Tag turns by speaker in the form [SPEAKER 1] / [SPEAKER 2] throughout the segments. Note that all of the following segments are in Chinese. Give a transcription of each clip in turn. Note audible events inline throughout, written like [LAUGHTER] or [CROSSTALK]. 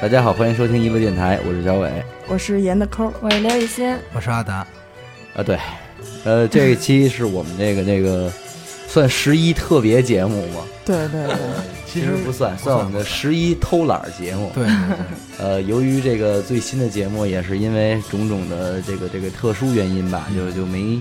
[SPEAKER 1] 大家好，欢迎收听一路电台，我是小伟。
[SPEAKER 2] 我是严的抠，
[SPEAKER 3] 我是刘雨欣，
[SPEAKER 4] 我是阿达，
[SPEAKER 1] 啊，对，呃，这一期是我们这个这个算十一特别节目吗？
[SPEAKER 2] 对对对，
[SPEAKER 1] 其实不算，算
[SPEAKER 4] 不算
[SPEAKER 1] 我们的十一偷懒儿节目。
[SPEAKER 4] 对对对，
[SPEAKER 1] [LAUGHS] 呃，由于这个最新的节目也是因为种种的这个这个特殊原因吧，
[SPEAKER 4] 嗯
[SPEAKER 1] 就就没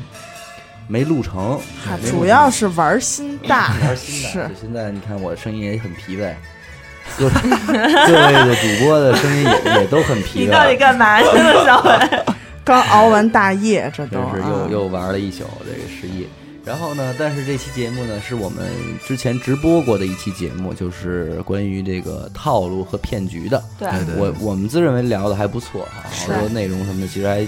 [SPEAKER 1] 没录成。
[SPEAKER 2] 嗨哎主要是玩心大，是
[SPEAKER 1] 就现在你看我声音也很疲惫， [LAUGHS] 各各位的主播的声音也也都很疲惫。
[SPEAKER 3] 干嘛去了，小伟？
[SPEAKER 2] 刚熬完大夜，这都
[SPEAKER 1] 真是
[SPEAKER 2] 啊
[SPEAKER 1] 又又玩了一宿这个失忆。然后呢，但是这期节目呢，是我们之前直播过的一期节目，就是关于这个套路和骗局的。
[SPEAKER 3] 对
[SPEAKER 4] 对对
[SPEAKER 1] 我我们自认为聊的还不错哈，好
[SPEAKER 3] 是
[SPEAKER 1] 多内容什么的，其实还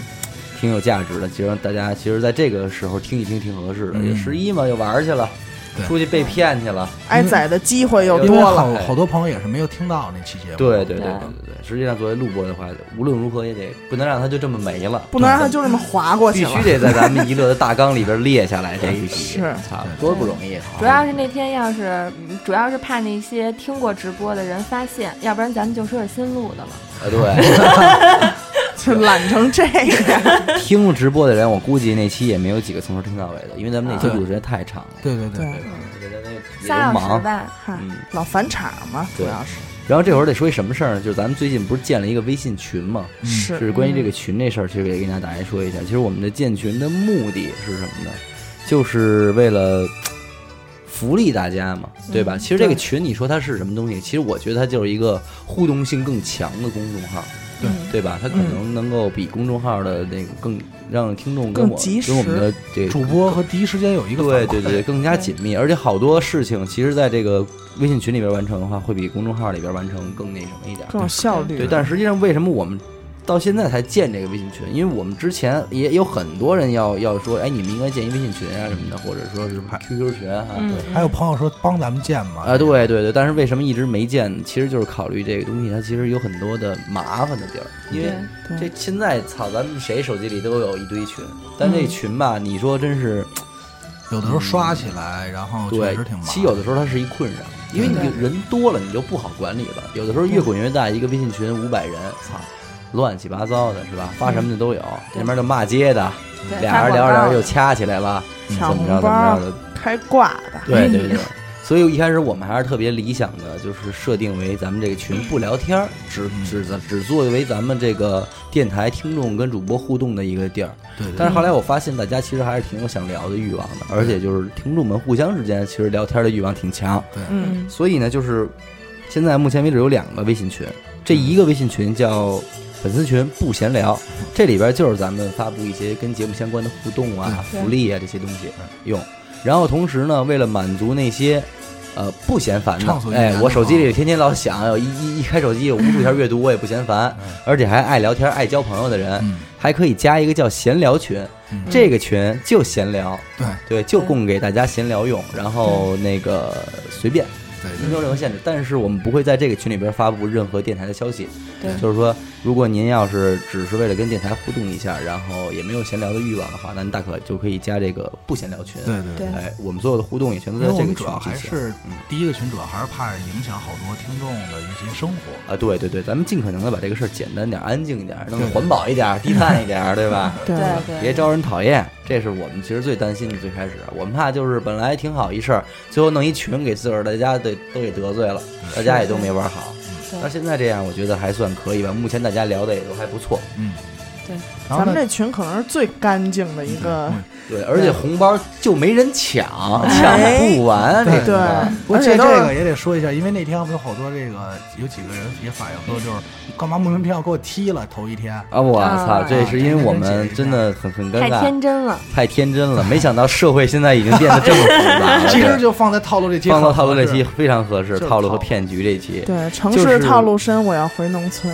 [SPEAKER 1] 挺有价值的。其实大家其实在这个时候听一听挺合适的。
[SPEAKER 4] 嗯
[SPEAKER 1] 也十一嘛，又玩儿去了，
[SPEAKER 4] 对
[SPEAKER 1] 出去被骗去了。
[SPEAKER 2] 挨宰的机会又
[SPEAKER 4] 因为
[SPEAKER 2] 多了。
[SPEAKER 4] 好好多朋友也是没有听到那期节目，
[SPEAKER 1] 对对对对
[SPEAKER 3] 对
[SPEAKER 1] 对对，实际上作为录播的话，无论如何也得不能让它就这么没了，
[SPEAKER 2] 不能让他就这么划过去
[SPEAKER 1] 必
[SPEAKER 2] 了
[SPEAKER 1] 须。得在咱们娱乐的大纲里边列下来这一集，
[SPEAKER 2] 是
[SPEAKER 1] 操，多不容易。啊
[SPEAKER 3] 主要是那天要是，嗯主要是怕那些听过直播的人发现，要不然咱们就说是新录的了。
[SPEAKER 1] 呃，对， [LAUGHS]
[SPEAKER 2] 就懒成这样，
[SPEAKER 1] 听直播的人，我估计那期也没有几个从头听到尾的，因为咱们那期
[SPEAKER 4] 啊
[SPEAKER 1] 录的时间太长了，
[SPEAKER 4] 对对
[SPEAKER 2] 对
[SPEAKER 4] 对，，
[SPEAKER 1] 大家那也
[SPEAKER 3] 嗯仨
[SPEAKER 1] 都
[SPEAKER 3] 小时
[SPEAKER 1] 忙。
[SPEAKER 3] 吧，
[SPEAKER 2] 嗨
[SPEAKER 1] 嗯，
[SPEAKER 2] 老返场嘛，主
[SPEAKER 1] 对
[SPEAKER 2] 要是
[SPEAKER 1] 然后这会儿得说一什么事儿呢？就是咱们最近不是建了一个微信群嘛，嗯
[SPEAKER 4] 嗯
[SPEAKER 1] 就是是关于这个群这事儿，其实也跟大家说一下。其实我们的建群的目的是什么呢？就是为了嘖福利大家嘛，对吧？其实这个群，你说它是什么东西？其实我觉得它就是一个互动性更强的公众号，
[SPEAKER 4] 对
[SPEAKER 2] 嗯
[SPEAKER 1] 对吧？它可能能够比公众号的那个更让听众跟
[SPEAKER 2] 更
[SPEAKER 1] 我
[SPEAKER 2] 及
[SPEAKER 1] 跟我们
[SPEAKER 2] 时
[SPEAKER 1] 的这个
[SPEAKER 4] 主播和第一时间有一个
[SPEAKER 1] 对
[SPEAKER 4] 反
[SPEAKER 1] 对
[SPEAKER 4] 馈
[SPEAKER 1] 对，更加紧密，而且好多事情其实在这个微信群里边完成的话，会比公众号里边完成更那什么一点。
[SPEAKER 2] 更有效
[SPEAKER 1] 对，
[SPEAKER 2] 率。
[SPEAKER 1] 但实际上为什么我们到现在才建这个微信群？因为我们之前也有很多人要要说，哎，你们应该建一微信群啊什么的，或者说是 QQ 群啊。
[SPEAKER 3] 嗯，
[SPEAKER 4] 还有朋友说帮咱们建嘛，
[SPEAKER 1] 啊，对对对，但是为什么一直没建？其实就是考虑这个东西，它其实有很多的麻烦的地儿，因为这
[SPEAKER 2] 对
[SPEAKER 1] 现在操，咱们谁手机里都有一堆群，但
[SPEAKER 2] 嗯
[SPEAKER 1] 这群吧，你说真是
[SPEAKER 4] 有的时候刷起来，然后哦确
[SPEAKER 1] 对
[SPEAKER 4] 实挺，麻
[SPEAKER 1] 其
[SPEAKER 4] 烦，
[SPEAKER 1] 实有的时候它是一困扰，因为你就人多了，你就不好管理了。有的时候越滚越大，一个微信群五百人，操，乱七八糟的是吧？发什么的都有，那边就骂街的，
[SPEAKER 3] 对
[SPEAKER 1] 俩人聊着聊着又掐起来了，
[SPEAKER 2] 发
[SPEAKER 1] 怎
[SPEAKER 2] 广
[SPEAKER 1] 么
[SPEAKER 2] 告
[SPEAKER 1] 着怎么着的，
[SPEAKER 2] 开挂的，
[SPEAKER 1] 对对对。所以一开始我们还是特别理想的，就是设定为咱们这个群不聊天儿，只
[SPEAKER 4] 嗯
[SPEAKER 1] 只只作为咱们这个电台听众跟主播互动的一个地儿。
[SPEAKER 4] 对对对
[SPEAKER 1] 但是后来我发现，大家其实还是挺有想聊的欲望的，而且就是听众们互相之间其实聊天的欲望挺强。
[SPEAKER 2] 嗯，
[SPEAKER 1] 所以呢，就是现在目前为止有两个微信群，这一个微信群叫粉丝群不闲聊，这里边就是咱们发布一些跟节目相关的互动
[SPEAKER 4] 嗯
[SPEAKER 1] 啊、
[SPEAKER 3] 对
[SPEAKER 1] 福利啊这些东西用。然后同时呢，为了满足那些。呃，不嫌烦的
[SPEAKER 4] 畅所，欲言
[SPEAKER 1] 哎，
[SPEAKER 4] 的
[SPEAKER 1] 我手机里天天老想，有一一一开手机有无数条阅读，我也不嫌烦，而且还爱聊天、爱交朋友的人，
[SPEAKER 4] 嗯
[SPEAKER 1] 还可以加一个叫闲聊群，
[SPEAKER 4] 嗯
[SPEAKER 1] 这个群就闲聊，
[SPEAKER 4] 对
[SPEAKER 1] 对，就供给大家闲聊用，然后那个随便，
[SPEAKER 4] 对对
[SPEAKER 1] 没有任何限制。但是我们不会在这个群里边发布任何电台的消息，
[SPEAKER 3] 对
[SPEAKER 1] 就是说，如果您要是只是为了跟电台互动一下，然后也没有闲聊的欲望的话，那您大可就可以加这个不闲聊群。
[SPEAKER 4] 对对对。
[SPEAKER 3] 对
[SPEAKER 1] 哎，我们所有的互动也全都
[SPEAKER 4] 因
[SPEAKER 1] 在
[SPEAKER 4] 为我
[SPEAKER 1] 这个
[SPEAKER 4] 们
[SPEAKER 1] 群
[SPEAKER 4] 主要还
[SPEAKER 1] 里进行。
[SPEAKER 4] 是嗯第一个群，主要还是怕影响好多听众的一些生活。
[SPEAKER 1] 啊，对对对，咱们尽可能的把这个事儿简单点儿、安静一点儿，弄得
[SPEAKER 4] 对
[SPEAKER 1] 环保一点儿、低碳一点儿，对吧？
[SPEAKER 2] 对
[SPEAKER 3] 对对，
[SPEAKER 1] 嗯别招人讨厌，这是我们其实最担心的。最开始，我们怕就是本来挺好一事儿，最后弄一群给自个儿大家得都给得罪了，大家也都没玩好。
[SPEAKER 3] 对
[SPEAKER 1] 那现在这样，我觉得还算可以吧。目前大家聊的也都还不错，
[SPEAKER 4] 嗯，
[SPEAKER 3] 对。
[SPEAKER 4] 然
[SPEAKER 2] 咱
[SPEAKER 4] 后呢
[SPEAKER 2] 们这群可能是最干净的一个，
[SPEAKER 1] 对，而且红包就没人抢，抢不完，
[SPEAKER 4] 哎对
[SPEAKER 1] 这
[SPEAKER 2] 对
[SPEAKER 1] 个
[SPEAKER 4] 不
[SPEAKER 2] 而
[SPEAKER 4] 过这
[SPEAKER 2] 且
[SPEAKER 4] 这
[SPEAKER 2] 都
[SPEAKER 4] 个
[SPEAKER 2] 是
[SPEAKER 4] 也得说一下，因为那天我们有好多这个有几个人也反映说，就是干嘛莫名其妙给我踢了头一天，
[SPEAKER 1] 啊！我
[SPEAKER 3] 啊
[SPEAKER 1] 操，这是因为我们真的很很尴
[SPEAKER 3] 太
[SPEAKER 1] 尬，
[SPEAKER 3] 天真了，
[SPEAKER 1] 太天真了，没想到社会现在已经变得这么复杂了。
[SPEAKER 4] [LAUGHS] 其实就放在套路这期，
[SPEAKER 1] 放到套路这期，非常合适，
[SPEAKER 4] 就是
[SPEAKER 1] 套路和
[SPEAKER 4] 套路
[SPEAKER 1] 骗局这期。
[SPEAKER 2] 对城
[SPEAKER 1] 就是
[SPEAKER 2] 市套路深，我要回农村。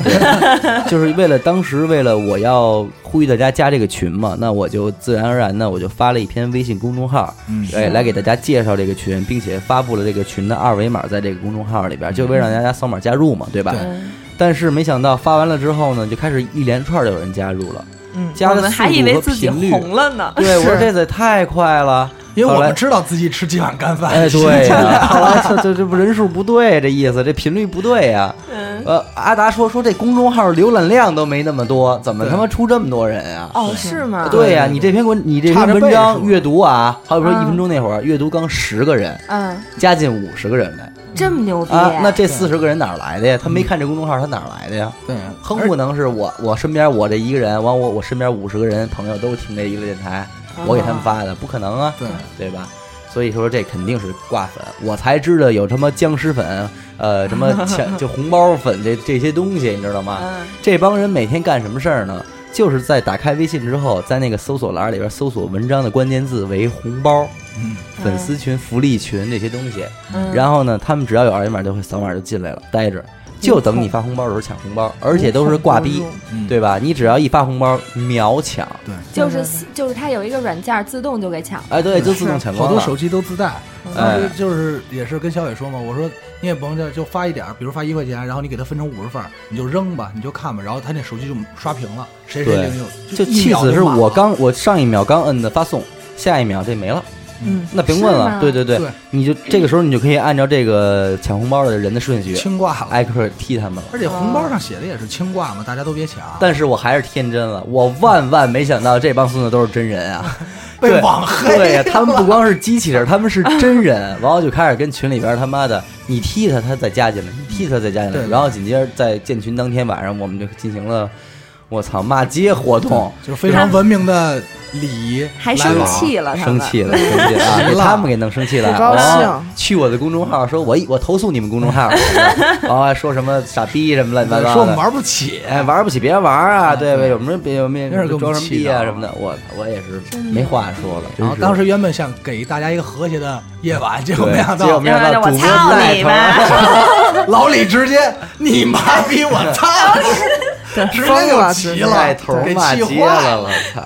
[SPEAKER 1] 就是为了当时为了我要呼吁大家加这个群嘛，那我就自然而然的我就发了一篇微信公众号，
[SPEAKER 4] 嗯
[SPEAKER 1] 哎，来给大家介绍这个群，并且发布了这个群的二维码在这个公众号里边，就为了让大家扫码加入嘛，对吧？
[SPEAKER 4] 对
[SPEAKER 3] 嗯，
[SPEAKER 1] 但是没想到发完了之后呢，就开始一连串的有人加入了，
[SPEAKER 2] 嗯
[SPEAKER 1] 加
[SPEAKER 3] 我
[SPEAKER 1] 的
[SPEAKER 3] 们
[SPEAKER 1] 速
[SPEAKER 3] 还以
[SPEAKER 1] 度
[SPEAKER 3] 为
[SPEAKER 1] 和
[SPEAKER 3] 自己
[SPEAKER 1] 频率，
[SPEAKER 3] 红了呢。
[SPEAKER 1] 对，我说
[SPEAKER 2] 是
[SPEAKER 1] 这也太快
[SPEAKER 3] [LAUGHS]
[SPEAKER 1] 了，哎
[SPEAKER 4] 因为
[SPEAKER 1] 后
[SPEAKER 4] 我
[SPEAKER 1] 来
[SPEAKER 4] 们知道自己吃 [LAUGHS] 几碗干
[SPEAKER 1] [LAUGHS]
[SPEAKER 4] 饭，
[SPEAKER 1] 哎，对呀、后来这这这不人数不对，这意思这频率不对呀、
[SPEAKER 3] 嗯，
[SPEAKER 1] 呃，阿达说说这公众号浏览量都没那么多，怎么
[SPEAKER 4] 对
[SPEAKER 1] 他妈出这么多人啊？
[SPEAKER 3] 哦，是吗？
[SPEAKER 1] 对呀、你这篇文你这
[SPEAKER 4] 差
[SPEAKER 1] 篇
[SPEAKER 4] 着
[SPEAKER 1] 文
[SPEAKER 4] 倍
[SPEAKER 1] 章
[SPEAKER 4] 数
[SPEAKER 1] 阅读啊，好比说
[SPEAKER 3] 啊
[SPEAKER 1] 一分钟那会儿、阅读刚十个人，
[SPEAKER 3] 嗯，
[SPEAKER 1] 加进五十个人来
[SPEAKER 3] 这么牛逼，
[SPEAKER 1] 啊，那这
[SPEAKER 4] 对
[SPEAKER 1] 四十个人哪儿来的呀？他没看这公众号，他哪儿来的呀？
[SPEAKER 4] 对，
[SPEAKER 1] 哼，不能是我我身边我这一个人，完我我身边五十个人朋友都听这一个电台，
[SPEAKER 5] 啊
[SPEAKER 3] 嗯
[SPEAKER 1] 我给他们发的，不可能啊，
[SPEAKER 4] 对
[SPEAKER 1] 对吧？所以说这肯定是挂粉，我才知道有他妈僵尸粉，呃，什么钱就红包粉这 [LAUGHS] 这些东西，你知道吗？
[SPEAKER 3] 嗯，
[SPEAKER 1] 这帮人每天干什么事儿呢？就是在打开微信之后，在那个搜索栏里边搜索文章的关键字为红包、
[SPEAKER 4] 嗯，
[SPEAKER 1] 粉丝群、福利群这些东西。
[SPEAKER 3] 嗯，
[SPEAKER 1] 然后呢，他们只要有二维码就会扫码就进来了，待着，就等你发红包的时候抢红包， [LAUGHS] 而且都是挂逼，
[SPEAKER 4] 嗯，
[SPEAKER 1] 对吧？你只要一发红包，秒抢，
[SPEAKER 4] 对，
[SPEAKER 3] 就是就是它有一个软件自动就嗯给抢了，
[SPEAKER 1] 哎，对，就自动抢光
[SPEAKER 4] 好
[SPEAKER 1] 了。
[SPEAKER 4] 多手机都自带。当
[SPEAKER 1] 哎
[SPEAKER 4] 时就是也是跟小伟说嘛，我说你也甭这，就发一点儿，比如发一块钱，然后你给他分成五十份儿，你就扔吧，你就看吧。然后他那手机就刷屏了，谁谁
[SPEAKER 1] 对
[SPEAKER 4] 领有，
[SPEAKER 1] 就
[SPEAKER 4] 一
[SPEAKER 1] 气
[SPEAKER 4] 秒
[SPEAKER 1] 死是
[SPEAKER 4] 满
[SPEAKER 1] 我
[SPEAKER 4] 了
[SPEAKER 1] 刚我上一秒刚摁的发送，下一秒这没了，
[SPEAKER 2] 嗯，
[SPEAKER 1] 那甭问
[SPEAKER 3] 是
[SPEAKER 1] 了。
[SPEAKER 3] 吗
[SPEAKER 1] 对对对
[SPEAKER 4] 对，
[SPEAKER 1] 你就这个时候你就可以按照这个抢红包的人的顺序，
[SPEAKER 4] 清挂了。
[SPEAKER 1] 挨个儿踢他们了。
[SPEAKER 4] 而且红包上写的也是清挂嘛，大家都别抢，
[SPEAKER 1] 但是我还是天真了，我万万没想到这帮孙子都是真人啊！
[SPEAKER 4] 被
[SPEAKER 1] 对
[SPEAKER 4] 网黑。 [LAUGHS]
[SPEAKER 1] 对呀，他们不光是机器人，他们是真人。完我就开始跟群里边他妈的，你踢他，他再加进来；你踢他，再加进
[SPEAKER 4] 对
[SPEAKER 1] 来。
[SPEAKER 4] 对
[SPEAKER 1] 然后紧接着在建群当天晚上，我们就进行了，我操，骂街活动，
[SPEAKER 4] [LAUGHS] 就是非常文明的礼仪，
[SPEAKER 3] 还
[SPEAKER 4] 来
[SPEAKER 3] 生
[SPEAKER 4] 往
[SPEAKER 3] 气了，他
[SPEAKER 1] 啊生
[SPEAKER 3] 们
[SPEAKER 1] 气
[SPEAKER 4] [LAUGHS]
[SPEAKER 1] 了，生气了啊，给他们给弄生气了。
[SPEAKER 2] 不高兴
[SPEAKER 1] 然后去我的公众号说，我我投诉你们公众号， [LAUGHS] 然后还说什么傻逼什么乱七八糟的，
[SPEAKER 4] 说我们玩不起，
[SPEAKER 1] 哎，玩不起别玩啊，对吧？有什么别有没
[SPEAKER 4] 真是给我们
[SPEAKER 1] 装什么逼
[SPEAKER 4] 气的
[SPEAKER 1] 啊
[SPEAKER 4] 啊
[SPEAKER 1] 什么的，我我也是没话说了。
[SPEAKER 4] 然后
[SPEAKER 1] 真是
[SPEAKER 4] 当时原本想给大家一个和谐的夜晚，结果
[SPEAKER 1] 对
[SPEAKER 4] 没想
[SPEAKER 1] 结果
[SPEAKER 4] 到
[SPEAKER 1] 没想到
[SPEAKER 3] 我
[SPEAKER 1] 主播
[SPEAKER 3] 操
[SPEAKER 1] 带
[SPEAKER 3] 你
[SPEAKER 1] 头 [LAUGHS]
[SPEAKER 3] 妈
[SPEAKER 1] 儿，
[SPEAKER 4] 老李直接你妈逼我操，直接就急
[SPEAKER 2] 疯了
[SPEAKER 1] 带
[SPEAKER 4] 了，
[SPEAKER 1] 头儿
[SPEAKER 4] 给
[SPEAKER 1] 骂
[SPEAKER 4] 气
[SPEAKER 1] 街
[SPEAKER 4] 坏
[SPEAKER 1] 了，，我操！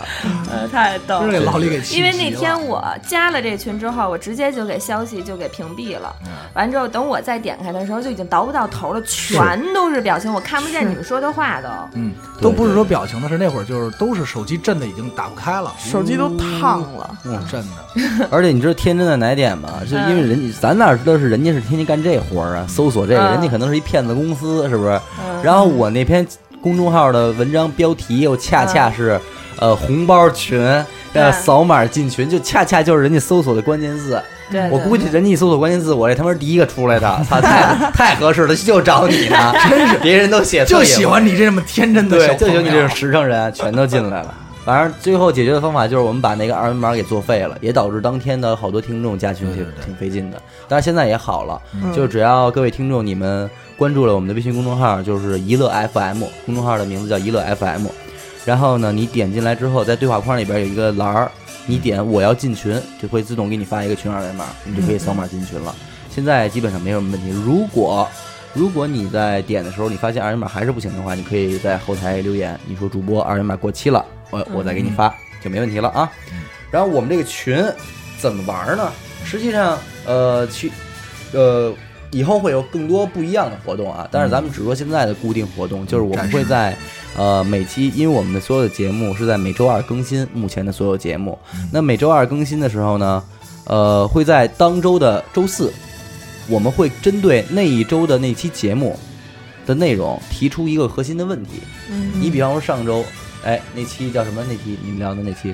[SPEAKER 3] 呃，太逗
[SPEAKER 4] 真是给老李给气急
[SPEAKER 3] 因
[SPEAKER 4] 了。
[SPEAKER 3] 为那天我加了这群之后，我直接就给消息就给屏蔽了。
[SPEAKER 1] 嗯
[SPEAKER 3] 完之后，等我再点开的时候，就已经倒不到头了，全都是表情，我看不见你们说的话都。
[SPEAKER 4] 嗯，都不是说表情的事，那会儿就是都是手机震的已经打不开了，
[SPEAKER 2] 手机都烫了，
[SPEAKER 1] 嗯，
[SPEAKER 4] 震的。
[SPEAKER 1] 而且你知道天真在哪点吗？就因为人咱哪知道是人家是天天干这活儿啊，搜索这个，
[SPEAKER 3] 嗯嗯
[SPEAKER 1] 人家可能是一骗子公司，是不是？
[SPEAKER 3] 嗯
[SPEAKER 1] 然后我那篇公众号的文章标题又恰恰
[SPEAKER 3] 嗯
[SPEAKER 1] 是，呃，红包群，呃，
[SPEAKER 3] 对
[SPEAKER 1] 扫码进群，就恰恰就是人家搜索的关键字。
[SPEAKER 3] 对，
[SPEAKER 1] 我估计人家一搜索关键字，我这他妈是第一个出来的，操，太 [LAUGHS] 太合适了，就找你
[SPEAKER 3] [LAUGHS]
[SPEAKER 1] 呢，真是别人都写
[SPEAKER 4] 就
[SPEAKER 1] 特
[SPEAKER 4] 喜
[SPEAKER 1] 有
[SPEAKER 4] 欢你这么天真的小
[SPEAKER 1] 对，就
[SPEAKER 4] 朋友，
[SPEAKER 1] 有你这种实诚人，全都进来了。反正最后解决的方法就是我们把那个二维码给作废了，也导致当天的好多听众加群挺
[SPEAKER 4] 对对对
[SPEAKER 1] 挺费劲的。但是现在也好了，
[SPEAKER 2] 嗯
[SPEAKER 1] 就只要各位听众你们关注了我们的微信公众号，就是一乐 FM，公众号的名字叫一乐 FM。然后呢，你点进来之后，在对话框里边有一个栏儿，你点我要进群，就会自动给你发一个群二维码，你就可以扫码进群了。现在基本上没有什么问题。如果如果你在点的时候，你发现二维码还是不行的话，你可以在后台留言，你说主播二维码过期了，我我再给你发，就没问题了啊。然后我们这个群怎么玩呢？实际上，呃，去，呃，以后会有更多不一样的活动啊。但是咱们只说现在的固定活动，就是我们
[SPEAKER 4] 暂时
[SPEAKER 1] 会在，呃，每期，因为我们的所有的节目是在每周二更新，目前的所有节目。那每周二更新的时候呢，呃，会在当周的周四，我们会针对那一周的那期节目的内容提出一个核心的问题。
[SPEAKER 3] 嗯，
[SPEAKER 1] 你比方说上周，哎，那期叫什么？那期你们聊的那期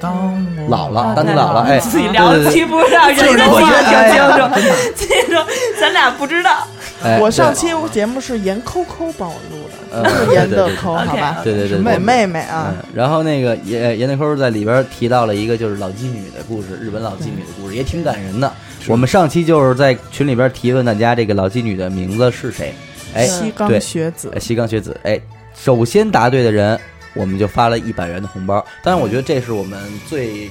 [SPEAKER 4] 当我
[SPEAKER 1] 老了，
[SPEAKER 3] 哦
[SPEAKER 1] 当你
[SPEAKER 3] 对
[SPEAKER 1] 老了，
[SPEAKER 3] 老了
[SPEAKER 1] 哎，
[SPEAKER 3] 自己
[SPEAKER 1] 对对对
[SPEAKER 3] [LAUGHS] 不上，
[SPEAKER 1] 就是我觉得哎呀
[SPEAKER 3] [LAUGHS] 楚，这种咱俩不知道。
[SPEAKER 1] 哎
[SPEAKER 2] 我上
[SPEAKER 1] 对
[SPEAKER 2] 期节目是严抠抠帮我录的，
[SPEAKER 1] 呃
[SPEAKER 2] 不是严德抠，
[SPEAKER 3] 对对对
[SPEAKER 2] 好吧？
[SPEAKER 1] 对对对，
[SPEAKER 2] 是妹
[SPEAKER 1] 我们
[SPEAKER 2] 妹妹啊
[SPEAKER 1] 嗯，，然后那个严严德抠在里边提到了一个就是老妓女的故事，日本老妓女的故事也挺感人的。我们上期就是在群里边提问大家这个老妓女的名字是谁，哎，
[SPEAKER 2] 西冈
[SPEAKER 1] 对
[SPEAKER 2] 学子
[SPEAKER 1] 呃，西冈学子，哎，首先答对的人，我们就发了一百元的红包。当然，我觉得这是我们最，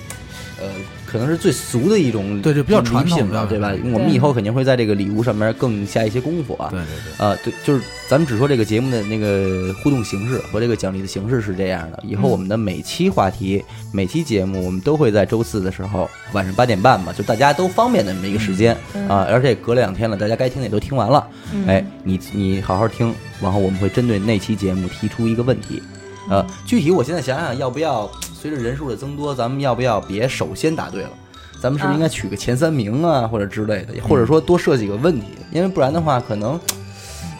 [SPEAKER 1] 呃，可能是最俗的一种
[SPEAKER 4] 对就比较传统
[SPEAKER 1] 礼品
[SPEAKER 4] 比较
[SPEAKER 1] 吧，对吧
[SPEAKER 4] 传？
[SPEAKER 1] 我们
[SPEAKER 3] 对
[SPEAKER 1] 以后肯定会在这个礼物上面更下一些功夫啊。
[SPEAKER 4] 对对对，
[SPEAKER 1] 啊，对，就是咱们只说这个节目的那个互动形式和这个奖励的形式是这样的。以
[SPEAKER 4] 嗯
[SPEAKER 1] 后我们的每期话题、每期节目，我们都会在周四的时候晚上八点半吧，就大家都方便的这么一个时间、啊。而且隔了两天了，大家该听的也都听完了。哎，你你好好听，然后我们会针对那期节目提出一个问题。呃，具体我现在想想，要不要随着人数的增多，咱们要不要别首先答对了？咱们是不是应该取个前三名啊，或者之类的，或者说多设几个问题，因为不然的话，可能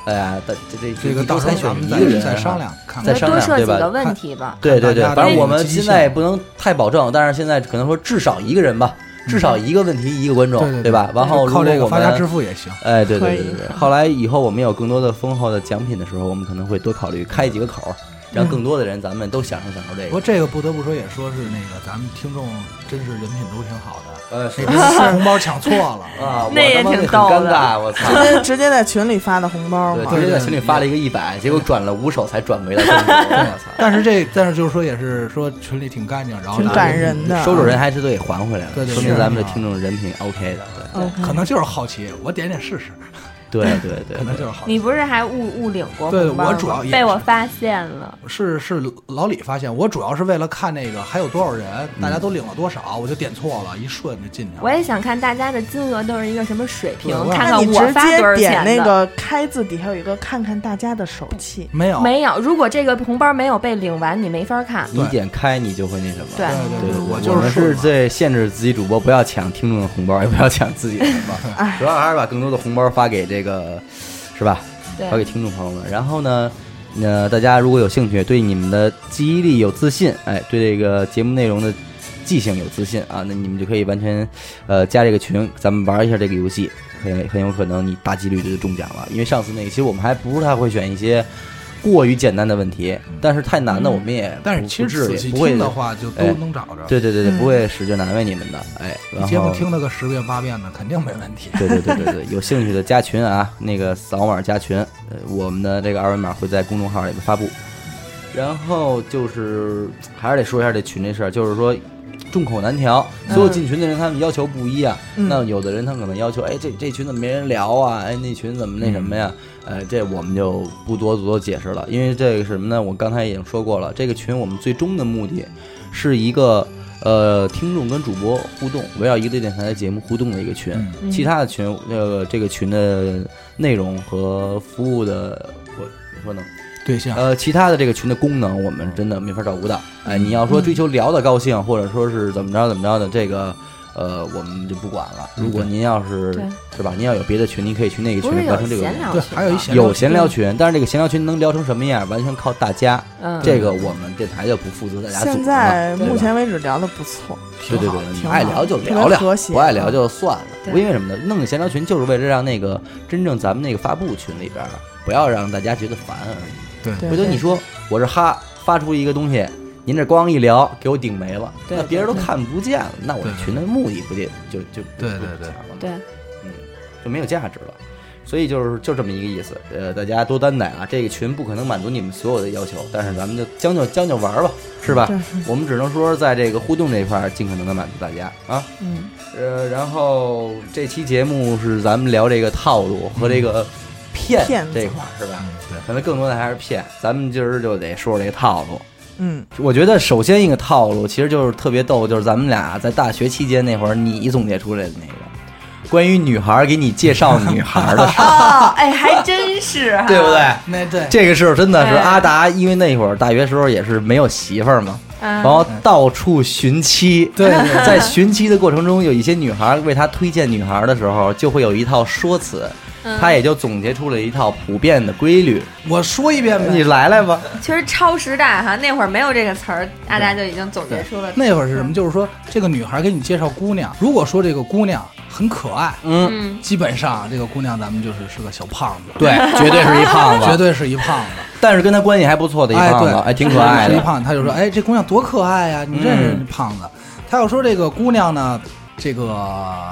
[SPEAKER 1] 哎呀，但这这
[SPEAKER 4] 这个
[SPEAKER 1] 一周
[SPEAKER 4] 到时
[SPEAKER 1] 才
[SPEAKER 4] 候
[SPEAKER 1] 选
[SPEAKER 4] 咱们
[SPEAKER 1] 一个人，啊
[SPEAKER 4] 再商。量看
[SPEAKER 1] 再
[SPEAKER 3] 那
[SPEAKER 4] 看。
[SPEAKER 1] 商
[SPEAKER 3] 多
[SPEAKER 1] 量
[SPEAKER 3] 设
[SPEAKER 1] 对
[SPEAKER 3] 几
[SPEAKER 1] 吧
[SPEAKER 3] 个问题吧。
[SPEAKER 1] 对对对
[SPEAKER 4] 看大，家
[SPEAKER 1] 反正
[SPEAKER 4] 的
[SPEAKER 1] 我
[SPEAKER 4] 那个
[SPEAKER 1] 们
[SPEAKER 4] 积极
[SPEAKER 1] 现在也
[SPEAKER 4] 性
[SPEAKER 1] 不能太保证，但是现在可能说至少一个人吧，至少一个问题一个观众，
[SPEAKER 4] 嗯对对
[SPEAKER 1] 对吧？然后
[SPEAKER 4] 靠这
[SPEAKER 1] 如果
[SPEAKER 4] 个
[SPEAKER 1] 我
[SPEAKER 4] 发家
[SPEAKER 1] 们
[SPEAKER 4] 致富也行。
[SPEAKER 1] 哎，对对
[SPEAKER 2] 可以
[SPEAKER 1] 对对对。后来以后我们有更多的丰厚的奖品的时候，我们可能会多考虑开几个口儿，
[SPEAKER 4] 嗯
[SPEAKER 1] 让更多的人咱们都享受享受这
[SPEAKER 4] 不
[SPEAKER 1] 个
[SPEAKER 4] 过。这个不得不说，也说是那个咱们听众真是人品都挺好的，
[SPEAKER 1] 呃，是
[SPEAKER 4] 那红包抢错了
[SPEAKER 1] 啊，我
[SPEAKER 3] 那也
[SPEAKER 1] 他妈
[SPEAKER 3] 挺
[SPEAKER 1] 很
[SPEAKER 3] 逗
[SPEAKER 1] 尴
[SPEAKER 3] 的
[SPEAKER 1] 尬，啊我操
[SPEAKER 2] [LAUGHS]
[SPEAKER 4] [LAUGHS]
[SPEAKER 2] 直！接直接在群里发的红包
[SPEAKER 1] 对，
[SPEAKER 2] 嘛
[SPEAKER 1] 直，接在群里发了一个一百，结果转了五手才转回来中国，我操！
[SPEAKER 4] 但是这，但是就是说，也是说群里挺干净，然后
[SPEAKER 2] 挺
[SPEAKER 4] 大家
[SPEAKER 2] 感人的。啊
[SPEAKER 1] 收走人还是都给还回来了，
[SPEAKER 4] 对对
[SPEAKER 1] 说明
[SPEAKER 4] 是啊
[SPEAKER 1] 咱们的听众人品 OK 的，
[SPEAKER 2] 嗯，
[SPEAKER 4] 可能就是好奇，我点点试试，
[SPEAKER 1] 对对对对
[SPEAKER 4] 可能就是好奇。
[SPEAKER 3] 你不是还误误领过
[SPEAKER 4] 对
[SPEAKER 3] 红包
[SPEAKER 4] 我
[SPEAKER 3] 吗？
[SPEAKER 4] 主要也
[SPEAKER 3] 被
[SPEAKER 4] 是
[SPEAKER 3] 我发现了。
[SPEAKER 4] 是是老李发现，我主要是为了看那个还有多少人，大家都领了多少，我就点错了，一瞬就进去
[SPEAKER 3] 我
[SPEAKER 4] 了。
[SPEAKER 3] 也想看大家的金额都是一个什么水平
[SPEAKER 4] 对我，也
[SPEAKER 3] 看
[SPEAKER 2] 那
[SPEAKER 3] 看
[SPEAKER 2] 你
[SPEAKER 3] 我
[SPEAKER 2] 直
[SPEAKER 3] 发多
[SPEAKER 2] 接
[SPEAKER 3] 少
[SPEAKER 2] 点
[SPEAKER 3] 钱
[SPEAKER 2] 那
[SPEAKER 3] 的。
[SPEAKER 2] 个开字底下有一个，看看大家的手气。
[SPEAKER 4] 没
[SPEAKER 1] 哦
[SPEAKER 4] 有，
[SPEAKER 3] 没有，如果这个红包没有被领完，你没法看。
[SPEAKER 1] 你点开你就会那什么。
[SPEAKER 3] 对
[SPEAKER 1] 对
[SPEAKER 4] 对对
[SPEAKER 1] 对，
[SPEAKER 4] 对，
[SPEAKER 1] 对
[SPEAKER 4] 就是
[SPEAKER 1] 们
[SPEAKER 4] 顺
[SPEAKER 1] 是
[SPEAKER 4] 了
[SPEAKER 1] 在限制自己主播不要抢听众的红包，也不要抢自己的红包，主要还是把更多的红包发给这个，是吧？
[SPEAKER 3] 对
[SPEAKER 1] 发给听众朋友们。然后呢，呃，大家如果有兴趣，对你们的记忆力有自信，哎，对这个节目内容的记性有自信啊，那你们就可以完全，呃，加这个群，咱们玩一下这个游戏，很很有可能你大几率就中奖了。因为上次那个，其实我们还不是太会选一些过于简单的问题，但是太难的我们也不、
[SPEAKER 4] 嗯但是其
[SPEAKER 1] 不
[SPEAKER 4] 实
[SPEAKER 1] 至
[SPEAKER 4] 仔
[SPEAKER 1] 于
[SPEAKER 4] 细
[SPEAKER 1] 不会
[SPEAKER 4] 听的话，就都
[SPEAKER 1] 哎
[SPEAKER 4] 能找着。
[SPEAKER 1] 对对对对，
[SPEAKER 2] 嗯
[SPEAKER 1] 不会使劲难为你们的，哎，然
[SPEAKER 4] 你
[SPEAKER 1] 后
[SPEAKER 4] 节目听了个十遍八遍的，肯定没问题。
[SPEAKER 1] 对对对对对，有兴趣的加群啊，那个扫码加群，呃，我们的这个二维码会在公众号里面发布。然后就是还是得说一下这群这事儿，就是说众口难调，所有进群的人他们要求不一啊。
[SPEAKER 2] 嗯
[SPEAKER 1] 那有的人他可能要求，哎，这这群怎么没人聊啊？哎，那群怎么那什么呀？呃，这我们就不多做解释了，因为这个什么呢？我刚才已经说过了，这个群我们最终的目的是一个。呃，听众跟主播互动，围绕一个电台的节目互动的一个群，
[SPEAKER 4] 嗯
[SPEAKER 1] 其他的群，呃，这个群的内容和服务的，我怎么说呢？
[SPEAKER 3] 啊
[SPEAKER 4] 对象
[SPEAKER 1] 呃，其他的这个群的功能，我们真的没法照顾到。
[SPEAKER 3] 嗯
[SPEAKER 1] 哎，你要说追求聊的高兴，或者说是怎么着怎么着的，这个。呃，我们就不管了。如果您要是
[SPEAKER 3] 嗯对
[SPEAKER 1] 是吧，您要有别的群，您可以去那个
[SPEAKER 3] 不
[SPEAKER 1] 群
[SPEAKER 3] 是
[SPEAKER 1] 聊
[SPEAKER 3] 有
[SPEAKER 1] 成这个
[SPEAKER 3] 闲聊
[SPEAKER 1] 样
[SPEAKER 3] 嗯
[SPEAKER 4] 对
[SPEAKER 3] 群
[SPEAKER 4] 还有一
[SPEAKER 3] 吗
[SPEAKER 4] 些
[SPEAKER 1] 有闲聊群，但是这个闲聊群能聊成什么样，完全靠大家。
[SPEAKER 3] 嗯，
[SPEAKER 1] 这个我们电台就不负责大家组织了。
[SPEAKER 2] 现在
[SPEAKER 1] 对吧
[SPEAKER 2] 目前为止聊的不错，
[SPEAKER 1] 对
[SPEAKER 4] 挺
[SPEAKER 1] 对
[SPEAKER 4] 好
[SPEAKER 1] 对
[SPEAKER 4] 的。，
[SPEAKER 1] 你
[SPEAKER 2] 挺
[SPEAKER 1] 爱
[SPEAKER 2] 好
[SPEAKER 1] 聊就
[SPEAKER 2] 特别
[SPEAKER 1] 聊聊，
[SPEAKER 2] 和谐
[SPEAKER 1] 不爱聊就算了。
[SPEAKER 3] 对
[SPEAKER 1] 因为什么呢？弄个闲聊群就是为了让那个真正咱们那个发布群里边儿，不要让大家觉得烦而已。
[SPEAKER 4] 对
[SPEAKER 2] 对
[SPEAKER 1] 回头你说我是哈发出一个东西，您这光一聊给我顶没了，
[SPEAKER 3] 对
[SPEAKER 1] 那别人都
[SPEAKER 3] 对
[SPEAKER 1] 看不见了，那我这
[SPEAKER 4] 对
[SPEAKER 1] 群的目的不就就就
[SPEAKER 4] 对对
[SPEAKER 1] 就
[SPEAKER 4] 对
[SPEAKER 1] 了吗 [LAUGHS]
[SPEAKER 3] 对，
[SPEAKER 1] 嗯，就没有价值了。所以就是就这么一个意思，呃，大家多担待啊，这个群不可能满足你们所有的要求，但是咱们就将就将就玩儿吧，是吧？我们只能说在这个互动这一块儿尽可能的满足大家啊。
[SPEAKER 2] 嗯，
[SPEAKER 1] 呃，然后这期节目是咱们聊这个套路和这个骗
[SPEAKER 2] 骗子
[SPEAKER 1] 这一块儿，是吧？
[SPEAKER 4] 嗯对
[SPEAKER 1] 可能更多的还是骗，咱们今儿就得说说这个套路。
[SPEAKER 2] 嗯，
[SPEAKER 1] 我觉得首先一个套路其实就是特别逗，就是咱们俩在大学期间那会儿，你总结出来的那个关于女孩儿给你介绍女孩儿
[SPEAKER 5] [LAUGHS]
[SPEAKER 1] 的事儿，
[SPEAKER 3] 哦，哎，还真是哈，
[SPEAKER 1] 对不对？
[SPEAKER 4] 那对
[SPEAKER 1] 这个事儿真的是
[SPEAKER 3] 哎
[SPEAKER 1] 阿达，因为那会儿大学时候也是没有媳妇儿嘛，
[SPEAKER 3] 嗯
[SPEAKER 1] 然后到处寻妻。
[SPEAKER 4] 对对对
[SPEAKER 1] 在寻妻的过程中，有一些女孩为他推荐女孩的时候，就会有一套说辞，他也就总结出了一套普遍的规律。
[SPEAKER 4] 我说一遍呗。
[SPEAKER 1] 你来来吧，
[SPEAKER 3] 确实超时代哈，那会儿没有这个词儿，大家就已经总结出了。
[SPEAKER 4] 那会儿是什么？就是说，这个女孩给你介绍姑娘，如果说这个姑娘很可爱，
[SPEAKER 1] 嗯，
[SPEAKER 3] 嗯，
[SPEAKER 4] 基本上这个姑娘咱们就是是个小胖子，
[SPEAKER 1] 对， [LAUGHS] 绝对是一胖子，
[SPEAKER 4] 绝，对是一胖子，
[SPEAKER 1] 但是跟他关系还不错的一
[SPEAKER 4] 哎
[SPEAKER 1] 胖
[SPEAKER 4] 对
[SPEAKER 1] 子，哎，挺可爱
[SPEAKER 4] 是一
[SPEAKER 1] 的。嗯
[SPEAKER 4] 胖子。他就说，哎，这姑娘多可爱呀、你认识人家胖子？他要说这个姑娘呢，这个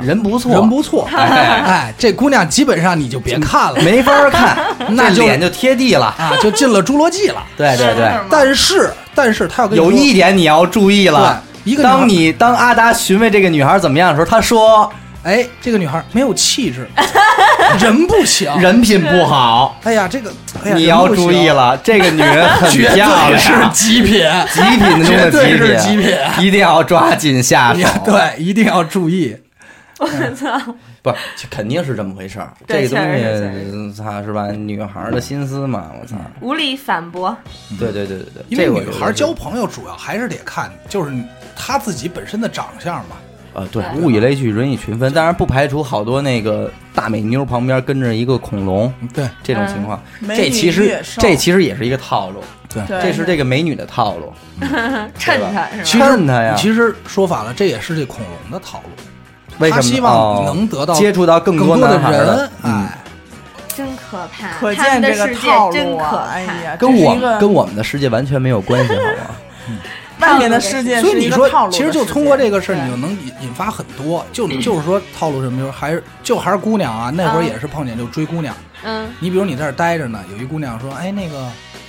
[SPEAKER 1] 人不错
[SPEAKER 4] 人不错，
[SPEAKER 1] 哎嗯
[SPEAKER 4] 哎，这姑娘基本上你就别看了
[SPEAKER 1] 没法看，
[SPEAKER 4] [LAUGHS] 那
[SPEAKER 1] 这
[SPEAKER 4] 就
[SPEAKER 1] 脸就贴地了。
[SPEAKER 4] 啊，就进了侏罗纪了。
[SPEAKER 1] 对对对，
[SPEAKER 4] 但是，但是他要跟你
[SPEAKER 1] 有
[SPEAKER 4] 说
[SPEAKER 1] 一点你要注意了，
[SPEAKER 4] 对一个女孩
[SPEAKER 1] 当你当阿达询问这个女孩怎么样的时候，他说
[SPEAKER 4] 哎，这个女孩没有
[SPEAKER 1] [LAUGHS]
[SPEAKER 4] 气质，人不行。
[SPEAKER 1] 人品不好，
[SPEAKER 4] 哎呀，这个，哎呀、
[SPEAKER 1] 你要
[SPEAKER 4] 人不行
[SPEAKER 1] 注意，了，这个女人很
[SPEAKER 4] 绝
[SPEAKER 1] 漂
[SPEAKER 4] 对
[SPEAKER 1] 亮，
[SPEAKER 4] 是极品，
[SPEAKER 1] 极品中的
[SPEAKER 4] 绝对
[SPEAKER 1] 极
[SPEAKER 4] 是
[SPEAKER 1] 品，
[SPEAKER 4] 极品。
[SPEAKER 1] 一定要抓紧下
[SPEAKER 4] 你
[SPEAKER 1] 手。，
[SPEAKER 4] 对，一定要注意。
[SPEAKER 3] 我操，
[SPEAKER 1] 不是，肯定是这么回事儿。这
[SPEAKER 3] 对
[SPEAKER 1] 个东
[SPEAKER 3] 确实是确
[SPEAKER 1] 西，操，是吧？女孩儿的心思嘛，我操。
[SPEAKER 3] 无力反驳。
[SPEAKER 1] 对对对对对，
[SPEAKER 4] 嗯因
[SPEAKER 1] 这个我
[SPEAKER 4] 为
[SPEAKER 1] 觉
[SPEAKER 4] 女
[SPEAKER 1] 得
[SPEAKER 4] 孩
[SPEAKER 1] 是
[SPEAKER 4] 交朋友主要还是得看，就是她自己本身的长相吧。
[SPEAKER 1] 呃，对，
[SPEAKER 3] 对
[SPEAKER 1] 物以类聚，人以群分。当然不排除好多那个大美妞旁边跟着一个恐龙
[SPEAKER 4] 对
[SPEAKER 1] 这种情
[SPEAKER 4] 哎
[SPEAKER 1] 况，
[SPEAKER 2] 美
[SPEAKER 1] 这
[SPEAKER 2] 女
[SPEAKER 1] 其
[SPEAKER 2] 与
[SPEAKER 1] 实
[SPEAKER 2] 野兽
[SPEAKER 1] 这其实也是一个套路，
[SPEAKER 4] 对。
[SPEAKER 2] 对
[SPEAKER 1] 这是这个美女的套路，
[SPEAKER 3] 趁他是吧？
[SPEAKER 4] 其
[SPEAKER 1] 趁
[SPEAKER 4] 实
[SPEAKER 1] 他呀
[SPEAKER 4] 其实说反了，这也是这恐龙的套路。
[SPEAKER 1] 为什么
[SPEAKER 4] 他
[SPEAKER 1] 呢？
[SPEAKER 4] 希望能得到
[SPEAKER 1] 哦接触到更
[SPEAKER 4] 更多
[SPEAKER 1] 男孩
[SPEAKER 4] 人
[SPEAKER 1] 的，，嗯，
[SPEAKER 4] 哎，
[SPEAKER 3] 真可怕，
[SPEAKER 2] 可
[SPEAKER 3] 他
[SPEAKER 2] 见
[SPEAKER 3] 们的
[SPEAKER 2] 这个
[SPEAKER 3] 世界
[SPEAKER 2] 套
[SPEAKER 3] 真
[SPEAKER 2] 路
[SPEAKER 3] 可
[SPEAKER 2] 啊！
[SPEAKER 3] 怕。
[SPEAKER 2] 哎呀，
[SPEAKER 1] 跟
[SPEAKER 2] 这是
[SPEAKER 1] 我
[SPEAKER 2] 一个
[SPEAKER 1] 跟我们的世界完全没有关系，好
[SPEAKER 2] [LAUGHS]
[SPEAKER 1] 吗？
[SPEAKER 2] 外面的世界
[SPEAKER 4] 所以
[SPEAKER 2] 是
[SPEAKER 4] 你
[SPEAKER 2] 一
[SPEAKER 4] 说
[SPEAKER 2] 个套，路的世界，
[SPEAKER 4] 其实就通过这个事儿，
[SPEAKER 3] 对
[SPEAKER 4] 你就能引引发很多。
[SPEAKER 1] [CLEARS THROAT]
[SPEAKER 4] 就就是说套路什么，就是还是就还是姑娘啊，那会儿
[SPEAKER 3] 嗯
[SPEAKER 4] 也是碰见就追姑娘。
[SPEAKER 3] 嗯
[SPEAKER 4] 你比如你在这儿待着呢，有一姑娘说：“哎，那个，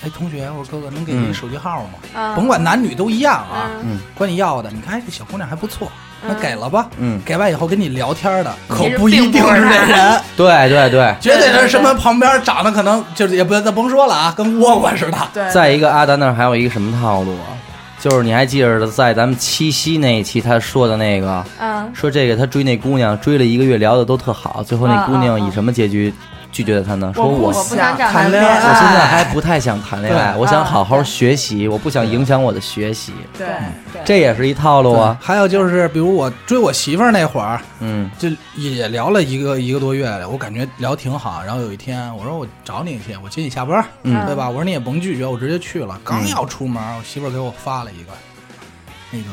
[SPEAKER 4] 哎，同学，我说哥哥，能给你
[SPEAKER 1] 嗯
[SPEAKER 4] 手机号吗？
[SPEAKER 3] 嗯
[SPEAKER 4] 甭管男女都一样啊，
[SPEAKER 3] 嗯
[SPEAKER 1] 嗯
[SPEAKER 4] 管你要的。你看，哎，这小姑娘还不错，那
[SPEAKER 3] 嗯
[SPEAKER 4] 给了吧。
[SPEAKER 1] 嗯
[SPEAKER 4] 给完以后跟你聊天的，可
[SPEAKER 3] 其实
[SPEAKER 4] 不一
[SPEAKER 3] 并
[SPEAKER 4] 定
[SPEAKER 3] 不是
[SPEAKER 4] 是这
[SPEAKER 3] 她 [LAUGHS]
[SPEAKER 4] 人，
[SPEAKER 1] 对对对。
[SPEAKER 4] 绝对
[SPEAKER 3] 对
[SPEAKER 4] 是
[SPEAKER 3] 对
[SPEAKER 4] 什么旁边长得可能就是也不咱甭说了啊，跟倭瓜似的。
[SPEAKER 2] 对，
[SPEAKER 1] 再一个，阿丹那儿还有一个什么套路啊？就是你还记着在咱们七夕那一期他说的那个，
[SPEAKER 3] 嗯，
[SPEAKER 1] 说这个他追那姑娘追了一个月，聊的都特好，最后那姑娘以什么结局拒绝了他呢？说我
[SPEAKER 2] 我
[SPEAKER 1] 我
[SPEAKER 3] 不想找
[SPEAKER 2] 谈
[SPEAKER 3] 男
[SPEAKER 2] 恋
[SPEAKER 3] 朋友
[SPEAKER 1] 现
[SPEAKER 2] 爱，
[SPEAKER 1] 在还不太想谈恋爱，
[SPEAKER 4] 对
[SPEAKER 2] 啊
[SPEAKER 1] 我想好好学习，我不想影响我的学习，
[SPEAKER 2] 对，
[SPEAKER 1] 嗯
[SPEAKER 3] 对，
[SPEAKER 1] 这也是一套路啊。
[SPEAKER 4] 还有就是，比如我追我媳妇儿那会儿，
[SPEAKER 1] 嗯
[SPEAKER 4] 就也聊了一个一个多月了，我感觉聊挺好。然后有一天，我说我找你去，我接你下班，
[SPEAKER 1] 嗯
[SPEAKER 4] 对吧？我说你也甭拒绝，我直接去了。刚要出门，我媳妇儿给我发了一个，那个，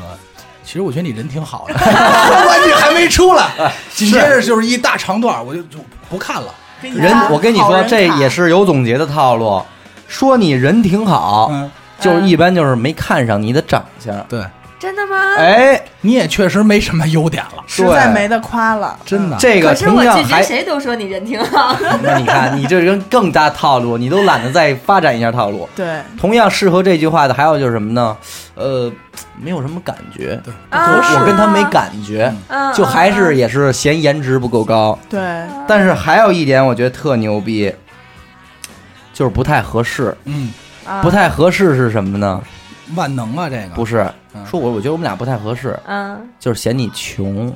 [SPEAKER 4] 其实我觉得你人挺好的， [LAUGHS] 我你还没出来， [LAUGHS] 紧接着就是一大长段，我就就不看了。
[SPEAKER 2] 给你
[SPEAKER 1] 人
[SPEAKER 2] 发，
[SPEAKER 1] 我跟你
[SPEAKER 2] 好
[SPEAKER 1] 说，
[SPEAKER 2] 人
[SPEAKER 1] 这
[SPEAKER 2] 卡
[SPEAKER 1] 也是有总结的套路，说你人挺好，
[SPEAKER 4] 嗯，
[SPEAKER 1] 就是一般就是没看上你的长相。
[SPEAKER 4] 对，
[SPEAKER 3] 真的吗？
[SPEAKER 1] 哎，
[SPEAKER 4] 你也确实没什么优点了，
[SPEAKER 2] 实在没得夸了，
[SPEAKER 4] 真的。
[SPEAKER 1] 这个
[SPEAKER 3] 可是
[SPEAKER 1] 同
[SPEAKER 3] 我
[SPEAKER 1] 样
[SPEAKER 3] 拒绝
[SPEAKER 1] 还
[SPEAKER 3] 谁都说你人挺好，
[SPEAKER 1] [LAUGHS] 那你看，你这人更大套路，你都懒得再发展一下套路。
[SPEAKER 2] 对，
[SPEAKER 1] 同样适合这句话的还有就是什么呢？呃，没有什么感觉，
[SPEAKER 4] 对
[SPEAKER 1] 我
[SPEAKER 3] 啊
[SPEAKER 1] 我跟他没感觉，
[SPEAKER 3] 嗯
[SPEAKER 1] 就还是
[SPEAKER 3] 嗯
[SPEAKER 1] 也是嫌颜值不够高。
[SPEAKER 2] 对，
[SPEAKER 1] 但是还有一点我觉得特牛逼，就是不太合适。
[SPEAKER 4] 嗯，
[SPEAKER 3] 嗯
[SPEAKER 1] 不太合适是什么呢？
[SPEAKER 4] 万能啊，这个
[SPEAKER 1] 不
[SPEAKER 4] 是
[SPEAKER 1] 是
[SPEAKER 4] 嗯
[SPEAKER 1] 说我我觉得我们俩不太合适，
[SPEAKER 3] 嗯，
[SPEAKER 1] 就是嫌你穷。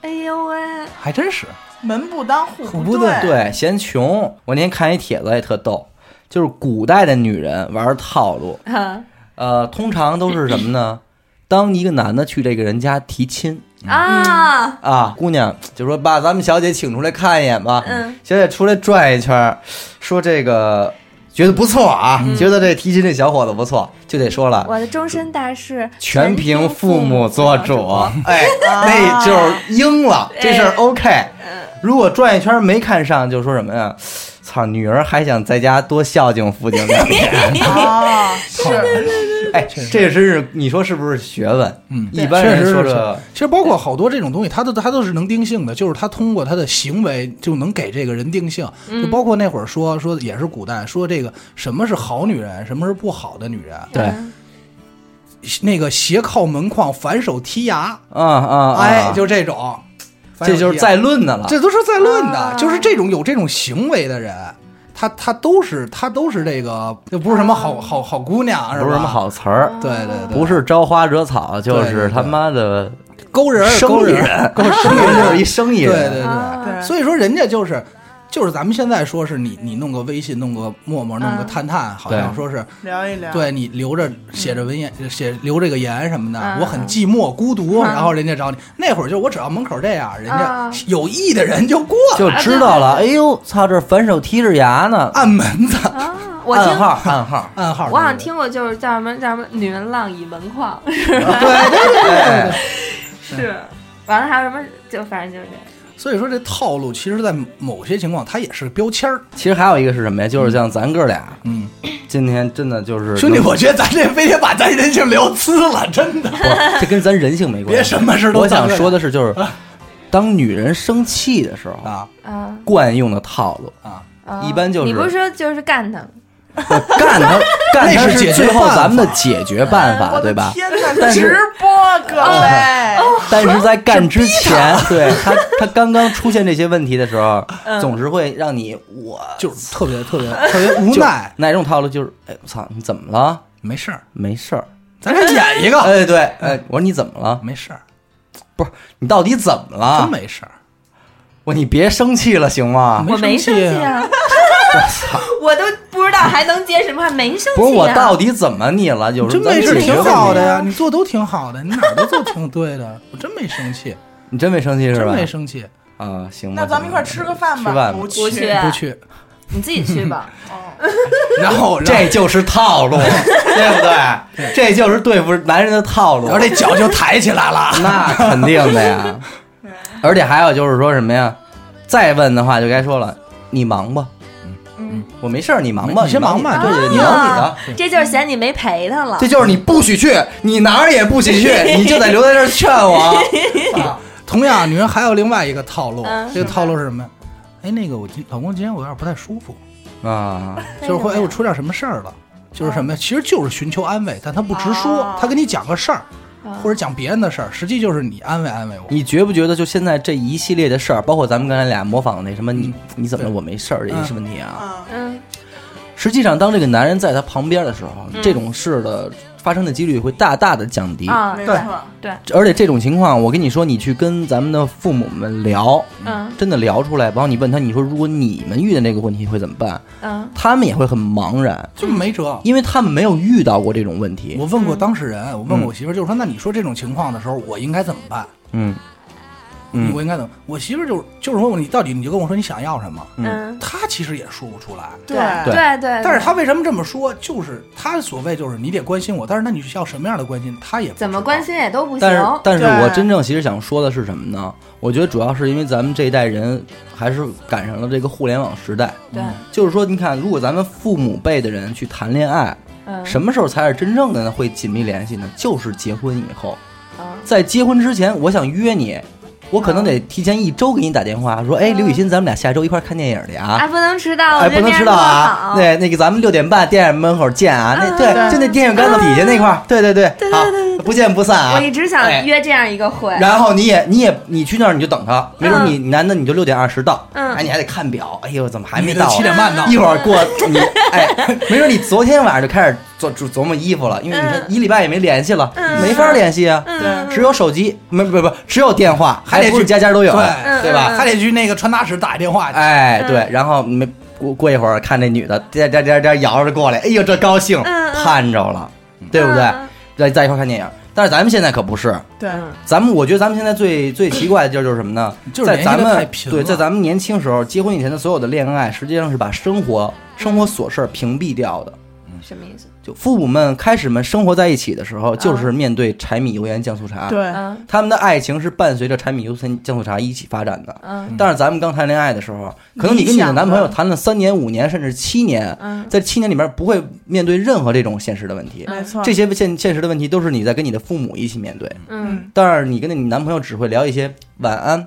[SPEAKER 3] 哎呦喂，
[SPEAKER 4] 还真是
[SPEAKER 2] 门不当户
[SPEAKER 4] 户
[SPEAKER 2] 不
[SPEAKER 4] 不对
[SPEAKER 1] 对，嫌穷。我那天看一帖子也特逗，就是古代的女人玩套路，
[SPEAKER 3] 啊
[SPEAKER 1] 呃，通常都是什么呢？当一个男的去这个人家提亲
[SPEAKER 3] 啊，
[SPEAKER 1] 啊，姑娘就说把咱们小姐请出来看一眼吧。
[SPEAKER 3] 嗯，
[SPEAKER 1] 小姐出来转一圈儿，说这个觉得不错啊，觉得这提亲这小伙子不错，就得说了。
[SPEAKER 3] 我的终身大事
[SPEAKER 1] 全凭父母做主，哎，
[SPEAKER 2] 啊
[SPEAKER 1] 那就是应了，这事儿
[SPEAKER 3] 哎
[SPEAKER 1] OK。
[SPEAKER 3] 嗯，
[SPEAKER 1] 如果转一圈没看上，就说什么呀？操，女儿还想在家多孝敬父亲两 [LAUGHS] 天。
[SPEAKER 2] 啊，
[SPEAKER 1] [LAUGHS] 哎，这真是你说是不是学问？
[SPEAKER 4] 嗯
[SPEAKER 1] 一般人说
[SPEAKER 4] 确实是
[SPEAKER 1] 这，
[SPEAKER 4] 其实包括好多这种东西，它都它都是能定性的，就是他通过他的行为就能给这个人定性。就包括那会儿说说也是古代说这个什么是好女人，什么是不好的女人。
[SPEAKER 1] 对，
[SPEAKER 3] 嗯
[SPEAKER 4] 那个斜靠门框，反手踢牙，
[SPEAKER 1] 啊啊，啊
[SPEAKER 4] 哎，就这种，反手
[SPEAKER 1] 这
[SPEAKER 4] 踢牙
[SPEAKER 1] 就是在论的了。
[SPEAKER 4] 这都是在论的，
[SPEAKER 3] 啊
[SPEAKER 4] 就是这种有这种行为的人。他他都是他都是这个，就不是什么好好好姑娘，
[SPEAKER 1] 不是嗯什么，好词儿，
[SPEAKER 4] 对对对，
[SPEAKER 1] 不是招花惹草，就
[SPEAKER 4] 对
[SPEAKER 1] 是
[SPEAKER 4] 对
[SPEAKER 1] 他妈的
[SPEAKER 4] 勾人儿勾
[SPEAKER 1] 生意
[SPEAKER 4] 人
[SPEAKER 1] 人
[SPEAKER 4] 儿，
[SPEAKER 1] [LAUGHS]
[SPEAKER 4] 勾人儿
[SPEAKER 1] 生意人就是一生意
[SPEAKER 4] 对对
[SPEAKER 1] 人。
[SPEAKER 5] 啊
[SPEAKER 4] 对。
[SPEAKER 3] 啊
[SPEAKER 2] 对，
[SPEAKER 4] 所以说人家就是。就是咱们现在说是你，你弄个微信，弄个陌陌，弄个
[SPEAKER 3] 嗯
[SPEAKER 4] 探探，好像
[SPEAKER 1] 对
[SPEAKER 4] 说是
[SPEAKER 2] 聊一聊，
[SPEAKER 4] 对你留着写着文言，写留这个言什么的，
[SPEAKER 3] 嗯
[SPEAKER 4] 我很寂寞孤独，
[SPEAKER 3] 嗯
[SPEAKER 4] 然后人家找你，那会儿就我只要门口这样，人家
[SPEAKER 3] 啊
[SPEAKER 4] 有意的人就过来，
[SPEAKER 1] 就知道了，哎呦，操！这反手踢着牙呢，
[SPEAKER 4] 按门子，
[SPEAKER 3] 啊，我
[SPEAKER 1] 暗
[SPEAKER 3] 听
[SPEAKER 1] 号，
[SPEAKER 3] [LAUGHS]
[SPEAKER 1] 暗号，
[SPEAKER 4] 暗号。
[SPEAKER 3] 嗯我好像听过，就是叫什么叫什么“女人浪以门框 [LAUGHS]
[SPEAKER 1] 对对对，”，
[SPEAKER 3] 是，完了还有什么，就反正就是这样。
[SPEAKER 4] 所以说这套路其实，在某些情况它也是标签儿。
[SPEAKER 1] 其实还有一个是什么呀？就是像咱哥俩，
[SPEAKER 4] 嗯，
[SPEAKER 1] 今天真的就是
[SPEAKER 4] 兄弟，我觉得咱这非得把咱人性聊呲了，真的。
[SPEAKER 1] 不，这跟咱人性没关系。
[SPEAKER 4] 别什么事都
[SPEAKER 1] 我想
[SPEAKER 4] 当
[SPEAKER 1] 说的是，就是当女人生气的时候，
[SPEAKER 4] 啊
[SPEAKER 3] 啊
[SPEAKER 1] 惯用的套路，
[SPEAKER 4] 啊，
[SPEAKER 3] 啊！
[SPEAKER 1] 一般就是
[SPEAKER 3] 你不是说就是干他吗？
[SPEAKER 1] 干她，干她
[SPEAKER 4] [LAUGHS] 那是解决
[SPEAKER 1] 最后
[SPEAKER 4] 办法
[SPEAKER 1] 咱们的解决办法，
[SPEAKER 2] 我
[SPEAKER 1] 对
[SPEAKER 2] 的
[SPEAKER 1] 吧？
[SPEAKER 2] 天哪，
[SPEAKER 1] 但是哦
[SPEAKER 2] 直
[SPEAKER 1] [LAUGHS]
[SPEAKER 2] 播各位，
[SPEAKER 3] 啊
[SPEAKER 1] 但是在干之前，对她，她刚刚出现这些问题的时候，
[SPEAKER 3] 嗯
[SPEAKER 1] 总是会让你我
[SPEAKER 4] 就是特别特别
[SPEAKER 3] [LAUGHS]
[SPEAKER 4] 特别无奈。
[SPEAKER 1] 哪种套路就是，哎，我操，你怎么了？
[SPEAKER 4] 没事儿，
[SPEAKER 1] 没事儿。
[SPEAKER 4] 咱俩演一
[SPEAKER 1] [LAUGHS]
[SPEAKER 4] 个，
[SPEAKER 1] 哎，对，哎，我说你怎么了？
[SPEAKER 4] 没事儿，
[SPEAKER 1] 不是你到底怎么了
[SPEAKER 4] 真？没事儿。
[SPEAKER 1] 我你别生气了行吗？
[SPEAKER 4] 没
[SPEAKER 3] 我没生
[SPEAKER 4] 生气
[SPEAKER 3] 气
[SPEAKER 4] 啊
[SPEAKER 3] 啊！ [LAUGHS] 我都不知道还能接什么，还没生气、啊。
[SPEAKER 1] 不是我到底怎么你了？有时
[SPEAKER 4] 真
[SPEAKER 1] 候咱
[SPEAKER 4] 没
[SPEAKER 1] 们解
[SPEAKER 4] 事，
[SPEAKER 1] 决
[SPEAKER 4] 挺
[SPEAKER 1] 问题
[SPEAKER 4] 好的呀，你做都挺好的，你哪儿都做挺对的，我真没生气，
[SPEAKER 1] [LAUGHS] 你真没生气是
[SPEAKER 4] 真
[SPEAKER 1] 吧？
[SPEAKER 4] 没生气。
[SPEAKER 1] 啊，行吧，
[SPEAKER 2] 那咱们一块儿吃个饭吧。
[SPEAKER 1] 吃饭吧
[SPEAKER 2] 不
[SPEAKER 3] 不去
[SPEAKER 1] 啊
[SPEAKER 2] 去，
[SPEAKER 4] 不去。
[SPEAKER 3] 你自己去吧。
[SPEAKER 4] 然后，然后
[SPEAKER 1] 这就是套路，对不对？这就是对付男人的套路
[SPEAKER 4] 然后。这脚就抬起来了。
[SPEAKER 1] 那肯定的呀。 [LAUGHS] 而且还有就是说什么呀？再问的话就该说了，你忙吧，
[SPEAKER 3] 嗯，
[SPEAKER 1] 我没事儿，你 [LAUGHS] 忙吧，
[SPEAKER 4] 你先忙吧
[SPEAKER 1] 你 [LAUGHS] 对对，
[SPEAKER 3] 啊
[SPEAKER 1] 你忙你的。
[SPEAKER 3] 这就是嫌你没陪他了
[SPEAKER 1] 这。就是你不许去，你哪儿也不许
[SPEAKER 2] [LAUGHS]
[SPEAKER 1] 去，你就得留在这儿劝我。
[SPEAKER 4] 同样，女人还有另外一个套路
[SPEAKER 3] 嗯，
[SPEAKER 4] 这个套路是什么呀？哎，那个我今老公今天我有点不太舒服，
[SPEAKER 1] 啊，
[SPEAKER 4] 就是会哎我出点什么事儿了，就是什么呀？其实就是寻求安慰，但他不直说
[SPEAKER 2] 哦，
[SPEAKER 4] 他跟你讲个事儿
[SPEAKER 5] 嗯
[SPEAKER 3] 啊
[SPEAKER 4] 或者讲别人的事儿，实际就是你安慰安慰我。
[SPEAKER 1] 你觉不觉得就现在这一系列的事儿，包括咱们刚才俩模仿的那什么你你怎么了我没事儿这些问题啊，
[SPEAKER 2] 嗯，
[SPEAKER 3] 嗯，
[SPEAKER 1] 实际上当这个男人在他旁边的时候，
[SPEAKER 2] 嗯
[SPEAKER 1] 这种事的发生的几率会大大的降低。
[SPEAKER 3] 啊，
[SPEAKER 2] 没
[SPEAKER 3] 对，
[SPEAKER 2] 错，
[SPEAKER 1] 而且这种情况，我跟你说，你去跟咱们的父母们聊，
[SPEAKER 3] 嗯
[SPEAKER 1] 真的聊出来，然后你问他，你说如果你们遇见这个问题会怎么办？
[SPEAKER 3] 嗯
[SPEAKER 1] 他们也会很茫然，
[SPEAKER 4] 就没辙。
[SPEAKER 1] 因为他们没有遇到过这种问题。
[SPEAKER 4] 我问
[SPEAKER 3] 嗯
[SPEAKER 4] 过当事人，我问过我媳妇儿，就是说，那你说这种情况的时候，我应该怎么办？
[SPEAKER 1] 嗯，嗯
[SPEAKER 4] 我应该怎么？我媳妇儿就是就是问我你到底你就跟我说你想要什么，
[SPEAKER 3] 嗯，
[SPEAKER 4] 她其实也说不出来。
[SPEAKER 1] 对
[SPEAKER 3] 对对，
[SPEAKER 4] 但是她为什么这么说？就是她所谓就是你得关心我，但是那你是要什么样的关心？她也不
[SPEAKER 3] 怎么
[SPEAKER 4] 知道
[SPEAKER 3] 关？心也都不
[SPEAKER 1] 但是
[SPEAKER 3] 行。
[SPEAKER 1] 但是
[SPEAKER 2] 对
[SPEAKER 1] 我真正其实想说的是什么呢？我觉得主要是因为咱们这一代人还是赶上了这个互联网时代，
[SPEAKER 3] 对，
[SPEAKER 1] 就是说，你看，如果咱们父母辈的人去谈恋爱，
[SPEAKER 3] 嗯，
[SPEAKER 1] 什么时候才是真正的会紧密联系呢？就是结婚以后。
[SPEAKER 3] 嗯
[SPEAKER 1] 在结婚之前，我想约你，我可能得提前一周给你打电话，说，
[SPEAKER 3] 嗯
[SPEAKER 1] 哎，刘雨欣，咱们俩下周一块儿看电影去啊。
[SPEAKER 3] 哎，不能迟到，
[SPEAKER 1] 哎，
[SPEAKER 3] 我觉
[SPEAKER 1] 不
[SPEAKER 3] 得这
[SPEAKER 1] 能
[SPEAKER 3] 样
[SPEAKER 1] 迟到
[SPEAKER 3] 多
[SPEAKER 1] 啊！
[SPEAKER 3] 好嗯
[SPEAKER 1] 对，那个咱们六点半电影门口见啊！那对，
[SPEAKER 2] 对
[SPEAKER 1] 就那电影杆子底下那块儿，对对对，好，不见不散啊！
[SPEAKER 3] 我一直想
[SPEAKER 1] 哎
[SPEAKER 3] 约这样一个会。
[SPEAKER 1] 然后你也你也你去那儿你就等他，没准你男的你就六点二十到，
[SPEAKER 3] 嗯
[SPEAKER 1] 哎你还得看表，哎呦怎么还没
[SPEAKER 4] 女
[SPEAKER 1] 到
[SPEAKER 4] 的
[SPEAKER 1] 啊？
[SPEAKER 4] 七点半到，
[SPEAKER 1] 一会儿过你哎，没准你昨天晚上就开始琢琢琢磨衣服了，因为你看
[SPEAKER 3] 嗯
[SPEAKER 1] 一礼拜也没联系了，
[SPEAKER 3] 嗯
[SPEAKER 1] 没法联系啊，
[SPEAKER 3] 嗯，
[SPEAKER 1] 只有手机，没不不只有电话，
[SPEAKER 4] 还得
[SPEAKER 1] 不是
[SPEAKER 4] 去
[SPEAKER 1] 家家都有，
[SPEAKER 4] 对
[SPEAKER 1] 对吧？
[SPEAKER 3] 嗯
[SPEAKER 4] 她得去那个传达室打一电话去。
[SPEAKER 1] 哎
[SPEAKER 3] 嗯
[SPEAKER 1] 对，然后没过过一会儿看那女的颠颠颠颠摇着过来，哎呦这高兴
[SPEAKER 3] 嗯嗯
[SPEAKER 1] 盼着了，对不对？
[SPEAKER 3] 嗯
[SPEAKER 1] 在在一块儿看电影，但是咱们现在可不是，
[SPEAKER 2] 对，
[SPEAKER 1] 咱们我觉得咱们现在最最奇怪的地儿就是什么呢？
[SPEAKER 4] 就是
[SPEAKER 1] 在咱
[SPEAKER 4] 联系得太
[SPEAKER 1] 们
[SPEAKER 4] 频
[SPEAKER 1] 对，
[SPEAKER 4] 了
[SPEAKER 1] 在咱们年轻时候结婚以前的所有的恋爱，实际上是把生活生活琐事儿屏蔽掉的。
[SPEAKER 3] 什么意思？
[SPEAKER 1] 就父母们开始们生活在一起的时候，
[SPEAKER 4] 啊
[SPEAKER 1] 就是面对柴米油盐酱醋茶，
[SPEAKER 2] 对，
[SPEAKER 3] 嗯
[SPEAKER 1] 他们的爱情是伴随着柴米油盐酱醋茶一起发展的。
[SPEAKER 3] 嗯
[SPEAKER 1] 但是咱们刚谈恋爱的时候，可能你跟你的
[SPEAKER 2] 理想的
[SPEAKER 1] 男朋友谈了三年、五年甚至七年，
[SPEAKER 3] 嗯
[SPEAKER 1] 在七年里面不会面对任何这种现实的问题，
[SPEAKER 4] 嗯
[SPEAKER 2] 没错，
[SPEAKER 1] 这些现现实的问题都是你在跟你的父母一起面对。
[SPEAKER 3] 嗯
[SPEAKER 2] 嗯
[SPEAKER 1] 但是你跟你男朋友只会聊一些晚安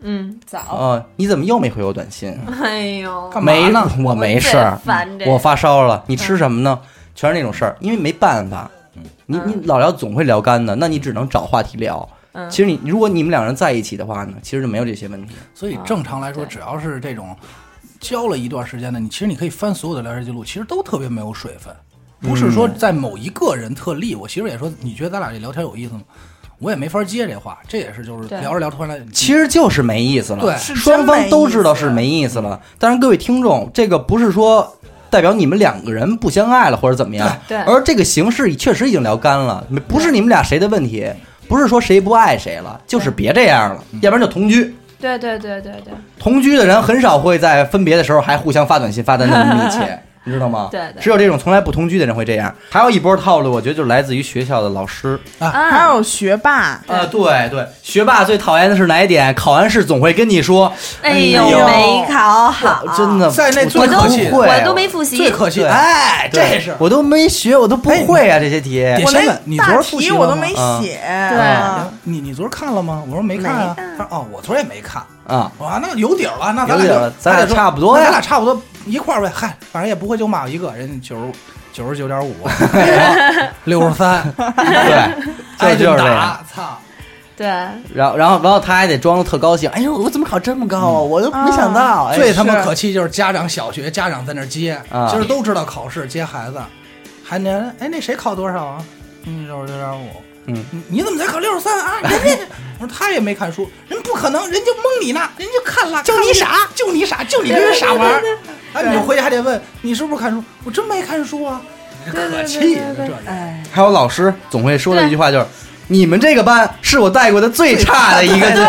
[SPEAKER 3] 嗯，
[SPEAKER 1] 啊、
[SPEAKER 4] 哦
[SPEAKER 3] 早。
[SPEAKER 1] 你怎么又没回我短信？
[SPEAKER 3] 哎呦，
[SPEAKER 4] 干嘛
[SPEAKER 1] 没
[SPEAKER 4] 呢
[SPEAKER 1] 我没事
[SPEAKER 3] 我
[SPEAKER 1] 儿
[SPEAKER 3] 最，烦这个
[SPEAKER 1] 我发烧了，你
[SPEAKER 4] 嗯
[SPEAKER 1] 吃什么呢？全是那种事儿，因为没办法，你
[SPEAKER 4] 嗯
[SPEAKER 1] 你老聊总会聊干的，那你只能找话题聊。
[SPEAKER 3] 嗯
[SPEAKER 1] 其实你如果你们两人在一起的话呢，其实就没有这些问题。
[SPEAKER 4] 所以正常来说，
[SPEAKER 3] 对
[SPEAKER 4] 只要是这种交了一段时间的，你其实你可以翻所有的聊天记录，其实都特别没有水分。
[SPEAKER 1] 嗯
[SPEAKER 4] 不是说在某一个人特例，我媳妇儿也说，你觉得咱俩这聊天有意思吗？我也没法接这话，这也是就是
[SPEAKER 3] 对
[SPEAKER 4] 聊着聊着突然来，
[SPEAKER 1] 其实就是没意思了，
[SPEAKER 4] 对嗯
[SPEAKER 2] 是真
[SPEAKER 1] 双
[SPEAKER 2] 没
[SPEAKER 1] 方
[SPEAKER 2] 意
[SPEAKER 1] 都知道是
[SPEAKER 2] 思
[SPEAKER 1] 没意思了。当然，各位听众，这个不是说代表你们两个人不相爱了或者怎么样，
[SPEAKER 3] 对
[SPEAKER 1] 而这个形式确实已经聊干了，不是你们俩谁的问题，不是说谁不爱谁了，就是别这样
[SPEAKER 4] 嗯
[SPEAKER 1] 了，要不然就同居。
[SPEAKER 3] 对对对对对
[SPEAKER 1] 同居的人很少会在分别的时候还互相发短信发的那么
[SPEAKER 3] [LAUGHS]
[SPEAKER 1] 密切，你知道吗？
[SPEAKER 3] 对对
[SPEAKER 1] 只有这种从来不同居的人会这样。还有一波套路，我觉得就是来自于学校的老师。
[SPEAKER 2] 还
[SPEAKER 3] 啊，
[SPEAKER 2] 有学霸，
[SPEAKER 4] 呃
[SPEAKER 1] 啊，对对，学霸最讨厌的是哪一点？考完试总会跟你说，
[SPEAKER 3] 哎呦，
[SPEAKER 2] 呦
[SPEAKER 3] 没考好，
[SPEAKER 1] 真的
[SPEAKER 4] 在那
[SPEAKER 1] 我
[SPEAKER 4] 最
[SPEAKER 1] 都
[SPEAKER 4] 可气的
[SPEAKER 1] 不会，啊
[SPEAKER 3] 我都没复习，
[SPEAKER 4] 最可气，
[SPEAKER 1] 对
[SPEAKER 4] 哎，
[SPEAKER 1] 对
[SPEAKER 4] 这是哎
[SPEAKER 1] 我都没学，我都不会啊这些题。
[SPEAKER 4] 点
[SPEAKER 2] 我
[SPEAKER 4] 先问
[SPEAKER 2] 连
[SPEAKER 4] 你昨
[SPEAKER 2] 大
[SPEAKER 4] 儿复习
[SPEAKER 2] 题
[SPEAKER 4] 了
[SPEAKER 2] 我都
[SPEAKER 4] 吗
[SPEAKER 2] 没
[SPEAKER 1] 啊
[SPEAKER 2] 写，
[SPEAKER 3] 对
[SPEAKER 1] 啊
[SPEAKER 4] 你你昨儿看了吗？我说没看啊。他说哦，我昨儿也没看。
[SPEAKER 1] 啊，
[SPEAKER 4] 我说那有底儿了，那咱
[SPEAKER 1] 有
[SPEAKER 4] 俩
[SPEAKER 1] 底儿
[SPEAKER 4] 就
[SPEAKER 1] 了咱俩
[SPEAKER 4] 咱说
[SPEAKER 1] 差不多呀
[SPEAKER 4] 那咱俩差不多一块儿呗。嗨，反正也不会就骂我一个，人家九十九十九点五，六十三， [LAUGHS]
[SPEAKER 1] 对，[LAUGHS]
[SPEAKER 4] 挨
[SPEAKER 1] 就就
[SPEAKER 4] 顿
[SPEAKER 1] 是这样。
[SPEAKER 4] 打，操！
[SPEAKER 3] 对，
[SPEAKER 1] 然后然后然后他还得装的特高兴，哎呦，我怎么考这么高啊？我都没想到。哎
[SPEAKER 4] 最他妈
[SPEAKER 2] 是
[SPEAKER 4] 可气就是家长小学家长在那儿接
[SPEAKER 1] 啊，
[SPEAKER 4] 其实都知道考试接孩子，还那哎那谁考多少啊？嗯，六十九点五。
[SPEAKER 1] 嗯
[SPEAKER 4] 你，你怎么才考六十三 [LAUGHS] 啊？人家，我说他也没看书，人不可能，人家蒙你呢，人家看了，就你傻，就你傻，就你跟人傻玩儿。啊，你就回去还得问你是不是看书？我真没看书啊，可气的这人。
[SPEAKER 2] 哎，
[SPEAKER 1] 还有老师总会说的一句话就是：“你们这个班是我带过的最差的一个。”
[SPEAKER 3] 对，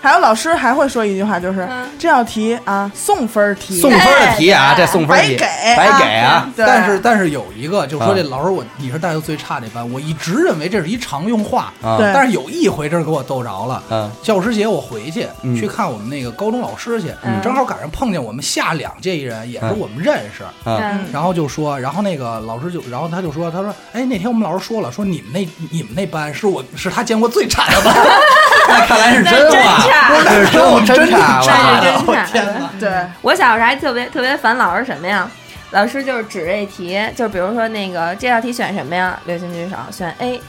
[SPEAKER 2] 还有老师还会说一句话，就是
[SPEAKER 5] 嗯
[SPEAKER 2] 这道题啊，送分儿题，
[SPEAKER 1] 送分儿的题啊，
[SPEAKER 5] 对
[SPEAKER 1] 这送分儿题
[SPEAKER 2] 白给
[SPEAKER 1] 白给啊，
[SPEAKER 2] 对
[SPEAKER 4] 但是但是有一个，就说这
[SPEAKER 1] 啊
[SPEAKER 4] 老师我你是带的最差那班，我一直认为这是一常用话，
[SPEAKER 1] 啊
[SPEAKER 2] 对
[SPEAKER 4] 但是有一回真是给我逗着了。
[SPEAKER 5] 啊
[SPEAKER 1] 嗯
[SPEAKER 4] 教师节我回去、
[SPEAKER 1] 嗯
[SPEAKER 4] 去看我们那个高中老师去，
[SPEAKER 5] 嗯
[SPEAKER 4] 正好赶上碰见我们下两届一人，也是
[SPEAKER 1] 嗯
[SPEAKER 4] 我们认识。
[SPEAKER 1] 嗯
[SPEAKER 5] 嗯
[SPEAKER 4] 然后就说，然后那个老师就，然后他就说，他说，哎，那天我们老师说了，说你们那你们那班是我是他见过最差的班，
[SPEAKER 5] [LAUGHS]
[SPEAKER 1] 那看来是真话，
[SPEAKER 5] 那
[SPEAKER 1] 这是真真差，
[SPEAKER 5] 那
[SPEAKER 1] 我
[SPEAKER 5] 是
[SPEAKER 1] 操
[SPEAKER 5] 真
[SPEAKER 4] 我
[SPEAKER 5] 惨
[SPEAKER 4] 天哪！
[SPEAKER 1] 嗯
[SPEAKER 2] 对，
[SPEAKER 5] 我小时候还特别特别烦老师什么呀？老师就是指这题，就比如说那个这道题选什么呀？流行举手，选 A，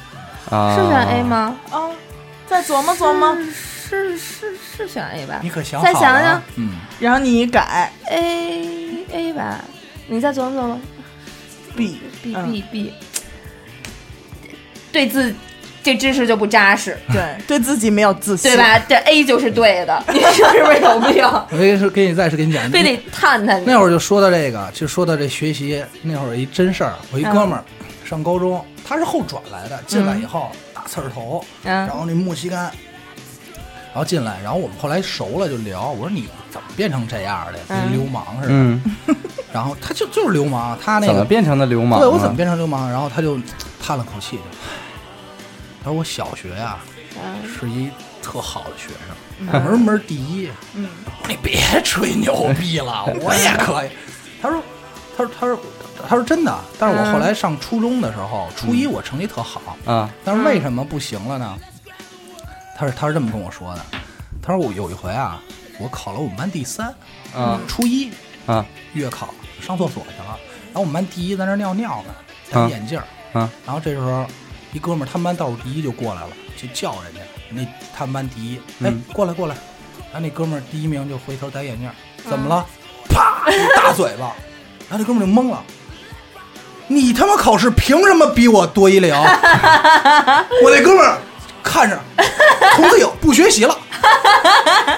[SPEAKER 1] 啊
[SPEAKER 5] 是选 A？吗？
[SPEAKER 2] 哦，再琢磨琢
[SPEAKER 5] 嗯
[SPEAKER 2] 磨，
[SPEAKER 5] 是是是选 A 吧
[SPEAKER 4] 你可想
[SPEAKER 5] 再
[SPEAKER 4] 好
[SPEAKER 5] 想
[SPEAKER 4] 了
[SPEAKER 5] 想，
[SPEAKER 4] 嗯，
[SPEAKER 2] 然后你改
[SPEAKER 5] ？A A 吧，你再琢磨琢磨
[SPEAKER 2] B
[SPEAKER 5] ，B
[SPEAKER 2] 嗯
[SPEAKER 5] B B，对自这知识就不扎实，
[SPEAKER 2] 对，对自己没有自信，
[SPEAKER 5] 对？吧？这 A 就是对的， [LAUGHS] 你说是不是有病？
[SPEAKER 4] [LAUGHS] 我跟你说，跟你再是跟你讲，
[SPEAKER 5] 非得探探你
[SPEAKER 4] 那会儿就说到这个，就说到这学习那会儿一真事儿，啊我
[SPEAKER 5] 嗯
[SPEAKER 4] 一哥们儿上高中，他是后转来的，进来以后大刺儿头，
[SPEAKER 5] 嗯
[SPEAKER 4] 然后那莫西干，然后进来，然后我们后来熟了就聊，我说你怎么变成这样的，跟
[SPEAKER 5] 嗯
[SPEAKER 4] 流氓似的？
[SPEAKER 1] 嗯，
[SPEAKER 4] 然后他就就是流氓，他那
[SPEAKER 1] 怎么
[SPEAKER 4] 个
[SPEAKER 1] 变成的流氓？啊
[SPEAKER 4] 对我怎么变成流氓？然后他就叹了口气，就他说我小学呀、
[SPEAKER 5] 嗯，
[SPEAKER 4] 是一特好的学生，门门第一。
[SPEAKER 2] 嗯，
[SPEAKER 4] 我说你别吹牛逼了，我也可以。他说，他说，他说，他说真的。但是我
[SPEAKER 5] 嗯
[SPEAKER 4] 后来上初中的时候，初一我成绩特好，
[SPEAKER 1] 嗯啊？
[SPEAKER 4] 但是为什么不行了呢？他是他是这么跟我说的，他说我有一回啊，我考了我们班第三，
[SPEAKER 1] 啊
[SPEAKER 4] 初一
[SPEAKER 1] 啊
[SPEAKER 4] 月考上厕所去了，然后我们班第一在那儿尿尿呢，
[SPEAKER 1] 啊
[SPEAKER 4] 戴眼镜儿，
[SPEAKER 1] 啊
[SPEAKER 4] 然后这时候一哥们儿他们班倒数第一就过来了，就叫人家那他们班第一，哎
[SPEAKER 1] 嗯，
[SPEAKER 4] 过来过来，然后那哥们儿第一名就回头戴眼镜儿，怎么了？啪，一大嘴巴，然后那哥们儿就懵了。你他妈考试凭什么比我多一零？ [LAUGHS] 我那哥们儿看着，从此以后不学习了，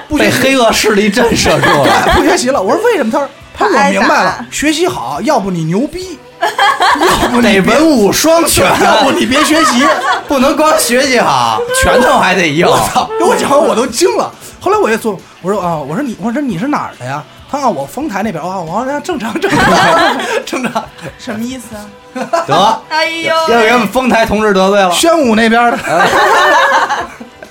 [SPEAKER 4] 不学
[SPEAKER 1] 被
[SPEAKER 4] 习
[SPEAKER 1] 黑恶势力震慑住
[SPEAKER 4] [LAUGHS]
[SPEAKER 1] 了。
[SPEAKER 4] 对，不学习了。我说为什么？他说他说我明白了，学习好，要不你牛逼，要不你
[SPEAKER 1] 得
[SPEAKER 4] 别，
[SPEAKER 1] 文武双全，啊
[SPEAKER 4] 要 [LAUGHS] 不你别学习。
[SPEAKER 1] 不能光学习好，拳头还得硬。
[SPEAKER 4] 我操！给我讲完我都惊了。后来我也做，我说啊，我说你，我说你是哪儿的呀？他说啊，我丰台那边啊，我说啊正常正常 [LAUGHS] 正常，
[SPEAKER 2] 什么意思啊？
[SPEAKER 1] 得，
[SPEAKER 5] [LAUGHS] 哎呦
[SPEAKER 1] 要
[SPEAKER 5] 喂，
[SPEAKER 1] 给我们丰台同志得罪了。
[SPEAKER 4] 宣武那边的。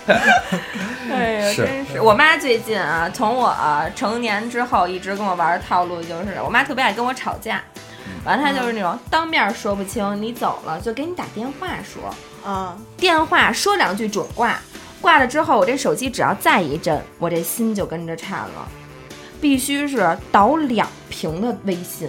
[SPEAKER 5] 哎呀，
[SPEAKER 1] 是
[SPEAKER 5] 真是！我妈最近啊，从我、成年之后一直跟我玩儿套路，就是我妈特别爱跟我吵架，
[SPEAKER 4] 嗯
[SPEAKER 5] 完了她就是那种当面说不清，你走了就给你打电话说，
[SPEAKER 2] 啊，
[SPEAKER 5] 电话说两句准挂，挂了之后我这手机只要再一震，我这心就跟着颤了，必须是倒两屏的微信，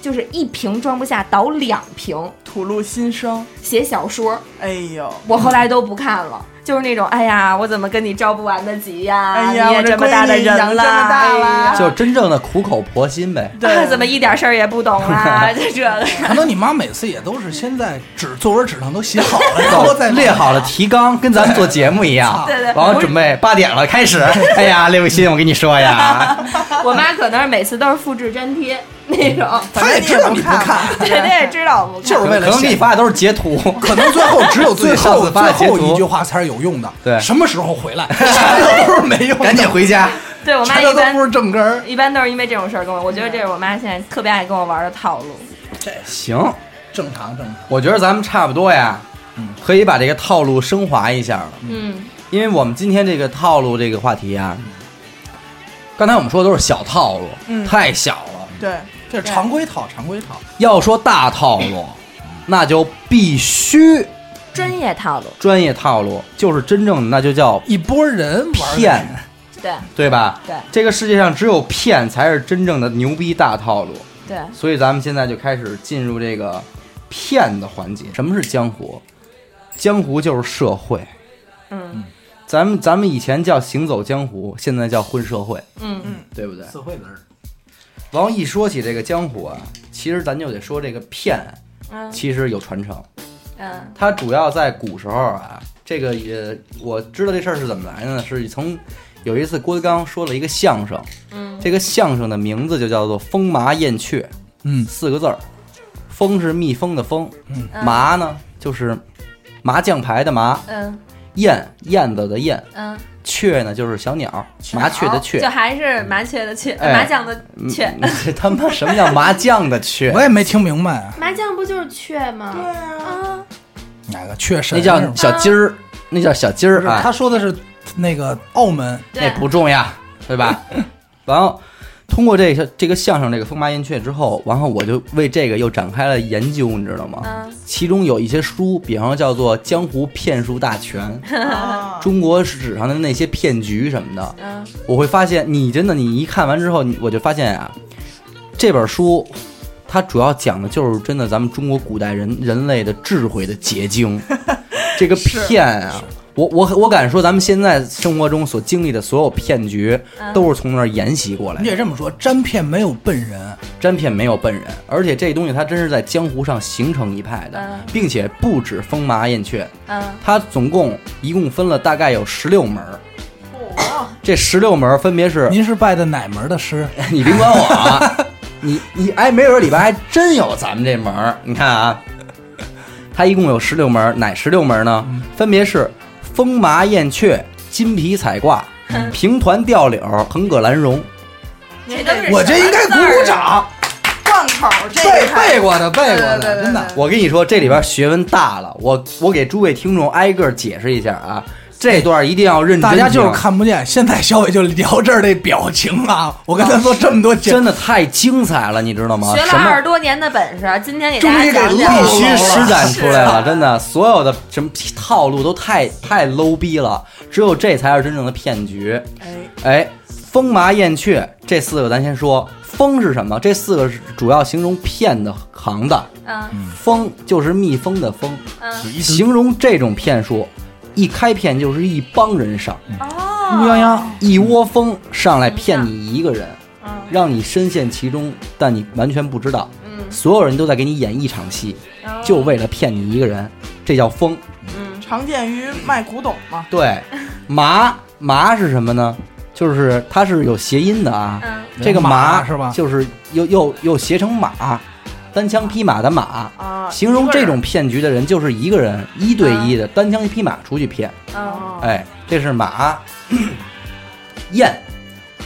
[SPEAKER 5] 就是一屏装不下，倒两屏
[SPEAKER 2] 吐露心声，
[SPEAKER 5] 写小说。
[SPEAKER 2] 哎呦，
[SPEAKER 5] 我后来都不看了，就是那种，哎呀，我怎么跟你着不完的急呀？
[SPEAKER 2] 哎呀
[SPEAKER 5] 你也
[SPEAKER 2] 我这
[SPEAKER 5] 这么大的人
[SPEAKER 2] 闺女养这
[SPEAKER 5] 了，
[SPEAKER 2] 么大了
[SPEAKER 4] 啊
[SPEAKER 5] 哎呀
[SPEAKER 1] 就真正的苦口婆心呗。
[SPEAKER 5] 啊 [LAUGHS] 怎么一点事儿也不懂啊？就
[SPEAKER 2] [LAUGHS]
[SPEAKER 5] 这个，
[SPEAKER 4] 可能你妈每次也都是先在纸作文纸上 [LAUGHS] 都写好了， [LAUGHS] 然后
[SPEAKER 1] 走
[SPEAKER 4] 再，
[SPEAKER 1] 列好了提纲，跟咱们做节目一样
[SPEAKER 4] [LAUGHS]
[SPEAKER 5] 对对
[SPEAKER 1] 然后准备八点了，开始。哎呀，刘雨欣，我跟你说呀，
[SPEAKER 4] [LAUGHS]
[SPEAKER 5] 我妈可能是每次都是复制粘贴那种，
[SPEAKER 4] 她也知道你不看，
[SPEAKER 5] [LAUGHS] 对，她也知道我不看。
[SPEAKER 4] 就是为
[SPEAKER 1] 可
[SPEAKER 4] 了
[SPEAKER 1] 能给
[SPEAKER 4] [LAUGHS]
[SPEAKER 1] 你发的都是截图。
[SPEAKER 4] 可能最后只有 [LAUGHS] 最
[SPEAKER 1] 自己上
[SPEAKER 4] 后
[SPEAKER 1] 次发
[SPEAKER 4] 最
[SPEAKER 1] 的截图
[SPEAKER 4] 后一句话才是有用的。
[SPEAKER 1] 对
[SPEAKER 4] 什么时候回 [LAUGHS] 来？啥都是没用的，
[SPEAKER 1] 赶紧回家，
[SPEAKER 5] 对我妈
[SPEAKER 4] 这
[SPEAKER 5] 一
[SPEAKER 4] 都不
[SPEAKER 5] 般
[SPEAKER 4] 是正根儿。
[SPEAKER 5] 一般都是因为这种事儿跟我，我觉得这是我妈现在特别爱跟我玩的套路。
[SPEAKER 4] 这
[SPEAKER 1] 行，
[SPEAKER 4] 正常正常。
[SPEAKER 1] 我觉得咱们差不多呀
[SPEAKER 4] 嗯，
[SPEAKER 1] 可以把这个套路升华一下了。
[SPEAKER 5] 嗯，
[SPEAKER 1] 因为我们今天这个套路这个话题啊，刚才我们说的都是小套路，
[SPEAKER 2] 嗯
[SPEAKER 1] 太小了。
[SPEAKER 2] 对，
[SPEAKER 4] 这是常规套，常规套。
[SPEAKER 1] 要说大套路，那就必须
[SPEAKER 5] 专业套路，
[SPEAKER 1] 专业套路，就是真正的那就叫
[SPEAKER 4] 一波人玩的
[SPEAKER 1] 骗，
[SPEAKER 5] 对
[SPEAKER 1] 对吧？
[SPEAKER 5] 对
[SPEAKER 1] 这个世界上只有骗才是真正的牛逼大套路。
[SPEAKER 5] 对，
[SPEAKER 1] 所以咱们现在就开始进入这个骗的环节。什么是江湖？江湖就是社会。
[SPEAKER 5] 嗯
[SPEAKER 1] 咱们咱们以前叫行走江湖，现在叫混社会，
[SPEAKER 5] 嗯嗯
[SPEAKER 1] 对不对？
[SPEAKER 4] 四惠子儿
[SPEAKER 1] 然后一说起这个江湖啊，其实咱就得说这个骗，
[SPEAKER 5] 嗯
[SPEAKER 1] 其实有传承。
[SPEAKER 5] 嗯
[SPEAKER 1] 它主要在古时候啊，这个也我知道这事儿是怎么来的呢？是从有一次郭德纲说了一个相声，
[SPEAKER 5] 嗯，
[SPEAKER 1] 这个相声的名字就叫做《风麻燕雀》，
[SPEAKER 4] 嗯
[SPEAKER 1] 四个字儿。风是蜜蜂的蜂，
[SPEAKER 4] 嗯
[SPEAKER 1] 麻呢就是麻将牌的麻，
[SPEAKER 5] 嗯
[SPEAKER 1] 燕燕子的燕，
[SPEAKER 5] 嗯
[SPEAKER 1] 雀呢就是小鸟，麻雀的雀
[SPEAKER 5] 就。还是麻雀的雀，
[SPEAKER 1] 哎
[SPEAKER 5] 麻将的哦雀。
[SPEAKER 1] 嗯，这 [LAUGHS] 他妈什么叫麻将的雀
[SPEAKER 4] 我？也没听明白啊
[SPEAKER 3] 麻将不就是雀吗？
[SPEAKER 2] 对啊，
[SPEAKER 3] 啊，
[SPEAKER 4] 哪个啊雀神
[SPEAKER 1] 那
[SPEAKER 4] 是吗，
[SPEAKER 1] 叫小鸡儿，那叫小鸡儿
[SPEAKER 4] 不是
[SPEAKER 1] 啊。
[SPEAKER 4] 他说的是那个澳门，
[SPEAKER 5] 对
[SPEAKER 1] 那不重要，对
[SPEAKER 5] [LAUGHS]
[SPEAKER 1] 吧？然后通过这个这个相声这个风马燕雀之后，然后我就为这个又展开了研究，你知道吗？
[SPEAKER 5] 嗯
[SPEAKER 1] 其中有一些书，比方说叫做《江湖骗术大
[SPEAKER 5] [LAUGHS]
[SPEAKER 1] 全》 [LAUGHS]
[SPEAKER 2] 啊
[SPEAKER 1] 中国史上的那些骗局什么的，
[SPEAKER 5] 嗯，
[SPEAKER 1] 我会发现，你真的你一看完之后，你我就发现啊，这本书。它主要讲的就是真的咱们中国古代人人类的智慧的结晶，这个骗啊，我我我敢说，咱们现在生活中所经历的所有骗局，都是从那儿沿袭过来
[SPEAKER 4] 你
[SPEAKER 1] 的。
[SPEAKER 4] 得这么说，沾骗没有笨人，
[SPEAKER 1] 真骗没有笨人，而且这东西它真是在江湖上形成一派的
[SPEAKER 5] 嗯，
[SPEAKER 1] 并且不止风麻燕雀，
[SPEAKER 5] 嗯
[SPEAKER 1] 它总共一共分了大概有十六门儿。这十六门儿分别是哎
[SPEAKER 4] 您是拜的哪门的师？
[SPEAKER 1] [LAUGHS] 你别管我啊，你你哎，没准儿里边还真有咱们这门儿。你看啊，它一共有十六门儿，哪十六门儿呢？分别是风麻燕雀、金皮彩
[SPEAKER 2] [LAUGHS]
[SPEAKER 1] 挂、平团吊柳、横葛兰蓉。
[SPEAKER 5] 这都是
[SPEAKER 4] 我这应该鼓鼓
[SPEAKER 5] 什么字儿啊。
[SPEAKER 1] 哎
[SPEAKER 4] 掌，
[SPEAKER 2] 贯口这
[SPEAKER 4] 背
[SPEAKER 2] 个
[SPEAKER 4] 背过的，背过
[SPEAKER 2] 对对对
[SPEAKER 4] 的，
[SPEAKER 2] 对
[SPEAKER 4] 真的。
[SPEAKER 1] 我跟你说，这里边学问大了，我我给诸位听众挨个解释一下啊，这段一定要认真
[SPEAKER 4] 大
[SPEAKER 1] 听。
[SPEAKER 4] 家就是看不见，现在小伟就聊这儿这表情啊！我跟他说这么多节，
[SPEAKER 1] 真的太精彩了，你知道吗？
[SPEAKER 5] 学了
[SPEAKER 1] 什么
[SPEAKER 5] 二十多年的本事，今天给
[SPEAKER 4] 终
[SPEAKER 5] 大
[SPEAKER 4] 于
[SPEAKER 5] 家
[SPEAKER 4] 给
[SPEAKER 5] 讲
[SPEAKER 4] 露
[SPEAKER 5] 讲
[SPEAKER 1] 必
[SPEAKER 4] 了。
[SPEAKER 1] 须哎施展出来了，真的，所有的什么套路都太太 low 逼了，只有这才是真正的骗局。
[SPEAKER 2] 哎，
[SPEAKER 1] 哎，风麻燕雀这四个咱先说，风是什么？这四个是主要形容骗的行当，
[SPEAKER 5] 嗯
[SPEAKER 1] 风就是蜜蜂的蜂，
[SPEAKER 5] 嗯，
[SPEAKER 1] 形容这种骗术，一开骗就是一帮人上，
[SPEAKER 5] 哦，
[SPEAKER 4] 乌泱泱，
[SPEAKER 1] 一窝蜂上来骗你一个人，
[SPEAKER 2] 嗯
[SPEAKER 1] 让你深陷其中，但你完全不知道，
[SPEAKER 5] 嗯
[SPEAKER 1] 所有人都在给你演一场戏。
[SPEAKER 5] 哦
[SPEAKER 1] 就为了骗你一个人，这叫疯。
[SPEAKER 5] 嗯
[SPEAKER 2] 常见于卖古董嘛，
[SPEAKER 1] 对， [LAUGHS] 麻麻是什么呢？就是它是有谐音的啊。
[SPEAKER 5] 嗯
[SPEAKER 1] 这个
[SPEAKER 4] 马是吧
[SPEAKER 1] 就是又又又谐成马，单枪匹马的马。
[SPEAKER 2] 啊，
[SPEAKER 1] 形容这种骗局的人就是一个人哦嗯一对一的单枪匹马出去骗。
[SPEAKER 5] 嗯，
[SPEAKER 1] 哎，这是马。 [CLEARS THROAT] 燕，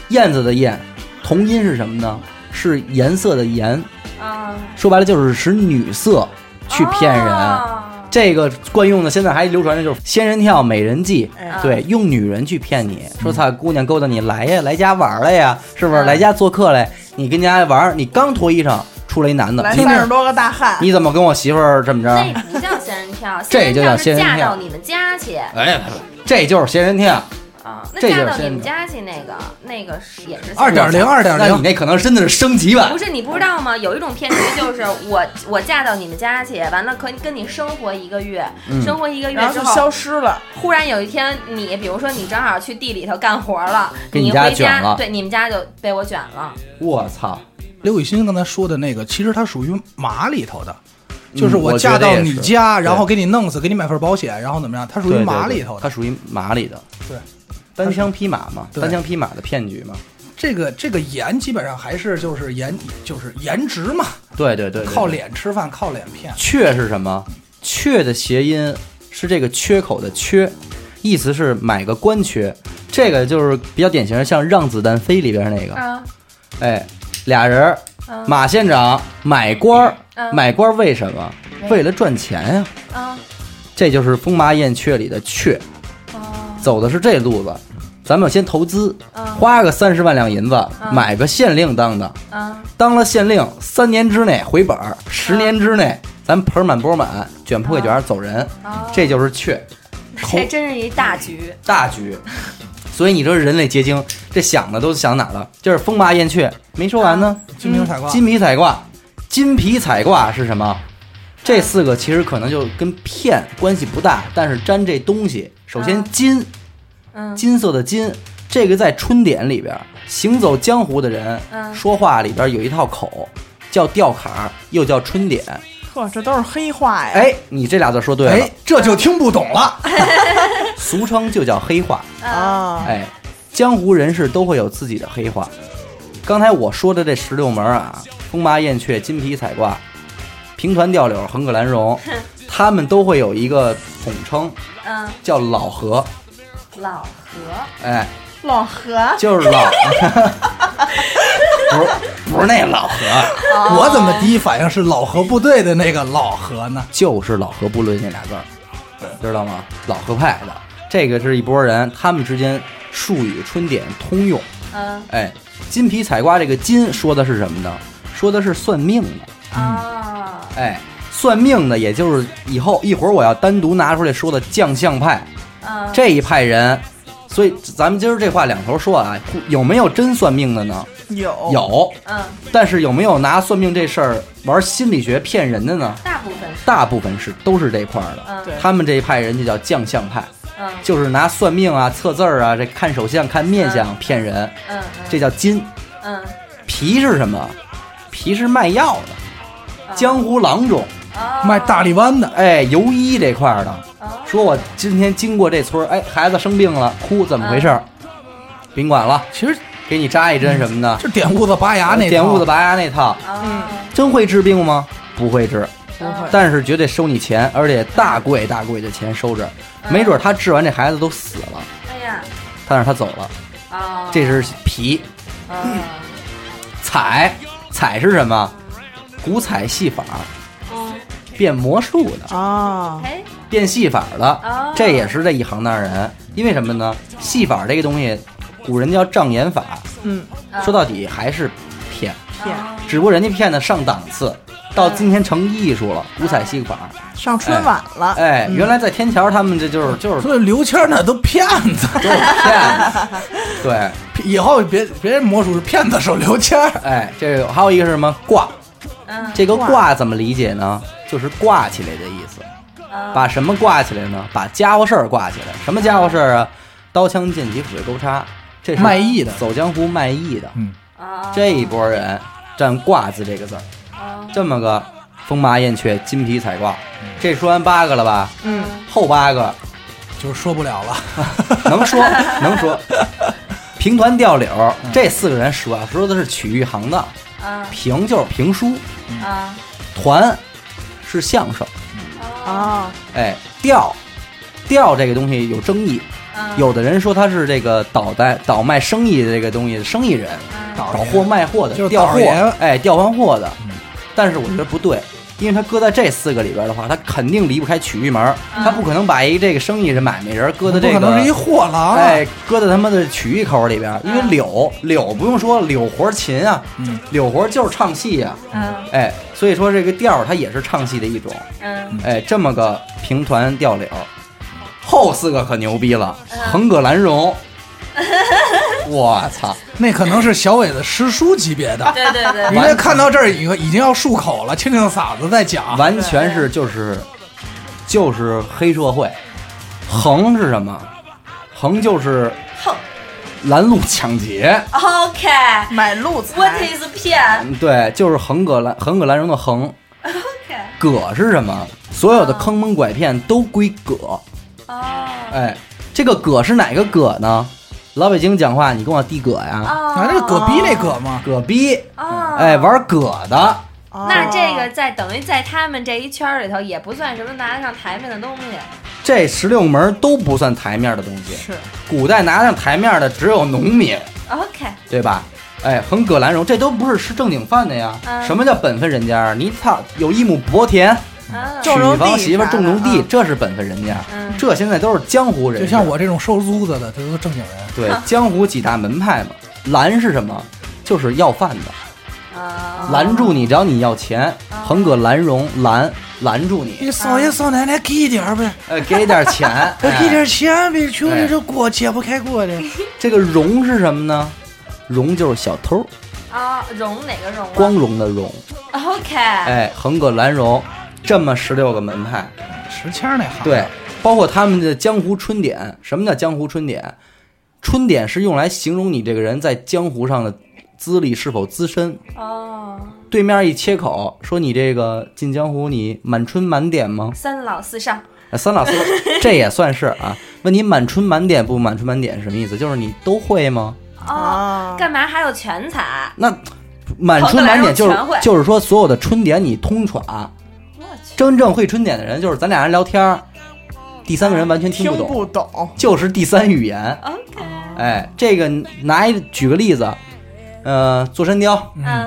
[SPEAKER 1] 燕子的燕，同音是什么呢？是颜色的颜。
[SPEAKER 5] 嗯
[SPEAKER 1] 说白了就是使女色去骗人。
[SPEAKER 5] 哦
[SPEAKER 1] 这个惯用的，现在还流传的就是仙人跳、美人计，
[SPEAKER 2] 哎
[SPEAKER 1] 对，用女人去骗你，说操，姑娘勾搭你来呀，来家玩来呀，是不是？
[SPEAKER 5] 嗯
[SPEAKER 1] 来家做客来，你跟家玩儿，你刚脱衣裳，出来一男的，
[SPEAKER 2] 来
[SPEAKER 1] 你
[SPEAKER 2] 三十多个大汉，
[SPEAKER 1] 你怎么跟我媳妇儿这么
[SPEAKER 3] 那
[SPEAKER 1] 着？
[SPEAKER 3] 不叫仙人跳，
[SPEAKER 1] 啊 [LAUGHS] 这就叫
[SPEAKER 3] 仙
[SPEAKER 1] 仙人
[SPEAKER 3] 人
[SPEAKER 1] 跳
[SPEAKER 3] 是嫁到你们家去
[SPEAKER 1] 哎，这就是仙人跳，
[SPEAKER 3] 啊，那
[SPEAKER 1] 这就是
[SPEAKER 3] 嫁到
[SPEAKER 1] 仙
[SPEAKER 3] 你
[SPEAKER 1] 人
[SPEAKER 3] 们
[SPEAKER 1] 跳
[SPEAKER 3] 家去那个那个是也是
[SPEAKER 4] 二点零，二点
[SPEAKER 1] 那你
[SPEAKER 4] 零，
[SPEAKER 1] 那可能真的是升级版
[SPEAKER 3] 不。是你不知道吗？有一种骗局就是
[SPEAKER 1] [LAUGHS]
[SPEAKER 3] 我我嫁到你们家去，完了可跟你生活一个月，
[SPEAKER 1] 嗯
[SPEAKER 3] 生活一个月
[SPEAKER 2] 然后
[SPEAKER 3] 之
[SPEAKER 2] 就
[SPEAKER 3] 后，
[SPEAKER 2] 消失了，
[SPEAKER 3] 忽然有一天你，比如说你正好去地里头干活了，
[SPEAKER 1] 给你
[SPEAKER 3] 你
[SPEAKER 1] 家
[SPEAKER 3] 回
[SPEAKER 1] 卷了
[SPEAKER 3] 对，你们家就被我卷了。
[SPEAKER 1] 我操，
[SPEAKER 4] 刘雨欣刚才说的那个，其实它属于马里头的，就是
[SPEAKER 1] 嗯我觉
[SPEAKER 4] 嫁
[SPEAKER 1] 得
[SPEAKER 4] 到
[SPEAKER 1] 也
[SPEAKER 4] 你
[SPEAKER 1] 是
[SPEAKER 4] 家，
[SPEAKER 1] 对
[SPEAKER 4] 然后给你弄死，给你买份保险，然后怎么样？它属
[SPEAKER 1] 对
[SPEAKER 4] 于
[SPEAKER 1] 对
[SPEAKER 4] 马
[SPEAKER 1] 对
[SPEAKER 4] 里头
[SPEAKER 1] 它
[SPEAKER 4] 的。
[SPEAKER 1] 属于马里的，
[SPEAKER 4] 对，
[SPEAKER 1] 单枪匹马嘛，
[SPEAKER 4] 对
[SPEAKER 1] 单枪匹马的骗局嘛，
[SPEAKER 4] 这个这个颜基本上还是就是颜就是颜值嘛，
[SPEAKER 1] 对对对，对
[SPEAKER 4] 靠。脸吃饭，靠脸骗。
[SPEAKER 1] 雀是什么？雀的谐音是这个缺口的缺，意思是买个官缺。这个就是比较典型的，像《让子弹飞》里边那个，
[SPEAKER 5] 嗯
[SPEAKER 1] 哎，俩人儿，
[SPEAKER 5] 嗯
[SPEAKER 1] 马县长买官儿，
[SPEAKER 5] 嗯
[SPEAKER 1] 买官儿为什么？为了赚钱呀、
[SPEAKER 2] 啊
[SPEAKER 5] 嗯
[SPEAKER 1] 这就是《风麻燕雀》里的雀，
[SPEAKER 2] 啊
[SPEAKER 5] 哦
[SPEAKER 1] 走的是这路子。咱们先投资，
[SPEAKER 5] 嗯
[SPEAKER 1] 花个三十万两银子
[SPEAKER 5] 嗯
[SPEAKER 1] 买个县令当当，
[SPEAKER 2] 啊
[SPEAKER 5] 嗯
[SPEAKER 1] 当了县令，三年之内回本儿，十年之内咱盆满钵满，卷铺盖卷儿走人。
[SPEAKER 2] 啊
[SPEAKER 5] 哦，
[SPEAKER 1] 这就是雀
[SPEAKER 3] 这真是一大局，
[SPEAKER 1] 大局。所以你说人类结晶，这想的都想哪儿了？就是风麻燕雀没说完呢。嗯
[SPEAKER 4] 金瓶彩挂，
[SPEAKER 1] 金皮彩挂，金皮彩挂是什么？这四个其实可能就跟骗关系不大，但是沾这东西，首先
[SPEAKER 5] 啊
[SPEAKER 1] 金，
[SPEAKER 5] 嗯
[SPEAKER 1] 金色的金，这个在春典里边，行走江湖的人
[SPEAKER 5] 嗯
[SPEAKER 1] 说话里边有一套口，叫吊坎儿，又叫春典。
[SPEAKER 2] 呵，这都是黑话呀，
[SPEAKER 1] 哎，你这俩字说对了
[SPEAKER 4] 哎，，这就听不懂了。
[SPEAKER 1] 俗称就叫黑话。
[SPEAKER 2] 啊，
[SPEAKER 1] 哎，江湖人士都会有自己的黑话。刚才我说的这十六门啊，风麻燕雀、金皮彩挂、平团吊柳、横葛兰蓉，他们都会有一个统称
[SPEAKER 5] 嗯
[SPEAKER 1] 叫老和。
[SPEAKER 5] 老
[SPEAKER 3] 和，
[SPEAKER 1] 哎，
[SPEAKER 2] 老何，
[SPEAKER 1] 就是老， [LAUGHS] 不是不是那老何，
[SPEAKER 4] 我怎么第一反应是老何部队的那个老何呢？
[SPEAKER 1] 就是老何部队那俩字儿，知道吗？老何派的，这个是一拨人，他们之间术语春典通用。
[SPEAKER 5] 嗯
[SPEAKER 1] 哎，金皮采瓜这个金说的是什么呢？说的是算命的。
[SPEAKER 5] 啊
[SPEAKER 1] 哎，算命的，也就是以后一会儿我要单独拿出来说的将相派
[SPEAKER 3] 嗯
[SPEAKER 5] 啊，
[SPEAKER 1] 这一派人。所以咱们今儿这话两头说啊，有没有真算命的呢？
[SPEAKER 2] 有
[SPEAKER 1] 有，
[SPEAKER 5] 嗯
[SPEAKER 1] 但是有没有拿算命这事儿玩心理学骗人的呢？
[SPEAKER 3] 大部分是
[SPEAKER 1] 大部分是都是这块儿的。
[SPEAKER 5] 嗯
[SPEAKER 2] 对
[SPEAKER 1] 他们这一派人就叫将相派，
[SPEAKER 5] 嗯
[SPEAKER 1] 就是拿算命啊、测字儿啊、这看手相、看面相骗人，
[SPEAKER 5] 嗯
[SPEAKER 1] 这叫金。
[SPEAKER 5] 嗯
[SPEAKER 1] 皮是什么？皮是卖药的，
[SPEAKER 5] 嗯
[SPEAKER 1] 江湖郎中，
[SPEAKER 5] 啊
[SPEAKER 4] 卖大力丸的，
[SPEAKER 1] 哎，游医这块儿的。
[SPEAKER 5] 啊
[SPEAKER 1] 说我今天经过这村儿，哎，孩子生病了，哭，怎么回事儿？甭管了，
[SPEAKER 4] 其实
[SPEAKER 1] 给你扎一针什么的，
[SPEAKER 4] 就点痦子拔牙那套
[SPEAKER 1] 点痦子拔牙那套，
[SPEAKER 5] 啊
[SPEAKER 1] 真会治病吗？不会治。
[SPEAKER 2] 不
[SPEAKER 4] 哎
[SPEAKER 2] 会，
[SPEAKER 1] 但是绝对收你钱，而且大贵大贵的钱收着，没准他治完这孩子都死了，
[SPEAKER 5] 哎呀
[SPEAKER 1] 但是他走了，
[SPEAKER 5] 啊
[SPEAKER 1] 这是皮
[SPEAKER 5] 啊
[SPEAKER 1] 彩彩是什么？古彩戏法，
[SPEAKER 5] 嗯
[SPEAKER 1] 变魔术的，
[SPEAKER 2] 啊，
[SPEAKER 5] 哎
[SPEAKER 1] 变戏法的
[SPEAKER 5] 哦，
[SPEAKER 1] 这也是这一行当人。因为什么呢？戏法这个东西，古人叫障眼法，
[SPEAKER 2] 嗯，
[SPEAKER 1] 说到底还是骗，
[SPEAKER 5] 哦
[SPEAKER 2] 骗
[SPEAKER 1] 只不过人家骗的上档次，到今天成艺术了，古彩戏法。
[SPEAKER 2] 上春晚了，
[SPEAKER 1] 哎，
[SPEAKER 2] 嗯
[SPEAKER 1] 原来在天桥他们这就是
[SPEAKER 2] [LAUGHS]
[SPEAKER 1] 就是
[SPEAKER 4] 所以刘谦儿那都骗子，
[SPEAKER 1] 都是骗子，对。
[SPEAKER 4] 以后别别魔术是骗子手刘谦儿，
[SPEAKER 1] 哎，这个还有一个是什么挂？
[SPEAKER 5] 嗯
[SPEAKER 1] 这个
[SPEAKER 2] 挂
[SPEAKER 1] 挂怎么理解呢？就是挂起来的意思。
[SPEAKER 5] 啊
[SPEAKER 1] 把什么挂起来呢？把家伙事儿挂起来。什么家伙事儿啊？刀枪剑戟斧钺钩叉，这是
[SPEAKER 4] 卖艺的
[SPEAKER 1] 走江湖卖艺的。
[SPEAKER 4] 嗯，
[SPEAKER 5] 啊
[SPEAKER 1] 这一波人占“挂”字这个字儿，
[SPEAKER 5] 啊
[SPEAKER 1] 这么个风麻燕雀金皮彩挂，
[SPEAKER 4] 嗯
[SPEAKER 1] 这说完八个了吧？
[SPEAKER 2] 嗯，
[SPEAKER 1] 后八
[SPEAKER 4] [LAUGHS]
[SPEAKER 1] 个
[SPEAKER 4] 就是说不了了，
[SPEAKER 1] 能说能
[SPEAKER 4] [LAUGHS]
[SPEAKER 1] 说。平团吊柳
[SPEAKER 4] 嗯
[SPEAKER 1] 这四个人主要说的是曲艺行当，
[SPEAKER 5] 啊
[SPEAKER 1] 评就是评书，
[SPEAKER 5] 啊
[SPEAKER 1] 团是相声，
[SPEAKER 5] 啊
[SPEAKER 2] 啊，
[SPEAKER 1] 哎，调调这个东西有争议，
[SPEAKER 4] 嗯
[SPEAKER 5] 啊
[SPEAKER 1] 有的人说他是这个倒带倒卖生意的这个东西，生意人
[SPEAKER 5] 啊
[SPEAKER 4] 倒
[SPEAKER 1] 倒货卖货的，
[SPEAKER 4] 就是
[SPEAKER 1] 调
[SPEAKER 4] 倒
[SPEAKER 1] 货
[SPEAKER 4] 爷，
[SPEAKER 1] 哎，调换货的
[SPEAKER 4] 嗯。
[SPEAKER 1] 但是我觉得不对，因为他搁在这四个里边的话，他肯定离不开曲艺门儿，
[SPEAKER 5] 嗯
[SPEAKER 1] 他不可能把一这个生意人买卖人搁在
[SPEAKER 4] 不
[SPEAKER 1] 这
[SPEAKER 4] 可能是一
[SPEAKER 1] 个。
[SPEAKER 4] 啊货郎，
[SPEAKER 1] 哎，搁在他妈的曲艺口里边，因为
[SPEAKER 5] 嗯
[SPEAKER 1] 柳柳不用说，柳活琴啊，
[SPEAKER 4] 嗯
[SPEAKER 1] 柳活就是唱戏呀、
[SPEAKER 5] 嗯
[SPEAKER 1] 哎，所以说这个调儿它也是唱戏的一种，
[SPEAKER 5] 嗯
[SPEAKER 1] 哎，这么个平团吊柳，后四个可牛逼了，
[SPEAKER 5] 嗯
[SPEAKER 1] 横葛兰
[SPEAKER 5] [LAUGHS]
[SPEAKER 1] 荣，我操，
[SPEAKER 4] 那可能是小伟的师叔级别的，
[SPEAKER 5] 对对对
[SPEAKER 4] 人家看到这儿以后已经要漱口了，清清嗓子再讲，
[SPEAKER 1] 完全是就是就是黑社会。横是什么？横就是
[SPEAKER 5] 横
[SPEAKER 1] 拦路抢劫，
[SPEAKER 5] OK
[SPEAKER 2] 买路财
[SPEAKER 5] What is 骗
[SPEAKER 1] 嗯对，就是横葛兰横葛兰荣的横。
[SPEAKER 5] OK
[SPEAKER 1] 葛是什么？所有的坑蒙拐骗都归葛。
[SPEAKER 5] 哦
[SPEAKER 1] 哎，这个葛是哪个葛呢？老北京讲话，你跟我递葛呀，
[SPEAKER 5] 哦
[SPEAKER 4] 啊，那是葛逼那葛吗？
[SPEAKER 1] 葛逼，
[SPEAKER 5] 哦
[SPEAKER 1] 哎，玩葛的，
[SPEAKER 2] 哦
[SPEAKER 5] 那这个在等于在他们这一圈儿里头也不算什么拿得上台面的东西。
[SPEAKER 1] 这十六门都不算台面的东西。
[SPEAKER 2] 是
[SPEAKER 1] 古代拿上台面的只有农民，
[SPEAKER 5] OK，
[SPEAKER 1] 对吧？哎，横葛兰荣，这都不是吃正经饭的呀。
[SPEAKER 5] 嗯
[SPEAKER 1] 什么叫本分人家？你操，有一亩薄田，
[SPEAKER 5] 嗯
[SPEAKER 1] 娶
[SPEAKER 2] 种
[SPEAKER 1] 一
[SPEAKER 2] 种地
[SPEAKER 1] 房媳妇儿
[SPEAKER 2] 啥的
[SPEAKER 1] 种种地，
[SPEAKER 2] 嗯
[SPEAKER 1] 这是本分人家。
[SPEAKER 5] 嗯
[SPEAKER 1] 这现在都是江湖人士，
[SPEAKER 4] 就像我这种收租子的，这都正经人。
[SPEAKER 2] [LAUGHS]
[SPEAKER 1] 对江湖几大门派嘛。拦是什么？就是要饭的。
[SPEAKER 2] 哦
[SPEAKER 5] 啊
[SPEAKER 1] 拦住你，只要你要钱，横葛兰荣拦拦住你，
[SPEAKER 2] [LAUGHS]
[SPEAKER 4] 你少爷少奶奶给一点儿呗，
[SPEAKER 1] 呃，给点钱，
[SPEAKER 4] 给点
[SPEAKER 1] 哎
[SPEAKER 4] 儿钱呗，穷
[SPEAKER 1] 哎
[SPEAKER 4] 人这锅揭不开锅的。
[SPEAKER 1] 这个荣是什么呢？荣就是小偷，
[SPEAKER 5] 啊，荣哪个荣啊？
[SPEAKER 1] 光荣的荣，
[SPEAKER 5] OK，
[SPEAKER 1] 哎，横葛兰荣，这么十六个门派，
[SPEAKER 4] 石谦儿那行，啊 [LAUGHS]
[SPEAKER 1] 对，，包括他们的江湖春典。什么叫江湖春典？春典是用来形容你这个人在江湖上的资历是否资深。
[SPEAKER 5] 哦，
[SPEAKER 1] 对面一切口说你这个进江湖，你满春满点吗？
[SPEAKER 5] 三老四少，
[SPEAKER 1] 啊三老四，这也算是啊。问你满春满点不满春满点是什么意思？就是你都会吗？
[SPEAKER 5] 哦，
[SPEAKER 2] 啊，
[SPEAKER 5] 干嘛还有全才？
[SPEAKER 1] 那满春满点就是
[SPEAKER 5] 口头禅会
[SPEAKER 1] 就是说所有的春点你通耍。
[SPEAKER 5] 我去，
[SPEAKER 1] 真正会春点的人，就是咱俩人聊天儿，第三个人完全
[SPEAKER 2] 听
[SPEAKER 1] 听不懂，
[SPEAKER 2] 不懂，
[SPEAKER 1] 就是第三语言。
[SPEAKER 5] OK，
[SPEAKER 1] 哎，这个拿一举个例子，呃，座山雕，
[SPEAKER 5] 嗯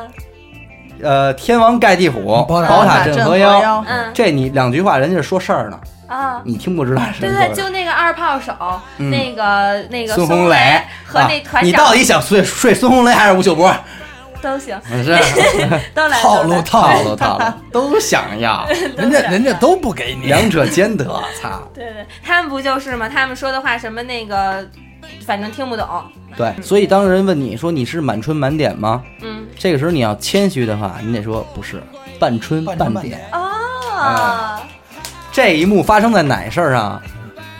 [SPEAKER 1] 呃，天王盖地虎，
[SPEAKER 4] 宝塔
[SPEAKER 1] 宝
[SPEAKER 2] 塔
[SPEAKER 1] 塔
[SPEAKER 2] 镇
[SPEAKER 1] 镇
[SPEAKER 2] 河
[SPEAKER 1] 河
[SPEAKER 2] 妖
[SPEAKER 1] 妖，
[SPEAKER 5] 嗯
[SPEAKER 1] 这你两句话，人家说事儿呢，
[SPEAKER 5] 啊。
[SPEAKER 1] 你听不知道是
[SPEAKER 5] 对
[SPEAKER 1] 什么
[SPEAKER 5] 对，
[SPEAKER 1] 事儿。
[SPEAKER 5] 就那个二炮手，
[SPEAKER 1] 嗯
[SPEAKER 5] 那个那个
[SPEAKER 1] 孙
[SPEAKER 5] 红
[SPEAKER 1] 红雷
[SPEAKER 5] 和那
[SPEAKER 1] 啊
[SPEAKER 5] 团
[SPEAKER 1] 你
[SPEAKER 5] 长、
[SPEAKER 1] 到底想睡睡孙红雷还是吴秀波？ [LAUGHS]
[SPEAKER 5] 都行，
[SPEAKER 1] 是
[SPEAKER 5] 都来
[SPEAKER 4] 套路
[SPEAKER 5] 都来
[SPEAKER 4] 套
[SPEAKER 1] 套
[SPEAKER 4] 路，
[SPEAKER 1] 路套路都想
[SPEAKER 5] [LAUGHS]
[SPEAKER 1] 要，
[SPEAKER 4] 人家人家都不给你。
[SPEAKER 1] 两者兼得，操！
[SPEAKER 5] 对对，他们不就是吗？他们说的话什么那个，反正听不懂。
[SPEAKER 1] 对，所以当人问你说你是满春满点吗？
[SPEAKER 5] 嗯，
[SPEAKER 1] 这个时候你要谦虚的话，你得说不是，半春
[SPEAKER 4] 半成半
[SPEAKER 1] 点。
[SPEAKER 4] 点
[SPEAKER 5] 哦，
[SPEAKER 1] 这一幕发生在哪事儿上？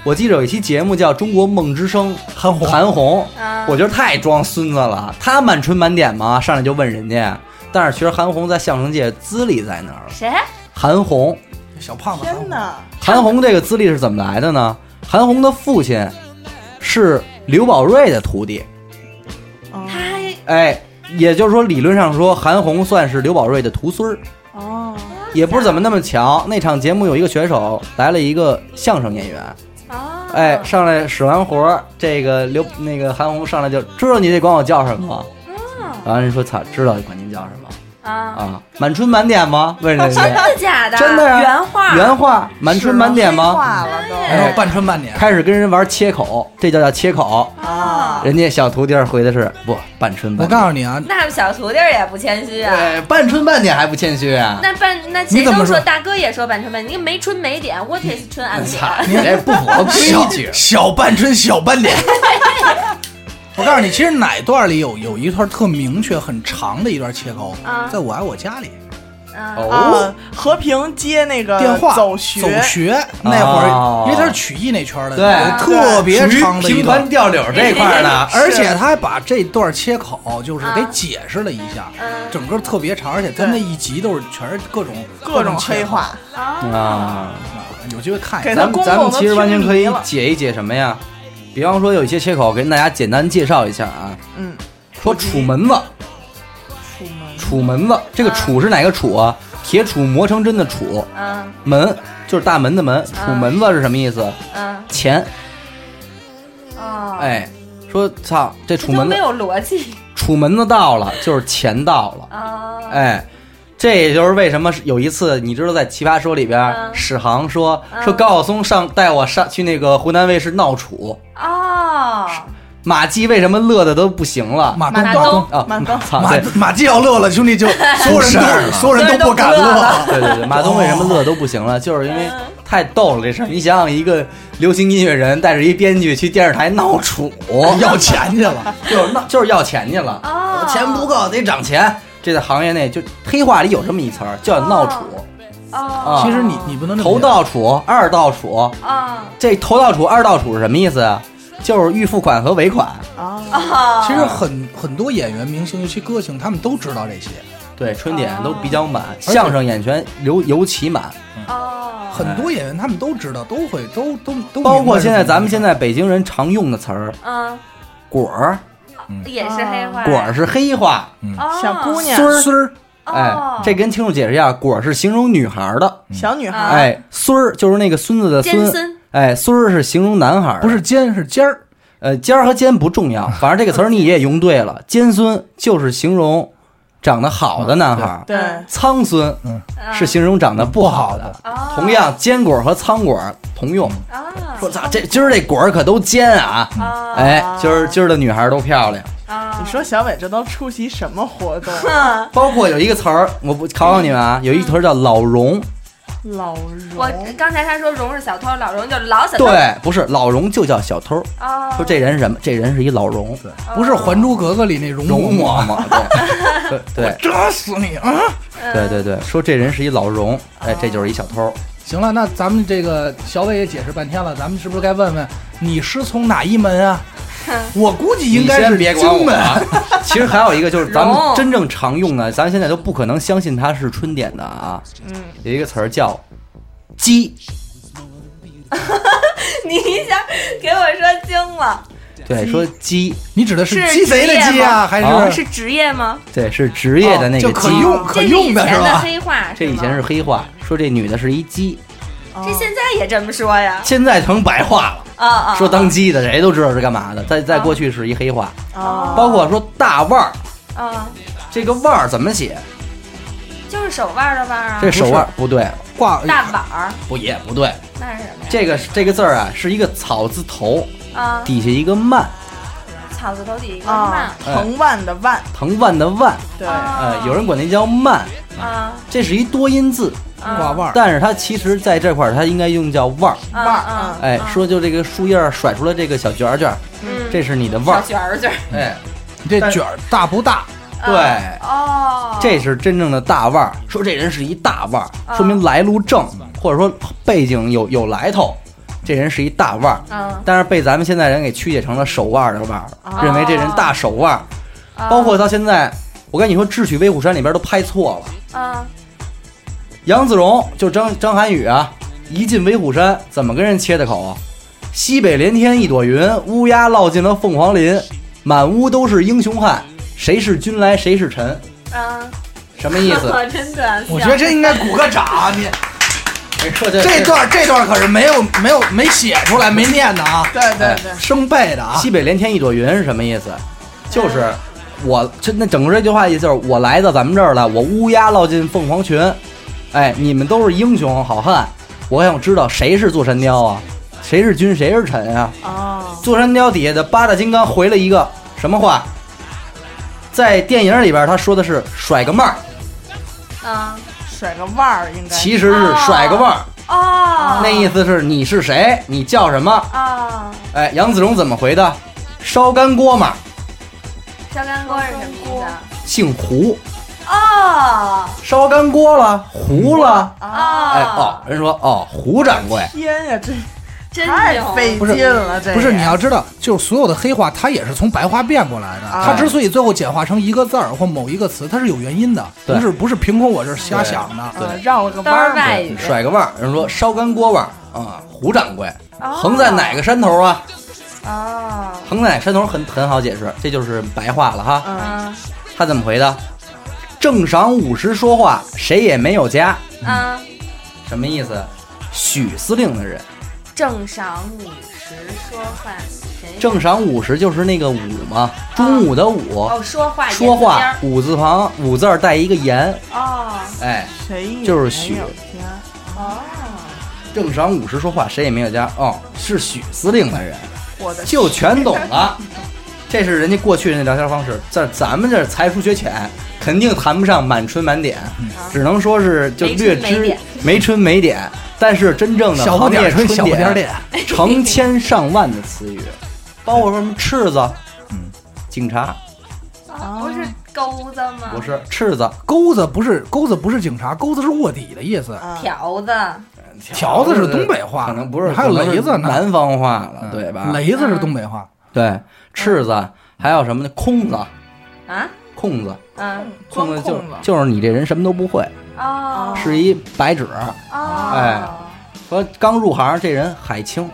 [SPEAKER 1] 我记得有一期节目叫《中国梦之声》，
[SPEAKER 4] 韩红
[SPEAKER 1] 韩红，
[SPEAKER 5] 啊
[SPEAKER 1] 我觉得太装孙子了。他满春满点嘛，上来就问人家。但是其实韩红在相声界资历在那儿了。
[SPEAKER 5] 谁？
[SPEAKER 1] 韩红，
[SPEAKER 4] 小胖子，
[SPEAKER 2] 天
[SPEAKER 4] 哪！
[SPEAKER 2] 哪！
[SPEAKER 1] 韩红这个资历是怎么来的呢？韩红的父亲是刘宝瑞的徒弟，
[SPEAKER 2] 哦
[SPEAKER 5] 他还
[SPEAKER 1] 哎，也就是说理论上说，韩红算是刘宝瑞的徒孙儿。
[SPEAKER 2] 哦，
[SPEAKER 1] 也不是怎么那么巧，那场节目有一个选手来了一个相声演员，
[SPEAKER 5] 哦，
[SPEAKER 1] 哎，上来使完活儿，这个刘那个韩红上来就知道你得管我叫什么吗？然后人说操，知道管您叫什么
[SPEAKER 5] 啊，
[SPEAKER 1] 啊？满春满点吗？问
[SPEAKER 5] [LAUGHS]
[SPEAKER 1] 人
[SPEAKER 5] 哦真
[SPEAKER 1] 家
[SPEAKER 5] 的假的？
[SPEAKER 1] 真的呀
[SPEAKER 5] 原话，
[SPEAKER 1] 原话，满春满点
[SPEAKER 2] 是
[SPEAKER 1] 吗？
[SPEAKER 2] 吗黑化了都
[SPEAKER 4] 然后半春半点，
[SPEAKER 1] 开始跟人玩切口，这叫叫切口。
[SPEAKER 2] 啊！
[SPEAKER 1] 人家小徒弟儿回的是不半春
[SPEAKER 4] 我
[SPEAKER 1] 半点，
[SPEAKER 4] 告诉你啊，
[SPEAKER 5] 那小徒弟儿也不谦虚啊。
[SPEAKER 1] 对，半春半点还不谦虚啊？
[SPEAKER 5] 那半那谁
[SPEAKER 4] 你怎么
[SPEAKER 5] 都
[SPEAKER 4] 说
[SPEAKER 5] 大哥也说半春半，你没春没点，What is 春 I'm
[SPEAKER 1] 操，
[SPEAKER 4] 哎
[SPEAKER 5] 点？
[SPEAKER 1] 你这哎不符合规
[SPEAKER 4] 小。
[SPEAKER 1] 矩
[SPEAKER 4] [LAUGHS] 小半春小半 [LAUGHS] 点。我告诉你，其实哪段里有有一段特明确、很长的一段切口
[SPEAKER 5] 啊，
[SPEAKER 4] 在我爱我家里
[SPEAKER 5] 嗯，
[SPEAKER 1] 哦
[SPEAKER 2] 啊，和平接那个
[SPEAKER 4] 电话
[SPEAKER 2] 走学，
[SPEAKER 4] 呃走学那会
[SPEAKER 1] 哦
[SPEAKER 4] 儿，因为他是曲艺那圈儿的，
[SPEAKER 1] 对
[SPEAKER 4] 有特别
[SPEAKER 1] 属于
[SPEAKER 4] 长的一
[SPEAKER 1] 平
[SPEAKER 4] 段
[SPEAKER 1] 盘。吊柳这块儿呢，
[SPEAKER 4] 而且他还把这段切口就是给
[SPEAKER 2] 啊
[SPEAKER 4] 解释了一下，
[SPEAKER 5] 嗯
[SPEAKER 4] 整个特别长，而且他
[SPEAKER 2] 对
[SPEAKER 4] 那一集都是全是各种
[SPEAKER 2] 各种黑
[SPEAKER 4] 切口
[SPEAKER 2] 话，
[SPEAKER 5] 啊，
[SPEAKER 1] 啊。
[SPEAKER 4] 啊，有机会看一
[SPEAKER 2] 给
[SPEAKER 4] 下。
[SPEAKER 2] 他
[SPEAKER 1] 咱们
[SPEAKER 2] 公
[SPEAKER 1] 咱
[SPEAKER 2] 公
[SPEAKER 1] 们
[SPEAKER 2] 都
[SPEAKER 1] 其实完全可以
[SPEAKER 2] 听迷了
[SPEAKER 1] 解一解什么呀？比方说有一些切口，给大家简单介绍一下啊。
[SPEAKER 2] 嗯，
[SPEAKER 1] 说楚门子，
[SPEAKER 2] 出门
[SPEAKER 1] 楚门子，这个楚是哪个楚啊？铁杵磨成针的杵，
[SPEAKER 5] 嗯
[SPEAKER 1] 门就是大门的门。楚门子是什么意思？
[SPEAKER 5] 嗯，
[SPEAKER 1] 钱。
[SPEAKER 5] 哦，，
[SPEAKER 1] 哎，说操，这楚
[SPEAKER 5] 都
[SPEAKER 1] 门子
[SPEAKER 5] 没，有逻辑
[SPEAKER 1] 楚门子到了，就是钱到了。
[SPEAKER 5] 啊，哦
[SPEAKER 1] 哎，这也就是为什么是有一次，你知道在《奇葩说》里边
[SPEAKER 5] 嗯，
[SPEAKER 1] 史航说
[SPEAKER 5] 嗯
[SPEAKER 1] 说高晓松上带我上去那个湖南卫视闹楚，
[SPEAKER 5] 哦，
[SPEAKER 1] 马季为什么乐的都不行了？
[SPEAKER 4] 马东
[SPEAKER 5] 马
[SPEAKER 4] 东
[SPEAKER 5] 东
[SPEAKER 1] [LAUGHS] 啊，
[SPEAKER 2] 马东
[SPEAKER 1] 操
[SPEAKER 4] 马
[SPEAKER 1] 对啊
[SPEAKER 4] 马季要乐了，兄
[SPEAKER 2] [LAUGHS]
[SPEAKER 4] 弟就所有
[SPEAKER 1] 出
[SPEAKER 4] 人
[SPEAKER 1] 事儿了
[SPEAKER 4] 都所有人都不敢乐。
[SPEAKER 1] 对对对，马东为什么乐都不行
[SPEAKER 5] 哦
[SPEAKER 1] 了，就是因为太逗了这事儿。你想想，一个流行音乐人带着一编剧去电视台闹
[SPEAKER 5] [LAUGHS]
[SPEAKER 1] 楚，
[SPEAKER 4] [LAUGHS] 要钱去了，
[SPEAKER 1] 就是闹就是要钱去了，
[SPEAKER 5] 哦
[SPEAKER 1] 钱不够得涨钱。这在行业内就黑话里有这么一词儿，叫闹楚，
[SPEAKER 5] 哦，
[SPEAKER 4] 其实你你不能这么
[SPEAKER 1] 头
[SPEAKER 4] 想
[SPEAKER 1] 道楚、二道楚。
[SPEAKER 5] 啊
[SPEAKER 1] 这头道楚、二道楚是什么意思啊？就是预付款和尾款。
[SPEAKER 2] 啊，
[SPEAKER 5] 哦，
[SPEAKER 4] 其实很很多演员、明星，尤其歌星，他们都知道这些。
[SPEAKER 1] 对，春点都比较满，
[SPEAKER 4] 且
[SPEAKER 1] 相声演员尤尤其满。
[SPEAKER 5] 哦，
[SPEAKER 4] 很多演员他们都知道，都会都都都明白是什么意思。
[SPEAKER 1] 包括现在咱们现在北京人常用的词儿
[SPEAKER 5] 嗯，
[SPEAKER 1] “果儿
[SPEAKER 5] 也是黑话”，，
[SPEAKER 1] 果儿是黑话，
[SPEAKER 5] 哦
[SPEAKER 2] 小姑娘
[SPEAKER 1] 孙儿
[SPEAKER 4] 孙儿
[SPEAKER 1] 哎，这跟听众解释一下，果儿是形容女孩儿的，
[SPEAKER 2] 小女
[SPEAKER 5] 啊
[SPEAKER 2] 孩，
[SPEAKER 1] 哎，孙儿就是那个孙子的
[SPEAKER 5] 尖
[SPEAKER 1] 孙，
[SPEAKER 5] 孙
[SPEAKER 1] 哎，孙儿是形容男孩儿的，
[SPEAKER 4] 不是尖是尖儿，
[SPEAKER 1] 呃，尖儿和尖不重要，反正这个词儿你也用对了，尖孙就是形容长得好的男孩儿，
[SPEAKER 2] 嗯对，
[SPEAKER 1] 苍孙是形容长得不好的，
[SPEAKER 5] 嗯哦
[SPEAKER 1] 同样坚果和苍果儿同用。
[SPEAKER 5] 啊
[SPEAKER 1] 说操，这今儿这果儿可都尖啊！
[SPEAKER 5] 啊
[SPEAKER 1] 哎，今儿今儿的女孩儿都漂亮。
[SPEAKER 5] 啊
[SPEAKER 2] 你说小伟这都出席什么活动？
[SPEAKER 1] 包括有一个词儿，我不考考你们啊，有一词儿叫老容，
[SPEAKER 2] 老
[SPEAKER 5] 我
[SPEAKER 2] 容
[SPEAKER 5] 刚才他说蓉是小偷，老蓉就是老小偷。
[SPEAKER 1] 对，不是老容就叫小偷。
[SPEAKER 5] 哦，
[SPEAKER 1] 说这人是什么？这人是一老容，对，
[SPEAKER 2] 哦
[SPEAKER 4] 不是《还珠格格》里那容
[SPEAKER 1] 容
[SPEAKER 4] 嬷
[SPEAKER 1] 嬷嬷，对，对
[SPEAKER 4] 扎死你啊！
[SPEAKER 5] 嗯
[SPEAKER 1] 对对对对，说这人是一老容，哎，这就是一小偷。
[SPEAKER 4] 行了，那咱们这个小伟也解释半天了，咱们是不是该问问你师从哪一门啊？我估计应该
[SPEAKER 1] 你
[SPEAKER 4] 是
[SPEAKER 1] 先别管
[SPEAKER 4] 荆
[SPEAKER 1] 我
[SPEAKER 4] 门。
[SPEAKER 1] 啊。 [LAUGHS] 其实还有一个就是咱们
[SPEAKER 5] 容
[SPEAKER 1] 真正常用的，咱现在都不可能相信它是春点的啊。嗯，有一个词儿叫“鸡
[SPEAKER 5] [LAUGHS] 你一下给我说惊了，”，
[SPEAKER 1] 对，说鸡，
[SPEAKER 4] 你指的是
[SPEAKER 5] 是
[SPEAKER 4] 鸡贼的鸡啊，还
[SPEAKER 1] 啊
[SPEAKER 4] 是啊
[SPEAKER 5] 是职业吗？
[SPEAKER 1] 对，是职业的那
[SPEAKER 4] 哦就
[SPEAKER 1] 个
[SPEAKER 4] 可
[SPEAKER 1] 鸡。
[SPEAKER 4] 用可用
[SPEAKER 5] 这
[SPEAKER 4] 的
[SPEAKER 5] 是以
[SPEAKER 4] 是
[SPEAKER 5] 前的
[SPEAKER 4] 吧？
[SPEAKER 5] 黑话，
[SPEAKER 1] 这以前是黑话，说这女的是一鸡，
[SPEAKER 2] 哦
[SPEAKER 5] 这现在也这么说呀？
[SPEAKER 1] 现在成白话了，
[SPEAKER 5] 啊啊！
[SPEAKER 1] 说当机的谁都知道是干嘛的，在在过去是一黑话，
[SPEAKER 2] 啊，
[SPEAKER 1] 包括说大腕儿，
[SPEAKER 5] 啊，
[SPEAKER 1] 这个腕儿怎么写？
[SPEAKER 5] 就是手腕儿的腕儿啊
[SPEAKER 1] 这，手腕儿不对，
[SPEAKER 4] 挂
[SPEAKER 5] 大腕儿
[SPEAKER 1] 不也不对，
[SPEAKER 5] 那是什么呀？
[SPEAKER 1] 这个这个字儿啊是一个草字头，
[SPEAKER 5] 啊，
[SPEAKER 1] 底下一个慢，
[SPEAKER 5] 草字头底一个
[SPEAKER 2] 啊
[SPEAKER 5] 慢，
[SPEAKER 1] 哎
[SPEAKER 2] 藤蔓的蔓，
[SPEAKER 1] 藤蔓的蔓，
[SPEAKER 2] 对，
[SPEAKER 5] 啊
[SPEAKER 1] 呃，有人管那叫慢，
[SPEAKER 5] 啊
[SPEAKER 1] 这是一多音字，
[SPEAKER 5] 啊
[SPEAKER 4] 挂腕儿，
[SPEAKER 1] 但是它其实在这块儿它应该用叫腕儿。
[SPEAKER 5] 啊
[SPEAKER 2] 腕儿
[SPEAKER 5] 啊
[SPEAKER 1] 哎，说就这个树叶儿甩出来这个小卷儿卷儿，
[SPEAKER 5] 嗯
[SPEAKER 1] 这是你的腕
[SPEAKER 5] 小
[SPEAKER 1] 儿。
[SPEAKER 5] 卷儿卷儿，啊
[SPEAKER 1] 哎，
[SPEAKER 4] 你这卷儿大不大？
[SPEAKER 1] 对，
[SPEAKER 5] 哦，
[SPEAKER 1] 这是真正的大腕儿。说这人是一大腕儿，说明来路正，或者说背景有有来头，这人是一大腕儿。
[SPEAKER 5] 嗯
[SPEAKER 1] 但是被咱们现在人给曲解成了手腕儿的腕儿，认为这人大手腕儿。
[SPEAKER 5] 啊
[SPEAKER 1] 包括到现在，我跟你说，《智取威虎山》里边都拍错了。
[SPEAKER 5] 啊
[SPEAKER 1] 杨子荣就张张涵予啊，一进威虎山怎么跟人切的口啊？西北连天一朵云，乌鸦落进了凤凰林，满屋都是英雄汉，谁是君来谁是臣，
[SPEAKER 5] 啊，
[SPEAKER 1] 什么意思？
[SPEAKER 5] [LAUGHS] 真短小，
[SPEAKER 4] 我觉得这应该鼓个掌，啊你
[SPEAKER 1] 哎这这
[SPEAKER 4] 这段这段可是没有没有没写出来没念的啊，
[SPEAKER 2] 对对对，
[SPEAKER 1] 哎
[SPEAKER 4] 生背的啊。
[SPEAKER 1] 西北连天一朵云是什么意思？就是我这那整个这句话意思就是我来到咱们这儿了，我乌鸦落进凤凰群，哎，你们都是英雄好汉，我想知道谁是座山雕啊，谁是君谁是臣啊？
[SPEAKER 2] 哦，
[SPEAKER 1] 座山雕底下的八大金刚回了一个什么话？在电影里边，他说的是甩个腕儿，
[SPEAKER 5] 啊
[SPEAKER 2] 甩个腕儿应该是，
[SPEAKER 1] 其实是甩个腕儿，
[SPEAKER 5] 哦
[SPEAKER 1] 那意思是你是谁，你叫什么？
[SPEAKER 5] 哦，
[SPEAKER 1] 哎，杨子荣怎么回的？烧干锅嘛，
[SPEAKER 5] 烧干锅是什么意思啊？
[SPEAKER 1] 姓胡，
[SPEAKER 5] 哦
[SPEAKER 1] 烧干锅了，胡了。
[SPEAKER 5] 哦，
[SPEAKER 1] 哎哦，人说哦，胡掌柜，
[SPEAKER 2] 啊天呀，这
[SPEAKER 5] 真
[SPEAKER 2] 太
[SPEAKER 5] 牛
[SPEAKER 2] 费
[SPEAKER 4] 不是
[SPEAKER 2] 劲了，这
[SPEAKER 4] 不是，
[SPEAKER 2] 也
[SPEAKER 4] 你要知道，就是所有的黑话，它也是从白话变过来的。
[SPEAKER 2] 啊
[SPEAKER 4] 它之所以最后简化成一个字儿或某一个词，它是有原因的，
[SPEAKER 1] 对
[SPEAKER 4] 不是不是凭空我这瞎想的。
[SPEAKER 2] 啊绕了个
[SPEAKER 5] 都
[SPEAKER 2] 弯
[SPEAKER 5] 是
[SPEAKER 2] 儿
[SPEAKER 5] 外
[SPEAKER 2] 嘛，
[SPEAKER 5] 语，
[SPEAKER 1] 甩个腕儿。人说烧干锅腕儿啊，胡掌柜，
[SPEAKER 5] 哦
[SPEAKER 1] 横在哪个山头啊？
[SPEAKER 5] 哦，
[SPEAKER 1] 横在哪个山头很很好解释，这就是白话了哈。
[SPEAKER 2] 嗯，
[SPEAKER 5] 嗯
[SPEAKER 1] 他怎么回的？正晌午时说话，谁也没有家，
[SPEAKER 5] 嗯，
[SPEAKER 1] 什么意思？许司令的人，
[SPEAKER 5] 正晌午时说话，谁
[SPEAKER 1] 正晌午时就是那个午嘛，中午的午，
[SPEAKER 5] 哦说话
[SPEAKER 1] 说
[SPEAKER 5] 言
[SPEAKER 1] 话
[SPEAKER 5] 字边
[SPEAKER 1] 五字旁，五字儿带一个言，
[SPEAKER 5] 儿哦
[SPEAKER 1] 哎，
[SPEAKER 2] 谁也
[SPEAKER 1] 就是
[SPEAKER 2] 没
[SPEAKER 1] 许
[SPEAKER 2] 有家
[SPEAKER 5] 哦，
[SPEAKER 1] 正晌午时说话，谁也没有家，哦，是许司令的人，
[SPEAKER 2] 我的
[SPEAKER 1] 就全懂了。这是人家过去人家聊天方式，在咱们这儿才疏学浅，肯定谈不上满春满点，
[SPEAKER 4] 嗯
[SPEAKER 1] 只能说是就
[SPEAKER 5] 没
[SPEAKER 1] 略
[SPEAKER 5] 春没
[SPEAKER 1] 知
[SPEAKER 5] 点
[SPEAKER 1] 没春没点。但是真正的
[SPEAKER 4] 小不
[SPEAKER 1] 行
[SPEAKER 4] 点
[SPEAKER 1] 业
[SPEAKER 4] 儿
[SPEAKER 1] 春
[SPEAKER 4] 吹小不点儿点，
[SPEAKER 1] 成千上万的词语，包括什么赤子，
[SPEAKER 4] 嗯，
[SPEAKER 1] 警
[SPEAKER 5] 啊
[SPEAKER 1] 察
[SPEAKER 5] 哦不是钩子吗？
[SPEAKER 1] 不是赤子，
[SPEAKER 4] 钩子不是钩子不是警察，钩子是卧底的意思。
[SPEAKER 2] 啊
[SPEAKER 5] 条子
[SPEAKER 4] 条子是东北话，
[SPEAKER 1] 可能不是，
[SPEAKER 4] 还有
[SPEAKER 1] 可能
[SPEAKER 4] 雷
[SPEAKER 1] 是
[SPEAKER 4] 子呢，
[SPEAKER 1] 南方话了，
[SPEAKER 4] 嗯
[SPEAKER 1] 对吧？啊
[SPEAKER 4] 雷子是东北话，
[SPEAKER 1] 对，赤子还有什么呢？空子，
[SPEAKER 5] 啊
[SPEAKER 1] 空子，
[SPEAKER 5] 嗯
[SPEAKER 1] 空
[SPEAKER 2] 钻
[SPEAKER 1] 子就
[SPEAKER 2] 空子，
[SPEAKER 1] 就是你这人什么都不会，
[SPEAKER 5] 哦
[SPEAKER 1] 是一白纸。
[SPEAKER 5] 哦
[SPEAKER 1] 哎说刚入行，这人海清，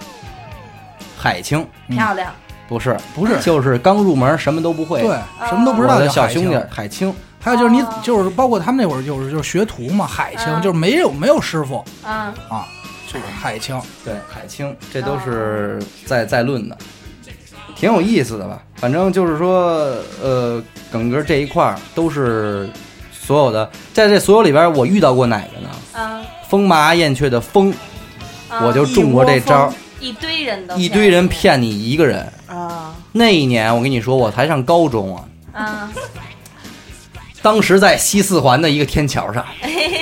[SPEAKER 1] 海清
[SPEAKER 5] 漂亮
[SPEAKER 1] 不是
[SPEAKER 4] 不是
[SPEAKER 1] 就是刚入门什么都不会，
[SPEAKER 4] 对，什么都不知
[SPEAKER 1] 我
[SPEAKER 4] 道
[SPEAKER 1] 的
[SPEAKER 4] 叫
[SPEAKER 1] 小
[SPEAKER 4] 海
[SPEAKER 1] 兄
[SPEAKER 4] 清
[SPEAKER 1] 弟海清，
[SPEAKER 4] 还有就是你
[SPEAKER 5] 哦
[SPEAKER 4] 就是包括他们那会儿就是就是学徒嘛，海清
[SPEAKER 5] 嗯
[SPEAKER 4] 就是没有没有师傅
[SPEAKER 5] 嗯
[SPEAKER 4] 啊，就是海清。
[SPEAKER 1] 对海清，这都是在在论的，挺有意思的吧？反正就是说，呃，整个这一块儿都是所有的，在这所有里边儿，我遇到过哪个呢？
[SPEAKER 5] 嗯，
[SPEAKER 1] 风麻燕雀的风，
[SPEAKER 5] 嗯
[SPEAKER 1] 我就中过这招儿，
[SPEAKER 5] 一堆人都
[SPEAKER 1] 一堆人骗你一个人。
[SPEAKER 2] 啊，
[SPEAKER 1] 那一年我跟你说，我才上高中啊，
[SPEAKER 5] 嗯
[SPEAKER 1] 当时在西四环的一个天桥上，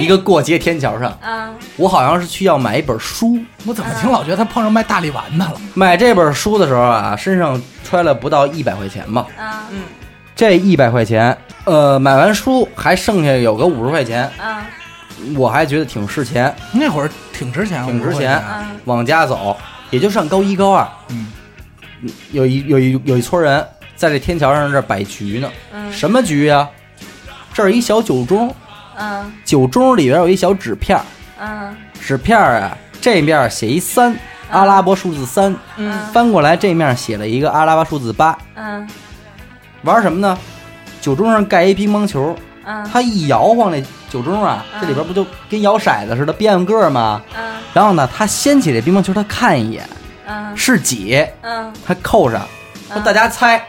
[SPEAKER 1] 一个过街天桥上，
[SPEAKER 5] 嗯
[SPEAKER 1] 我好像是去要买一本书。
[SPEAKER 4] 我怎么
[SPEAKER 1] 嗯
[SPEAKER 4] 听老觉得他碰上卖大力丸的了？
[SPEAKER 1] 买这本书的时候啊，身上揣了不到一百块钱吧。
[SPEAKER 5] 嗯
[SPEAKER 1] 这一百块钱，呃，买完书还剩下有个五十块钱，
[SPEAKER 5] 嗯
[SPEAKER 1] 我还觉得挺是钱，
[SPEAKER 4] 那会儿挺值钱，
[SPEAKER 1] 挺值
[SPEAKER 4] 50块
[SPEAKER 1] 钱
[SPEAKER 5] 嗯
[SPEAKER 1] 往家走，也就上高一高二，
[SPEAKER 4] 嗯，
[SPEAKER 1] 有一有一有一撮人在这天桥上这儿摆局呢。
[SPEAKER 5] 嗯
[SPEAKER 1] 什么局呀、这儿一小酒盅，
[SPEAKER 5] 嗯
[SPEAKER 1] 酒盅里边有一小纸片儿，
[SPEAKER 5] 嗯
[SPEAKER 1] 纸片儿啊，这面写一三，阿拉伯数字三，
[SPEAKER 2] 嗯
[SPEAKER 1] 翻过来这面写了一个阿拉伯数字八，
[SPEAKER 5] 嗯
[SPEAKER 1] 玩什么呢？酒盅上盖一乒乓球，
[SPEAKER 5] 嗯
[SPEAKER 1] 它一摇晃那酒盅啊，这里边不就跟摇骰子似的变个儿吗？
[SPEAKER 5] 嗯
[SPEAKER 1] 然后呢，他掀起这乒乓球，他看一眼
[SPEAKER 5] 嗯
[SPEAKER 1] 是几，
[SPEAKER 5] 嗯
[SPEAKER 1] 他扣上，说
[SPEAKER 5] 嗯
[SPEAKER 1] 大家猜，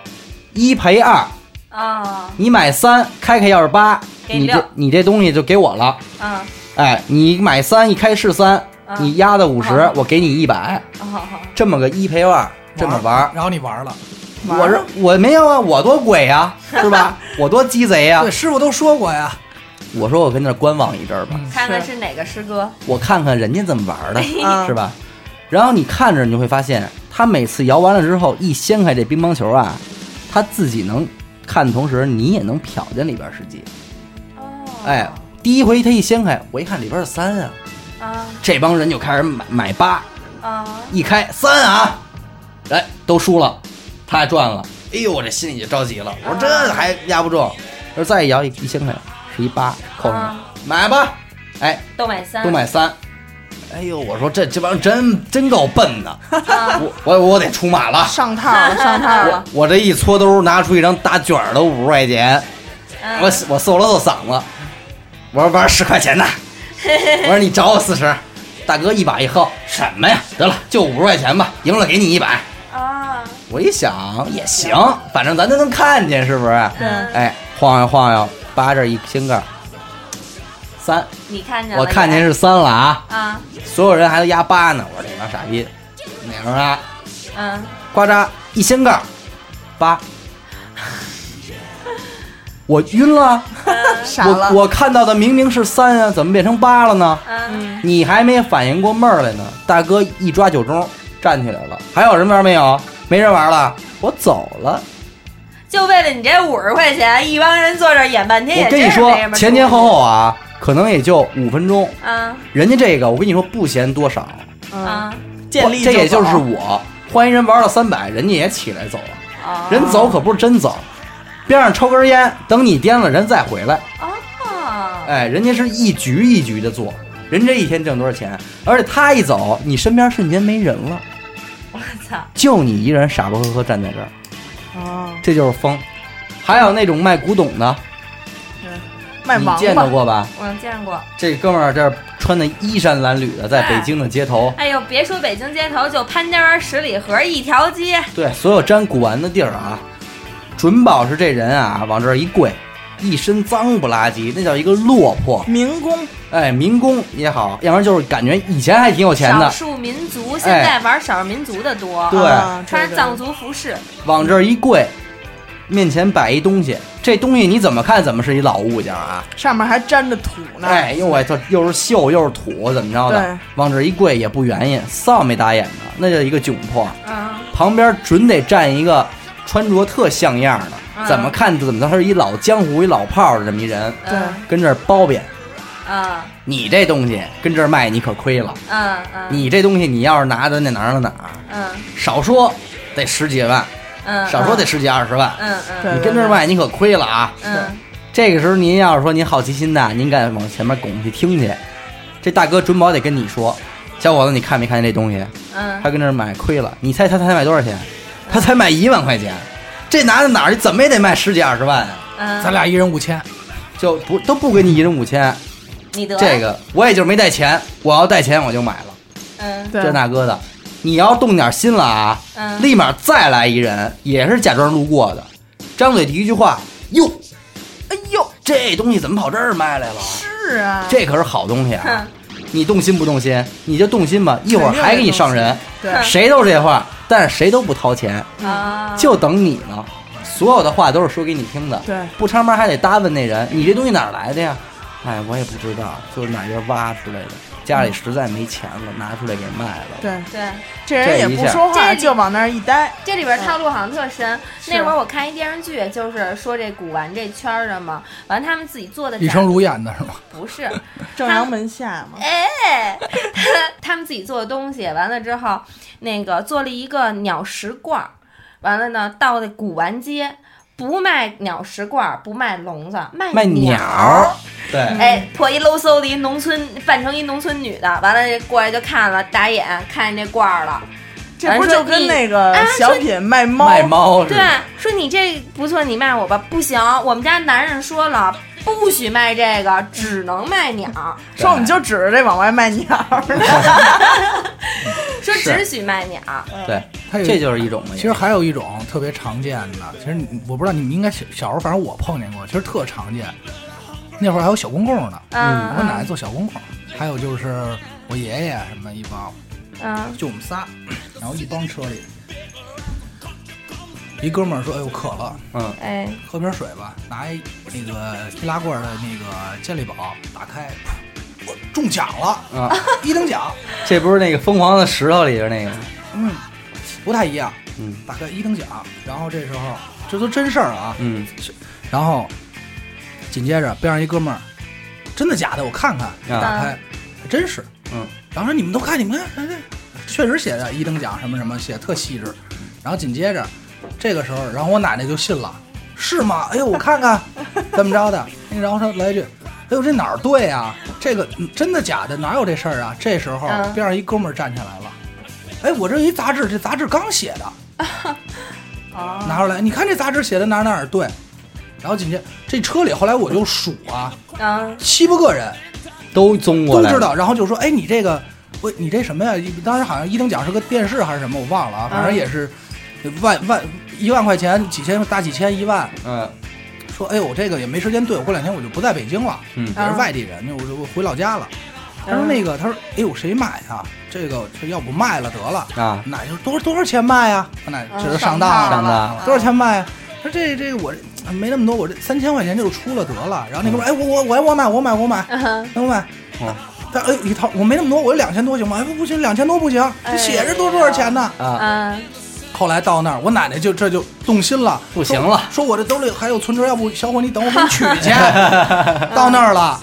[SPEAKER 1] 一赔二，
[SPEAKER 5] 啊
[SPEAKER 1] 你买三，开开要是八，
[SPEAKER 5] 给
[SPEAKER 1] 你
[SPEAKER 5] 六
[SPEAKER 1] 这你这东西就给我了。
[SPEAKER 5] 啊
[SPEAKER 1] 哎，你买三，一开是三，
[SPEAKER 5] 嗯
[SPEAKER 1] 你压的五十
[SPEAKER 5] 好，
[SPEAKER 1] 我给你一百，
[SPEAKER 5] 好好
[SPEAKER 1] 这么个一赔二，这么玩儿。
[SPEAKER 4] 然后你玩了。
[SPEAKER 2] 玩
[SPEAKER 1] 我是我没有啊，我多鬼 [LAUGHS] 呀、是吧？我多鸡贼呀、
[SPEAKER 4] 对，师傅都说过呀，
[SPEAKER 1] 我说我跟那儿观望一阵儿吧，
[SPEAKER 5] 看看是哪个师哥
[SPEAKER 1] 我看看人家怎么玩儿的，
[SPEAKER 2] 啊
[SPEAKER 1] 是吧？然后你看着你就会发现，他每次摇完了之后，一掀开这乒乓球啊，他自己能看的同时，你也能瞟见里边儿是几。
[SPEAKER 5] 哦
[SPEAKER 1] 哎，第一回他一掀开，我一看里边儿是三啊，
[SPEAKER 5] 啊
[SPEAKER 1] 这帮人就开始买买八，
[SPEAKER 5] 啊
[SPEAKER 1] 一开三啊，哎，都输了，他还赚了。哎呦，我这心里就着急了，
[SPEAKER 5] 啊
[SPEAKER 1] 我说这还压不住，就是再一摇一一掀开是一八，扣上了，
[SPEAKER 5] 啊
[SPEAKER 1] 买吧，哎，
[SPEAKER 5] 都买三
[SPEAKER 1] 都买三。哎呦，我说这这帮人真真够笨的，
[SPEAKER 5] [LAUGHS] 啊
[SPEAKER 1] 我我我得出马了。
[SPEAKER 2] 上套了，
[SPEAKER 1] [LAUGHS]
[SPEAKER 2] 上套了，
[SPEAKER 1] 我这一搓兜拿出一张大卷儿的五十块钱，
[SPEAKER 5] 嗯
[SPEAKER 1] 我我搜了搜嗓子，我说玩十块钱
[SPEAKER 5] [LAUGHS]
[SPEAKER 1] 的，我说你找我四十，大哥一把一薅什么呀？得了，就五十块钱吧，赢了给你一百。
[SPEAKER 5] 啊
[SPEAKER 1] 我一想也行，反正咱都能看见，是不是？
[SPEAKER 5] 嗯
[SPEAKER 1] 哎，晃悠晃悠，扒这一掀盖儿，三，
[SPEAKER 5] 你看见了
[SPEAKER 1] 我看见
[SPEAKER 5] 也
[SPEAKER 1] 是三了啊！
[SPEAKER 5] 啊
[SPEAKER 1] 所有人还都压八呢，我说这帮傻逼，哪儿啊？
[SPEAKER 5] 嗯
[SPEAKER 1] 呱嚓一掀盖儿，八，我晕了，
[SPEAKER 2] [LAUGHS] 傻
[SPEAKER 1] 我
[SPEAKER 2] 了，
[SPEAKER 1] 我看到的明明是三啊，怎么变成八了呢？
[SPEAKER 5] 嗯
[SPEAKER 1] 你还没反应过味儿来呢，大哥一抓酒盅站起来了，还有人玩没有？没人玩了，我走了。
[SPEAKER 5] 就为了你这五十块钱，一帮人坐这儿演半天也
[SPEAKER 1] 我
[SPEAKER 5] 哎真
[SPEAKER 1] 跟你
[SPEAKER 5] 是
[SPEAKER 1] 说
[SPEAKER 5] 没什，么
[SPEAKER 1] 前前后
[SPEAKER 5] 出
[SPEAKER 1] 后啊，可能也就五分钟。
[SPEAKER 5] 息啊
[SPEAKER 1] 人家这个，我跟你说不嫌多少，
[SPEAKER 2] 嗯，
[SPEAKER 5] 啊
[SPEAKER 2] 建立
[SPEAKER 1] 这也
[SPEAKER 2] 就
[SPEAKER 1] 就是
[SPEAKER 2] 好
[SPEAKER 1] 我换一人玩了三百，人家也起来走了，
[SPEAKER 5] 啊
[SPEAKER 1] 人走可不是真走，边上抽根烟，等你颠了人再回来。
[SPEAKER 5] 啊
[SPEAKER 1] 哎，人家是一局一局的做，人这一天挣多少钱？而且他一走，你身边瞬间没人了，
[SPEAKER 5] 我操
[SPEAKER 1] 就你一人傻不呵呵站在这儿，
[SPEAKER 2] 哦
[SPEAKER 1] 这就是疯。还有那种卖古董的，
[SPEAKER 2] 卖
[SPEAKER 1] 你
[SPEAKER 2] 王
[SPEAKER 1] 见到
[SPEAKER 2] 八，
[SPEAKER 1] 过吧？
[SPEAKER 5] 我见过。
[SPEAKER 1] 这哥们儿这穿的衣衫褴褛的，在北京的街头，
[SPEAKER 5] 哎呦，别说北京街头，就潘家园十里河一条街，
[SPEAKER 1] 对，所有沾古玩的地儿啊，准保是这人啊，往这儿一跪，一身脏不拉几，那叫一个落魄。
[SPEAKER 2] 民工
[SPEAKER 1] 哎，民工也好，要不然就是感觉以前还挺有钱
[SPEAKER 5] 少
[SPEAKER 1] 的，哎
[SPEAKER 5] 数民族现在玩少数民族的多，
[SPEAKER 1] 对
[SPEAKER 2] 啊
[SPEAKER 5] 穿
[SPEAKER 2] 对
[SPEAKER 5] 藏族服饰，
[SPEAKER 1] 往这儿一跪，面前摆一东西，这东西你怎么看怎么是一老物件啊！
[SPEAKER 2] 上面还沾着土呢，
[SPEAKER 1] 哎呦喂，这又是锈又是土，怎么着的
[SPEAKER 2] 对？
[SPEAKER 1] 往这儿一跪也不原因，臊眉打眼的，那叫一个窘迫。
[SPEAKER 5] 嗯
[SPEAKER 1] 旁边准得站一个穿着特像样的，
[SPEAKER 5] 嗯
[SPEAKER 1] 怎么看怎么着，他是一老江湖一老炮儿的这么一人，
[SPEAKER 5] 嗯
[SPEAKER 1] 跟这儿包贬。
[SPEAKER 5] 嗯
[SPEAKER 1] 你这东西跟这儿卖，你可亏了。
[SPEAKER 5] 嗯嗯
[SPEAKER 1] 你这东西你要是拿的那哪儿了哪儿，
[SPEAKER 5] 嗯
[SPEAKER 1] 少说得十几万，
[SPEAKER 5] 嗯，
[SPEAKER 1] 少说得十几二十万。
[SPEAKER 5] 嗯嗯
[SPEAKER 2] 对
[SPEAKER 1] 你跟这儿卖，你可亏了啊！
[SPEAKER 5] 嗯
[SPEAKER 1] 这个时候您要是说您好奇心大，您敢往前面拱去听去，这大哥准保得跟你说，小伙子，你看没看见这东西？
[SPEAKER 5] 嗯
[SPEAKER 1] 他跟这儿买亏了，你猜他才买多少钱？他才买一万块钱，这拿到哪儿去？怎么也得卖十几二十万啊！
[SPEAKER 5] 嗯，
[SPEAKER 4] 咱俩一人五千，
[SPEAKER 1] 就不都不给你一人五千，
[SPEAKER 5] 你得
[SPEAKER 1] 这个我也就是没带钱，我要带钱我就买了，
[SPEAKER 5] 嗯
[SPEAKER 1] 这
[SPEAKER 2] 对，
[SPEAKER 1] 那哥的。你要动点心了啊，
[SPEAKER 5] 嗯
[SPEAKER 1] 立马再来一人，也是假装路过的，张嘴第一句话，哟，
[SPEAKER 2] 哎呦，
[SPEAKER 1] 这东西怎么跑这儿卖来了？
[SPEAKER 2] 是啊，
[SPEAKER 1] 这可是好东西啊
[SPEAKER 2] 嗯
[SPEAKER 5] 哼！
[SPEAKER 1] 你动心不动心？你就动心吧，一会儿还给你上人，
[SPEAKER 2] 对
[SPEAKER 5] 哼
[SPEAKER 1] 谁都是这话，但是谁都不掏钱，
[SPEAKER 5] 啊
[SPEAKER 1] 嗯就等你呢。所有的话都是说给你听的，
[SPEAKER 2] 嗯对，
[SPEAKER 1] 不插门还得搭问那人，你这东西哪儿来的呀？哎，我也不知道，就是哪边挖出来的，家里实在没钱了，拿出来给卖了。
[SPEAKER 2] 对，
[SPEAKER 5] 对。
[SPEAKER 2] 这人也不说话，
[SPEAKER 5] 这一下
[SPEAKER 2] 就往那儿一待，
[SPEAKER 5] 这里边套路好像特深。那
[SPEAKER 2] 是
[SPEAKER 5] 会儿我看一电视剧，就是说这古玩这圈儿的嘛，完他们自己做的
[SPEAKER 4] 李
[SPEAKER 5] 展
[SPEAKER 4] 成儒演的是吗？
[SPEAKER 5] 不是，
[SPEAKER 2] 正阳门下嘛，
[SPEAKER 5] 哎，他们自己做的东西，完了之后，那个做了一个鸟食罐儿，完了呢，到那古玩街不卖鸟食罐儿，不卖笼子，卖
[SPEAKER 1] 卖鸟儿，对，
[SPEAKER 5] 哎，破一搂嗖的一农村，扮成一农村女的，完了过来就看了，打眼看见这罐儿了，
[SPEAKER 2] 这不是就跟那个
[SPEAKER 5] 哎说
[SPEAKER 2] 小品卖猫
[SPEAKER 1] 卖猫是
[SPEAKER 5] 对啊
[SPEAKER 1] 吧？，
[SPEAKER 5] 说你这不错，你卖我吧，不行，我们家男人说了不许卖这个，只能卖鸟，
[SPEAKER 2] 说我们就指着这往外卖鸟儿呢，
[SPEAKER 1] [LAUGHS]
[SPEAKER 5] 说只许卖鸟。
[SPEAKER 1] 对，
[SPEAKER 4] 它有
[SPEAKER 1] 这就是一种嘛。
[SPEAKER 4] 其实还有一种特别常见的，其实你我不知道你们应该小小时候，反正我碰见过，其实特常见。那会儿还有小公公呢，
[SPEAKER 5] 嗯
[SPEAKER 4] 我奶奶做小公公，还有就是我爷爷什么一帮，
[SPEAKER 5] 嗯
[SPEAKER 4] 就我们仨，然后一帮车里，一哥们儿说：“哎，我渴了，
[SPEAKER 1] 嗯，
[SPEAKER 5] 哎，
[SPEAKER 4] 喝瓶水吧。”拿一那个易拉罐的那个健力宝，打开，噗我中奖了，
[SPEAKER 1] 啊，
[SPEAKER 4] 一等奖。
[SPEAKER 1] 这不是那个疯狂的石头里边那个吗？
[SPEAKER 4] 嗯，不太一样。
[SPEAKER 1] 嗯，
[SPEAKER 4] 打开一等奖，然后这时候这都真事儿啊。
[SPEAKER 1] 嗯
[SPEAKER 4] 然后紧接着边上一哥们儿，真的假的？我看看。
[SPEAKER 1] 啊
[SPEAKER 4] 打开，还哎真是。
[SPEAKER 1] 嗯，
[SPEAKER 4] 然后说你们都看，你们看，这确实写的一等奖什么什么，写得特细致。然后紧接着，这个时候，然后我奶奶就信了，是吗？哎呦，我
[SPEAKER 1] [LAUGHS]
[SPEAKER 4] 看看，怎么着的？然后说来一句，哎呦，这哪儿对啊？这个嗯真的假的？哪有这事儿啊？这时候
[SPEAKER 5] 嗯
[SPEAKER 4] 边上一哥们儿站起来了，哎，我这有一杂志，这杂志刚写的，
[SPEAKER 1] [LAUGHS] 哦
[SPEAKER 4] 拿出来，你看这杂志写的哪儿哪儿对。然后紧接着这车里，后来我就数啊，
[SPEAKER 5] 嗯，
[SPEAKER 4] 七八个人，
[SPEAKER 1] 都综过
[SPEAKER 4] 都
[SPEAKER 1] 来了
[SPEAKER 4] 知道，然后就说，哎，你这个，我你这什么呀？当时好像一等奖是个电视还是什么，我忘了啊，反正也是万万一万块钱，几千大几千一万。
[SPEAKER 1] 嗯
[SPEAKER 4] 说，哎呦，我这个也没时间对，我过两天我就不在北京了，
[SPEAKER 1] 嗯
[SPEAKER 4] 也是外地人，那我就我回老家了。他说那个，他说，哎呦，谁买啊？这个这要不卖了得了。
[SPEAKER 1] 啊，
[SPEAKER 4] 奶就多多少钱卖呀、我奶这是嗯上当
[SPEAKER 1] 上当
[SPEAKER 4] 了，多少钱卖呀、他说这这个我这没那么多，我这三千块钱就出了得了。然后那哥们儿，哎，我我我我买我买我买，能买。
[SPEAKER 1] 嗯
[SPEAKER 4] 他哎一掏，我没那么多，我有两千多行吗？哎不不行，两千多不行，
[SPEAKER 1] 哎
[SPEAKER 4] 这写着多多少钱呢？
[SPEAKER 1] 啊，
[SPEAKER 5] 嗯，
[SPEAKER 4] 后来到那儿，我奶奶就这就动心了，
[SPEAKER 1] 不行
[SPEAKER 4] 说
[SPEAKER 1] [LAUGHS] 了，
[SPEAKER 4] 说我这兜里还有存折，要不小伙你等我给你
[SPEAKER 1] [LAUGHS]
[SPEAKER 4] 取去。到那儿了，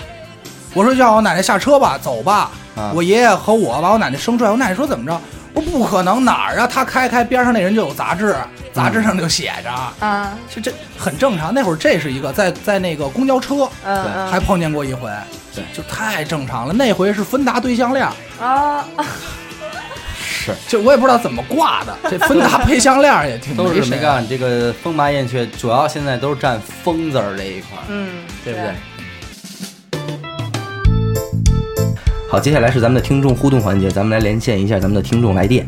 [SPEAKER 4] 我说叫我奶奶下车吧，走吧。
[SPEAKER 1] 啊
[SPEAKER 4] 我爷爷和我把我奶奶生出来，我奶奶说怎么着？我说不可能，哪儿啊？他开开边上那人就有杂志，杂志上就写着，
[SPEAKER 5] 嗯，
[SPEAKER 4] 这这很正常。那会儿这是一个在在那个公交车
[SPEAKER 5] 嗯，
[SPEAKER 4] 还碰见过一回，
[SPEAKER 1] 对
[SPEAKER 4] 就太正常了。那回是芬达对项链，
[SPEAKER 5] 哦，
[SPEAKER 1] 是
[SPEAKER 4] 就我也不知道怎么
[SPEAKER 1] [LAUGHS]
[SPEAKER 4] 挂的，这芬达配项链也挺
[SPEAKER 1] 都是
[SPEAKER 4] 谁
[SPEAKER 1] 没
[SPEAKER 4] 啊
[SPEAKER 1] 干这个风马燕雀，主要现在都是占“风”字儿这一块儿，
[SPEAKER 2] 嗯，
[SPEAKER 1] 对不
[SPEAKER 5] 对
[SPEAKER 1] 对？好，接下来是咱们的听众互动环节，咱们来连线一下咱们的听众来电。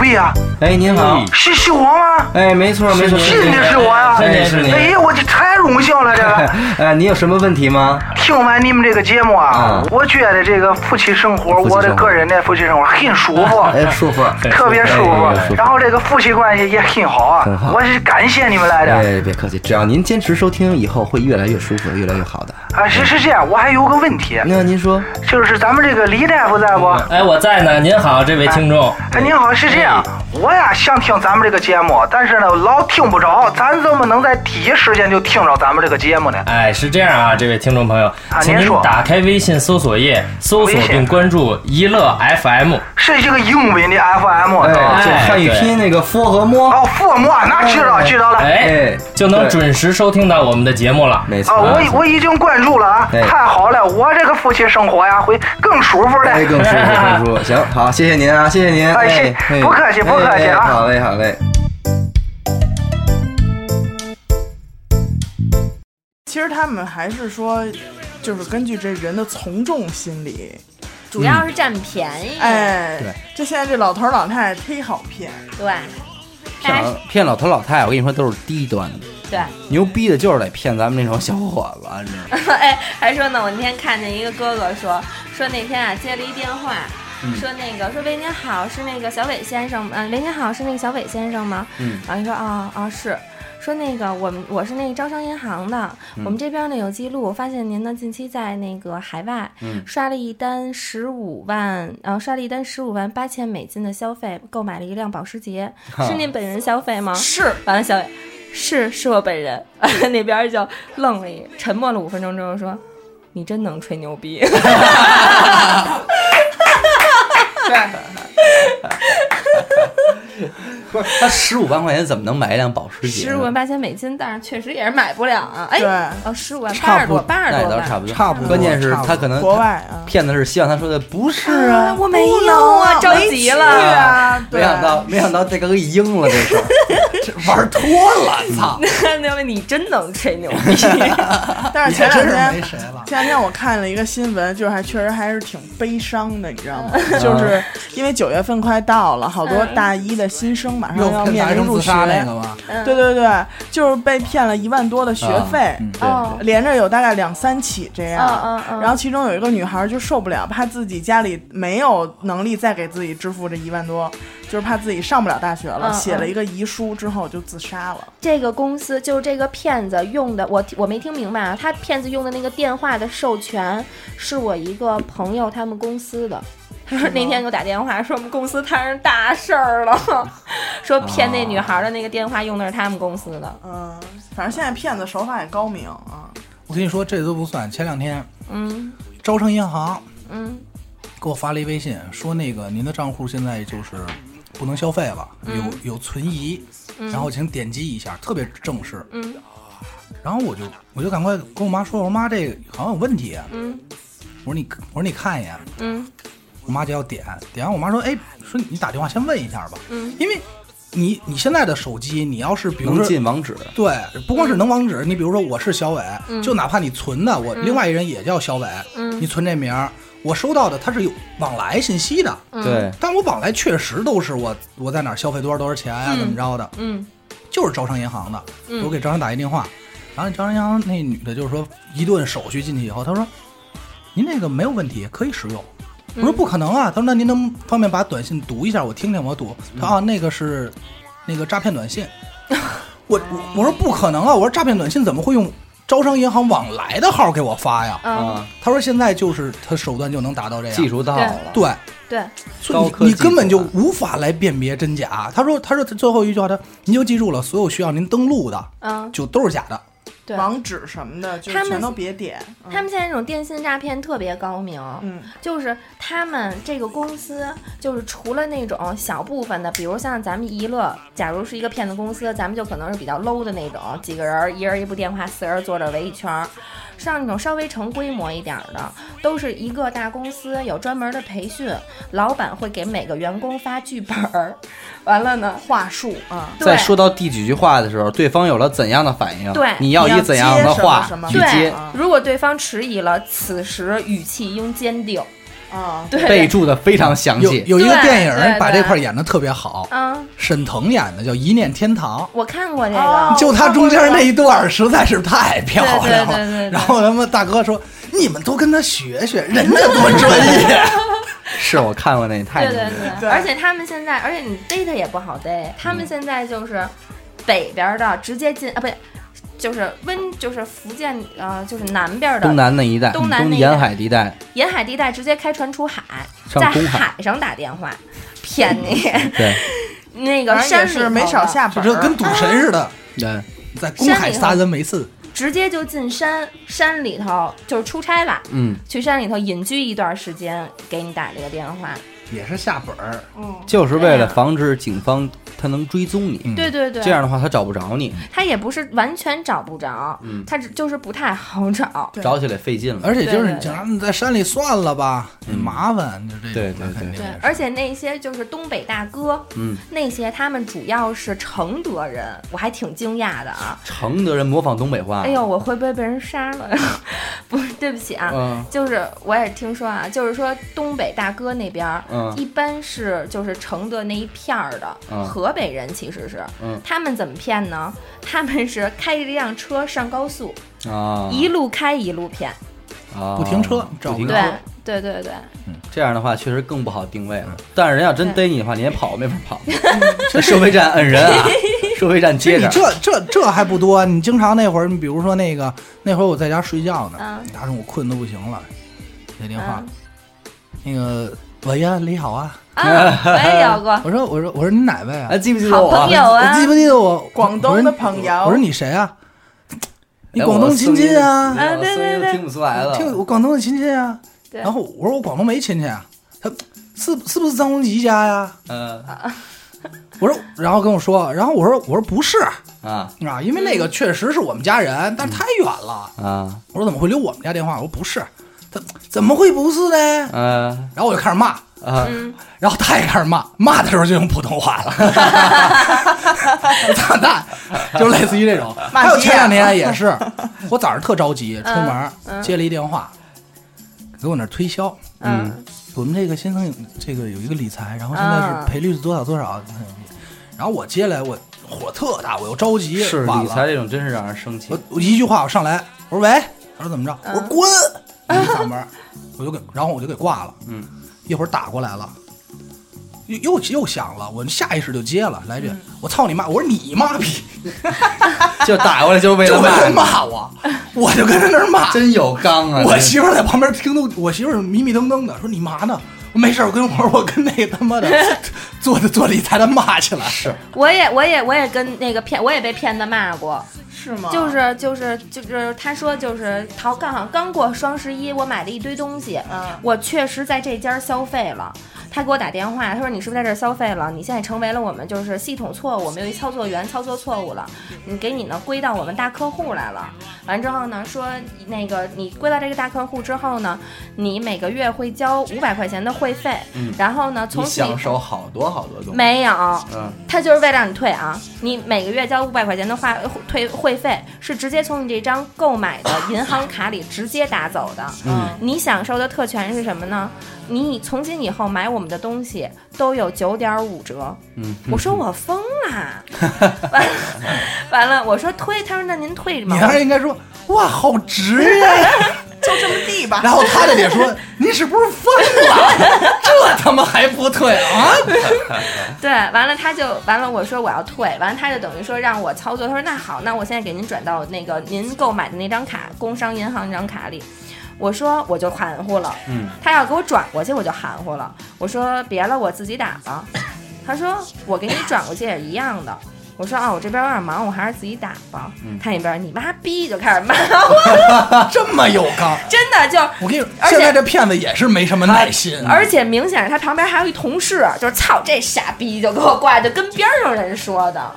[SPEAKER 6] 喂啊，
[SPEAKER 1] 哎，您好，
[SPEAKER 6] 是是我吗？
[SPEAKER 1] 哎，没错没错，
[SPEAKER 6] 是你是我呀、
[SPEAKER 1] 哎是您。
[SPEAKER 6] 哎
[SPEAKER 1] [LAUGHS]
[SPEAKER 6] 呀，我这太荣幸了！这个
[SPEAKER 1] 呃，您有什么问题吗？
[SPEAKER 6] 听完你们这个节目啊，
[SPEAKER 1] 嗯
[SPEAKER 6] 我觉得这个夫妻生活，
[SPEAKER 1] 夫妻生活
[SPEAKER 6] 我的个人的夫妻生活很舒服，
[SPEAKER 1] 哎，舒服，
[SPEAKER 6] [LAUGHS] 特别舒服
[SPEAKER 1] 哎哎哎。
[SPEAKER 6] 然后这个夫妻关系也很好
[SPEAKER 1] 很
[SPEAKER 6] 啊
[SPEAKER 1] 好，
[SPEAKER 6] 我是感谢你们来的。
[SPEAKER 1] 哎，别客气，只要您坚持收听，以后会越来越舒服，越来越好的。
[SPEAKER 6] 啊，是是这样，我还有个问题，
[SPEAKER 1] 那您说，
[SPEAKER 6] 就是咱们这个李大夫在
[SPEAKER 1] 嗯
[SPEAKER 6] 不？
[SPEAKER 7] 哎，我在呢。您好，这位听众。
[SPEAKER 6] 哎，您好，是这样，
[SPEAKER 1] 哎
[SPEAKER 6] 我呀想听咱们这个节目，但是呢老听不着，咱怎么能在第一时间就听着咱们这个节目呢？
[SPEAKER 7] 哎，是这样啊，这位听众朋友，
[SPEAKER 6] 啊
[SPEAKER 7] 请
[SPEAKER 6] 您
[SPEAKER 7] 您
[SPEAKER 6] 说
[SPEAKER 7] 打开微信搜索页，搜索
[SPEAKER 6] 微信
[SPEAKER 7] 并关注“一乐 FM”。
[SPEAKER 6] 是这个英文的 FM，
[SPEAKER 1] 哎，
[SPEAKER 6] 是吧？
[SPEAKER 1] 这汉语拼音那个“佛”和“摸
[SPEAKER 6] 哦，父母，那知道知道了。
[SPEAKER 7] 哎
[SPEAKER 1] 哎，
[SPEAKER 7] 就能
[SPEAKER 1] 对
[SPEAKER 7] 准时收听到我们的节目了”，。
[SPEAKER 1] 没错
[SPEAKER 6] 啊，。我已我已经关注了啊，
[SPEAKER 1] 哎
[SPEAKER 6] 太好了，我这个夫妻生活呀会更舒服的。
[SPEAKER 1] 哎，更舒服，更舒服。行，好，谢谢您啊，谢谢您。
[SPEAKER 6] 哎
[SPEAKER 1] 哎，
[SPEAKER 6] 谢不客气
[SPEAKER 1] 哎
[SPEAKER 6] 不客气啊
[SPEAKER 1] 哎好嘞，好嘞。
[SPEAKER 2] 其实他们还是说，就是根据这人的从众心理，
[SPEAKER 5] 主要是占便
[SPEAKER 4] 嗯
[SPEAKER 5] 宜，，
[SPEAKER 2] 哎
[SPEAKER 1] 对，
[SPEAKER 2] 这现在这老头儿老太太忒好骗，
[SPEAKER 5] 对，大
[SPEAKER 6] 哎
[SPEAKER 1] 骗
[SPEAKER 5] 家
[SPEAKER 1] 老骗老头老太太，我跟你说都是低端的，
[SPEAKER 5] 对。
[SPEAKER 1] 牛逼的就是得骗咱们这种小伙子，你知道吗？
[SPEAKER 5] [LAUGHS] 哎，还说呢，我那天看见一个哥哥说，说那天啊接了一电话，
[SPEAKER 1] 嗯
[SPEAKER 5] 说那个说喂您好，是那个小伟先生吗？嗯、喂您好，是那个小伟先生吗？
[SPEAKER 1] 嗯，
[SPEAKER 5] 然后就说啊啊、是。说那个，我们我是那个招商银行的，
[SPEAKER 1] 嗯
[SPEAKER 5] 我们这边呢有记录，发现您呢近期在那个海外、
[SPEAKER 1] 嗯
[SPEAKER 5] 刷了一单十五万，呃，刷了一单十五万八千美金的消费，购买了一辆保时捷，是您本人
[SPEAKER 1] [LAUGHS]
[SPEAKER 5] 消费吗？
[SPEAKER 2] 是
[SPEAKER 5] 完了，小伟，是是我本人。 [LAUGHS] 那边儿就愣了一，沉默了五分钟之后说：“你真能吹牛 [LAUGHS] 逼。
[SPEAKER 4] 不是
[SPEAKER 1] 他十五万块钱怎么能买一辆保时捷呢？
[SPEAKER 5] 十五万八千美金，但是确实也是买不了啊。哎，
[SPEAKER 2] 对
[SPEAKER 5] 哦，十五万
[SPEAKER 4] 差
[SPEAKER 5] 八十
[SPEAKER 4] 不
[SPEAKER 5] 多，
[SPEAKER 4] 多
[SPEAKER 5] 八
[SPEAKER 1] 那
[SPEAKER 5] 十
[SPEAKER 1] 也
[SPEAKER 5] 多
[SPEAKER 1] 倒
[SPEAKER 5] 万
[SPEAKER 1] 是差不多，
[SPEAKER 4] 差不多
[SPEAKER 1] 关键是
[SPEAKER 4] 差不多
[SPEAKER 1] 他可能
[SPEAKER 2] 国外啊
[SPEAKER 1] 骗子是希望他说的不是
[SPEAKER 5] 啊
[SPEAKER 1] 啊，
[SPEAKER 5] 我没有啊，着急
[SPEAKER 2] 对
[SPEAKER 5] 了。
[SPEAKER 2] 啊，
[SPEAKER 1] 没
[SPEAKER 2] 对啊
[SPEAKER 1] 想到没想到这个给应了这事儿，这玩脱了，操！
[SPEAKER 5] [LAUGHS] 那位你真能吹牛逼，
[SPEAKER 2] 但是
[SPEAKER 4] 也
[SPEAKER 2] 前
[SPEAKER 4] 真
[SPEAKER 2] 两
[SPEAKER 4] 是没啊
[SPEAKER 2] 天。
[SPEAKER 4] 谁了。
[SPEAKER 2] 前两天我看了一个新闻，就是还确实还是挺悲伤的，你知道吗？
[SPEAKER 4] 嗯
[SPEAKER 2] 就是因为九月份快到了，好多大一的新生马上
[SPEAKER 4] 又
[SPEAKER 2] 要
[SPEAKER 4] 骗
[SPEAKER 2] 面
[SPEAKER 4] 财
[SPEAKER 2] 临
[SPEAKER 4] 政
[SPEAKER 2] 入
[SPEAKER 4] 自
[SPEAKER 2] 学，
[SPEAKER 4] 杀那个吗？
[SPEAKER 2] 对对对，就是被骗了一万多的学
[SPEAKER 1] 啊
[SPEAKER 2] 费，
[SPEAKER 1] 嗯对
[SPEAKER 5] 哦，
[SPEAKER 2] 连着有大概两三起这
[SPEAKER 5] [LAUGHS]
[SPEAKER 2] 样。
[SPEAKER 5] 嗯嗯嗯
[SPEAKER 2] 然后其中有一个女孩就受不了，怕自己家里没有能力再给自己支付这一万多，就是怕自己上不了大学了，
[SPEAKER 5] 嗯嗯
[SPEAKER 2] 写了一个遗书之后就自杀了。
[SPEAKER 5] 这个公司就是这个骗子用的，我我没听明白啊，他骗子用的那个电话的授权是我一个朋友他们公司的。 [LAUGHS] 他说那天给我打电话说我们公司摊上大事儿了， [LAUGHS] 说骗那女孩的那个电话用的是他们公司的。
[SPEAKER 2] 嗯，反正现在骗子手法也高明啊。
[SPEAKER 4] 我跟你说，这都不算。前两天
[SPEAKER 5] 嗯
[SPEAKER 4] 招商银行
[SPEAKER 5] 嗯
[SPEAKER 4] 给我发了一微信，说那个您的账户现在就是不能消费了，
[SPEAKER 5] 嗯
[SPEAKER 4] 有有存疑，然后请点击一下，特别正式。
[SPEAKER 5] 嗯
[SPEAKER 4] 然后我就我就赶快跟我妈说，我说妈这个好像有问题，啊
[SPEAKER 5] 嗯
[SPEAKER 4] 我说你我说你看一眼，
[SPEAKER 5] 嗯
[SPEAKER 4] 我妈就要点点完，我妈说哎，说你打电话先问一下吧，
[SPEAKER 5] 嗯
[SPEAKER 4] 因为你你现在的手机，你要是比如
[SPEAKER 1] 能
[SPEAKER 4] 说。
[SPEAKER 1] 进网址，
[SPEAKER 4] 对，不光是能网
[SPEAKER 5] 嗯
[SPEAKER 4] 址，你比如说我是小伟，就哪怕你存的，我另外一人也叫小伟，
[SPEAKER 5] 嗯
[SPEAKER 4] 你存这名儿，我收到的它是有往来信息的，
[SPEAKER 5] 嗯
[SPEAKER 1] 对，
[SPEAKER 4] 但我往来确实都是我我在哪儿消费多少多少钱呀、
[SPEAKER 5] 嗯
[SPEAKER 4] 怎么着的，
[SPEAKER 5] 嗯
[SPEAKER 4] 就是招商银行的，
[SPEAKER 5] 嗯
[SPEAKER 4] 我给招商打一电话，然后招商银行那女的就是说一顿手续进去以后，她说您这个没有问题，可以使用。
[SPEAKER 5] 嗯
[SPEAKER 4] 我说不可能啊！她说那您能方便把短信读一下，我听听我读。
[SPEAKER 1] 嗯
[SPEAKER 4] 她说啊，那个是那个诈骗短信。我我我说不可能啊！我说诈骗短信怎么会用招商银行往来的号给我发呀？
[SPEAKER 5] 嗯，
[SPEAKER 1] 啊，
[SPEAKER 4] 她说现在就是她手段就能达到这样，
[SPEAKER 1] 技术到了，
[SPEAKER 4] 对，
[SPEAKER 5] 对，
[SPEAKER 4] 所
[SPEAKER 1] 高
[SPEAKER 4] 以
[SPEAKER 1] 科
[SPEAKER 4] 你
[SPEAKER 1] 技
[SPEAKER 4] 你根本就
[SPEAKER 1] 手段
[SPEAKER 4] 无法来辨别真假。他说，他说最后一句话，他您就记住了，所有需要您登录的
[SPEAKER 5] 嗯，
[SPEAKER 4] 就都是假的。
[SPEAKER 5] 对
[SPEAKER 2] 网址什么的，就
[SPEAKER 5] 他们
[SPEAKER 2] 全都别点。嗯
[SPEAKER 5] 他们现在这种电信诈骗特别高明，
[SPEAKER 2] 嗯，
[SPEAKER 5] 就是他们这个公司，就是除了那种小部分的，比如像咱们娱乐，假如是一个骗子公司，咱们就可能是比较 low 的那种，几个人儿一人一部电话，四人坐着围一圈儿。像那种稍微成规模一点儿的，都是一个大公司有专门的培训，老板会给每个员工发剧本儿，完了呢，
[SPEAKER 2] 话术啊，
[SPEAKER 5] 对
[SPEAKER 1] 在说到第几句话的时候，对方有了怎样的反应？
[SPEAKER 5] 对
[SPEAKER 1] 你要以怎样的话
[SPEAKER 2] 你要
[SPEAKER 1] 去
[SPEAKER 2] 接
[SPEAKER 5] 对
[SPEAKER 1] 接？
[SPEAKER 2] 啊
[SPEAKER 5] 如果对方迟疑了，此时语气应坚定。
[SPEAKER 2] 啊，
[SPEAKER 5] 对，
[SPEAKER 1] 备注的非常详
[SPEAKER 4] 有
[SPEAKER 1] 细。
[SPEAKER 4] 有一个
[SPEAKER 5] 对
[SPEAKER 4] 电影
[SPEAKER 5] 对
[SPEAKER 4] 把
[SPEAKER 5] 对
[SPEAKER 4] 这块演的特别好，
[SPEAKER 5] 嗯，
[SPEAKER 4] 沈腾演的叫《一念天堂》。
[SPEAKER 5] 我看过这个，
[SPEAKER 2] 哦
[SPEAKER 4] [LAUGHS] 就他中间那一段儿实在是太漂亮了，
[SPEAKER 5] 对对对对对
[SPEAKER 4] 然后他们大哥说：“你们都跟他学学，人家多专业。
[SPEAKER 5] [LAUGHS]
[SPEAKER 1] 是我看过那，太
[SPEAKER 5] 对
[SPEAKER 1] 牛
[SPEAKER 5] 对
[SPEAKER 1] 逼了。嗯
[SPEAKER 2] 对
[SPEAKER 5] 而且他们现在，而且你逮他也不好逮，他们现在就是北边儿的直接进啊，不对，就是温，就是福建呃，就是南边儿的
[SPEAKER 1] 东南那一带，
[SPEAKER 5] 东南那一带
[SPEAKER 1] 沿海地带，
[SPEAKER 5] 沿海地带直接开船出海，
[SPEAKER 1] 上
[SPEAKER 5] 在
[SPEAKER 1] 公海
[SPEAKER 5] 海上打电话骗
[SPEAKER 1] [LAUGHS]
[SPEAKER 5] 你，
[SPEAKER 1] 对，
[SPEAKER 5] 那个
[SPEAKER 2] 反正
[SPEAKER 5] 山
[SPEAKER 2] 也
[SPEAKER 5] 里
[SPEAKER 2] 是没
[SPEAKER 5] 头
[SPEAKER 2] 少
[SPEAKER 5] 的
[SPEAKER 2] 下”
[SPEAKER 4] 就
[SPEAKER 2] 本
[SPEAKER 4] 这
[SPEAKER 2] 儿，
[SPEAKER 4] 跟赌神似的，
[SPEAKER 1] 对，
[SPEAKER 4] 在公海杀人没事。
[SPEAKER 5] 直接就进山，山里头就是出差吧，
[SPEAKER 1] 嗯，
[SPEAKER 5] 去山里头隐居一段时间，给你打这个电话。
[SPEAKER 1] 嗯
[SPEAKER 4] 也是下本儿，
[SPEAKER 1] 就是为
[SPEAKER 5] 对
[SPEAKER 1] 了
[SPEAKER 5] 啊
[SPEAKER 1] 防止警方他能追踪你，
[SPEAKER 4] 嗯
[SPEAKER 5] 对对对，
[SPEAKER 1] 这样的话他找不着你，
[SPEAKER 5] 他也不是完全找不着，
[SPEAKER 1] 嗯
[SPEAKER 5] 他只就是不太好找。
[SPEAKER 2] 对
[SPEAKER 1] 找起来费劲了。
[SPEAKER 4] 而且就
[SPEAKER 5] 对
[SPEAKER 4] 是
[SPEAKER 5] 对
[SPEAKER 4] 你想你在山里算了吧，
[SPEAKER 1] 嗯
[SPEAKER 4] 麻烦，就这种
[SPEAKER 1] 对对
[SPEAKER 4] 那肯
[SPEAKER 1] 对
[SPEAKER 4] 定
[SPEAKER 5] 对
[SPEAKER 4] 也是，
[SPEAKER 5] 而且那些就是东北大哥，
[SPEAKER 1] 嗯，
[SPEAKER 5] 那些他们主要是承德人，我还挺惊讶的啊！
[SPEAKER 1] 承德人模仿东北话，
[SPEAKER 5] 哎呦，我会不会被人杀了？ [LAUGHS] 不是，对不起啊，
[SPEAKER 1] 嗯，
[SPEAKER 5] 就是我也听说啊，就是说东北大哥那边儿，
[SPEAKER 1] 嗯
[SPEAKER 5] 一般是就是承德那一片儿的、
[SPEAKER 1] 嗯
[SPEAKER 5] 河北人，其实是、
[SPEAKER 1] 嗯
[SPEAKER 5] 他们怎么骗呢？ [LAUGHS] 他们是开一辆车上高速，
[SPEAKER 1] 啊，
[SPEAKER 5] 一路开一路骗，
[SPEAKER 1] 啊
[SPEAKER 4] 不停车
[SPEAKER 1] 不
[SPEAKER 4] 找不
[SPEAKER 1] 停
[SPEAKER 4] 着
[SPEAKER 1] 车
[SPEAKER 5] 对，对对对，
[SPEAKER 1] 这样的话确实更不好定位
[SPEAKER 4] 嗯
[SPEAKER 1] 了。但是人要真逮你的话，你也跑没法跑，这 [LAUGHS] 收费站摁人啊，
[SPEAKER 4] [LAUGHS]
[SPEAKER 1] 收费站
[SPEAKER 4] 其实
[SPEAKER 1] 接
[SPEAKER 4] 嗯你
[SPEAKER 1] 着。
[SPEAKER 4] 这这这还不多，你经常那会儿，你比如说那个那会儿我在家睡觉呢，
[SPEAKER 5] 嗯
[SPEAKER 4] 打上我困的不行了，接电话，那个喂呀，你好啊，
[SPEAKER 1] [LAUGHS]
[SPEAKER 5] 啊，我也有过，
[SPEAKER 4] 我说我说我说你哪位啊
[SPEAKER 1] 哎，？记不记得我
[SPEAKER 5] 好
[SPEAKER 1] 啊
[SPEAKER 5] 朋？友啊
[SPEAKER 4] 我记不记得我
[SPEAKER 2] 广东的朋友
[SPEAKER 4] 我说你谁啊？你广东亲戚啊？
[SPEAKER 1] 哎我
[SPEAKER 5] 啊对
[SPEAKER 1] 声音
[SPEAKER 5] 对对
[SPEAKER 1] 都听不出来了。
[SPEAKER 4] 听我广东的亲戚啊。
[SPEAKER 5] 对
[SPEAKER 4] 然后我说我广东没亲戚啊。他是是不是张无忌一家呀？
[SPEAKER 1] 嗯，
[SPEAKER 4] 我说，然后跟我说，然后我说我说不是
[SPEAKER 1] 啊
[SPEAKER 4] 啊，因为那
[SPEAKER 2] 嗯
[SPEAKER 4] 个确实是我们家人，但是太远了。
[SPEAKER 1] 啊
[SPEAKER 4] 我说怎么会留我们家电话？我说不是，他怎么会不是呢？
[SPEAKER 1] 啊
[SPEAKER 4] 然后我就开始骂，
[SPEAKER 1] 啊！
[SPEAKER 5] 嗯
[SPEAKER 4] 然后他也开始骂，骂的时候就用普通话了， [LAUGHS] 操蛋，就类似于这种。
[SPEAKER 2] 骂
[SPEAKER 4] 还有
[SPEAKER 2] 街
[SPEAKER 4] 前
[SPEAKER 2] 啊
[SPEAKER 4] 两天也是，我早上特着急，出门、接了一电话，给我那儿推销，
[SPEAKER 1] 嗯
[SPEAKER 4] 我们这个先生有这个有一个理财，然后现在
[SPEAKER 5] 啊
[SPEAKER 4] 是赔率是多少多少，很牛逼。然后我接下来我火特大，我又着急，
[SPEAKER 1] 是
[SPEAKER 4] 晚
[SPEAKER 1] 理
[SPEAKER 4] 了
[SPEAKER 1] 财这种真是让人生气
[SPEAKER 4] 我。我一句话我上来，我说喂，他说怎么着？我说滚，一嗓门，我就给，然后我就给挂了。
[SPEAKER 1] 嗯，
[SPEAKER 4] 一会儿打过来了，又又又响了，我下意识就接了，来一句我操你妈！我说你妈逼，
[SPEAKER 1] 就打过来就为
[SPEAKER 4] [LAUGHS] 就
[SPEAKER 1] 了
[SPEAKER 4] 为了
[SPEAKER 1] 骂
[SPEAKER 4] 骂我，我就跟他那儿骂
[SPEAKER 1] [LAUGHS] 你，。真有刚
[SPEAKER 5] 嗯
[SPEAKER 1] 啊！
[SPEAKER 4] 我
[SPEAKER 1] 真是
[SPEAKER 4] 媳妇儿在旁边听都，我媳妇儿迷迷瞪瞪的说你嘛呢？我没事儿，我跟我说我跟那个他妈的
[SPEAKER 5] [LAUGHS]
[SPEAKER 4] 做的做理财的骂起来。是，
[SPEAKER 5] 我也我也我也跟那个骗我也被骗子骂过，
[SPEAKER 2] 是吗？
[SPEAKER 5] 就是就是就是他说就是淘刚好刚过双十一，我买了一堆东西，
[SPEAKER 2] 嗯
[SPEAKER 5] 我确实在这家消费了。他给我打电话，他说你是不是在这儿消费了？你现在成为了我们就是系统错误，我们有一操作员操作错误了，你给你呢归到我们大客户来了。完之后呢，说那个你归到这个大客户之后呢，你每个月会交五百块钱的会费，
[SPEAKER 1] 嗯
[SPEAKER 5] 然后呢从
[SPEAKER 1] 你
[SPEAKER 5] 此以后
[SPEAKER 1] 享受好多好多东西。
[SPEAKER 5] 没有，
[SPEAKER 1] 嗯
[SPEAKER 5] 他就是为了让你退啊！你每个月交五百块钱的话退会费，是直接从你这张购买的银行卡里直接打走的。
[SPEAKER 1] 嗯
[SPEAKER 5] 你享受的特权是什么呢？你从今以后买我们的东西都有九点五折。
[SPEAKER 1] 嗯，
[SPEAKER 5] 我说我疯
[SPEAKER 1] [LAUGHS]
[SPEAKER 5] 啦！完了完了，我说退，他说那您退
[SPEAKER 4] 你
[SPEAKER 5] 吗？
[SPEAKER 4] 当时应该说哇，好值呀。
[SPEAKER 2] 就这么地吧。
[SPEAKER 4] [LAUGHS] 然后他的脸说：“你是不是疯了？这他妈还不退啊
[SPEAKER 5] 对，完了他就完了，我说我要退，完了他就等于说让我操作，他说那好，那我现在给您转到那个您购买的那张卡，工商银行那张卡里。我说我就含糊了，
[SPEAKER 1] 嗯，
[SPEAKER 5] 他要给我转过去我就含糊了，我说别了，我自己打吧。他说我给你转过去也一样的。我说啊，我这边有点忙，我还是自己打吧。他那边你妈逼就开始骂我，？” [LAUGHS]
[SPEAKER 4] 这么有刚，
[SPEAKER 5] 真的就
[SPEAKER 4] 我跟你说，
[SPEAKER 5] 而且
[SPEAKER 4] 现在这骗子也是没什么耐心。
[SPEAKER 5] 而且明显是他旁边还有一同事，就是操这傻逼就给我挂，就跟边上人说的。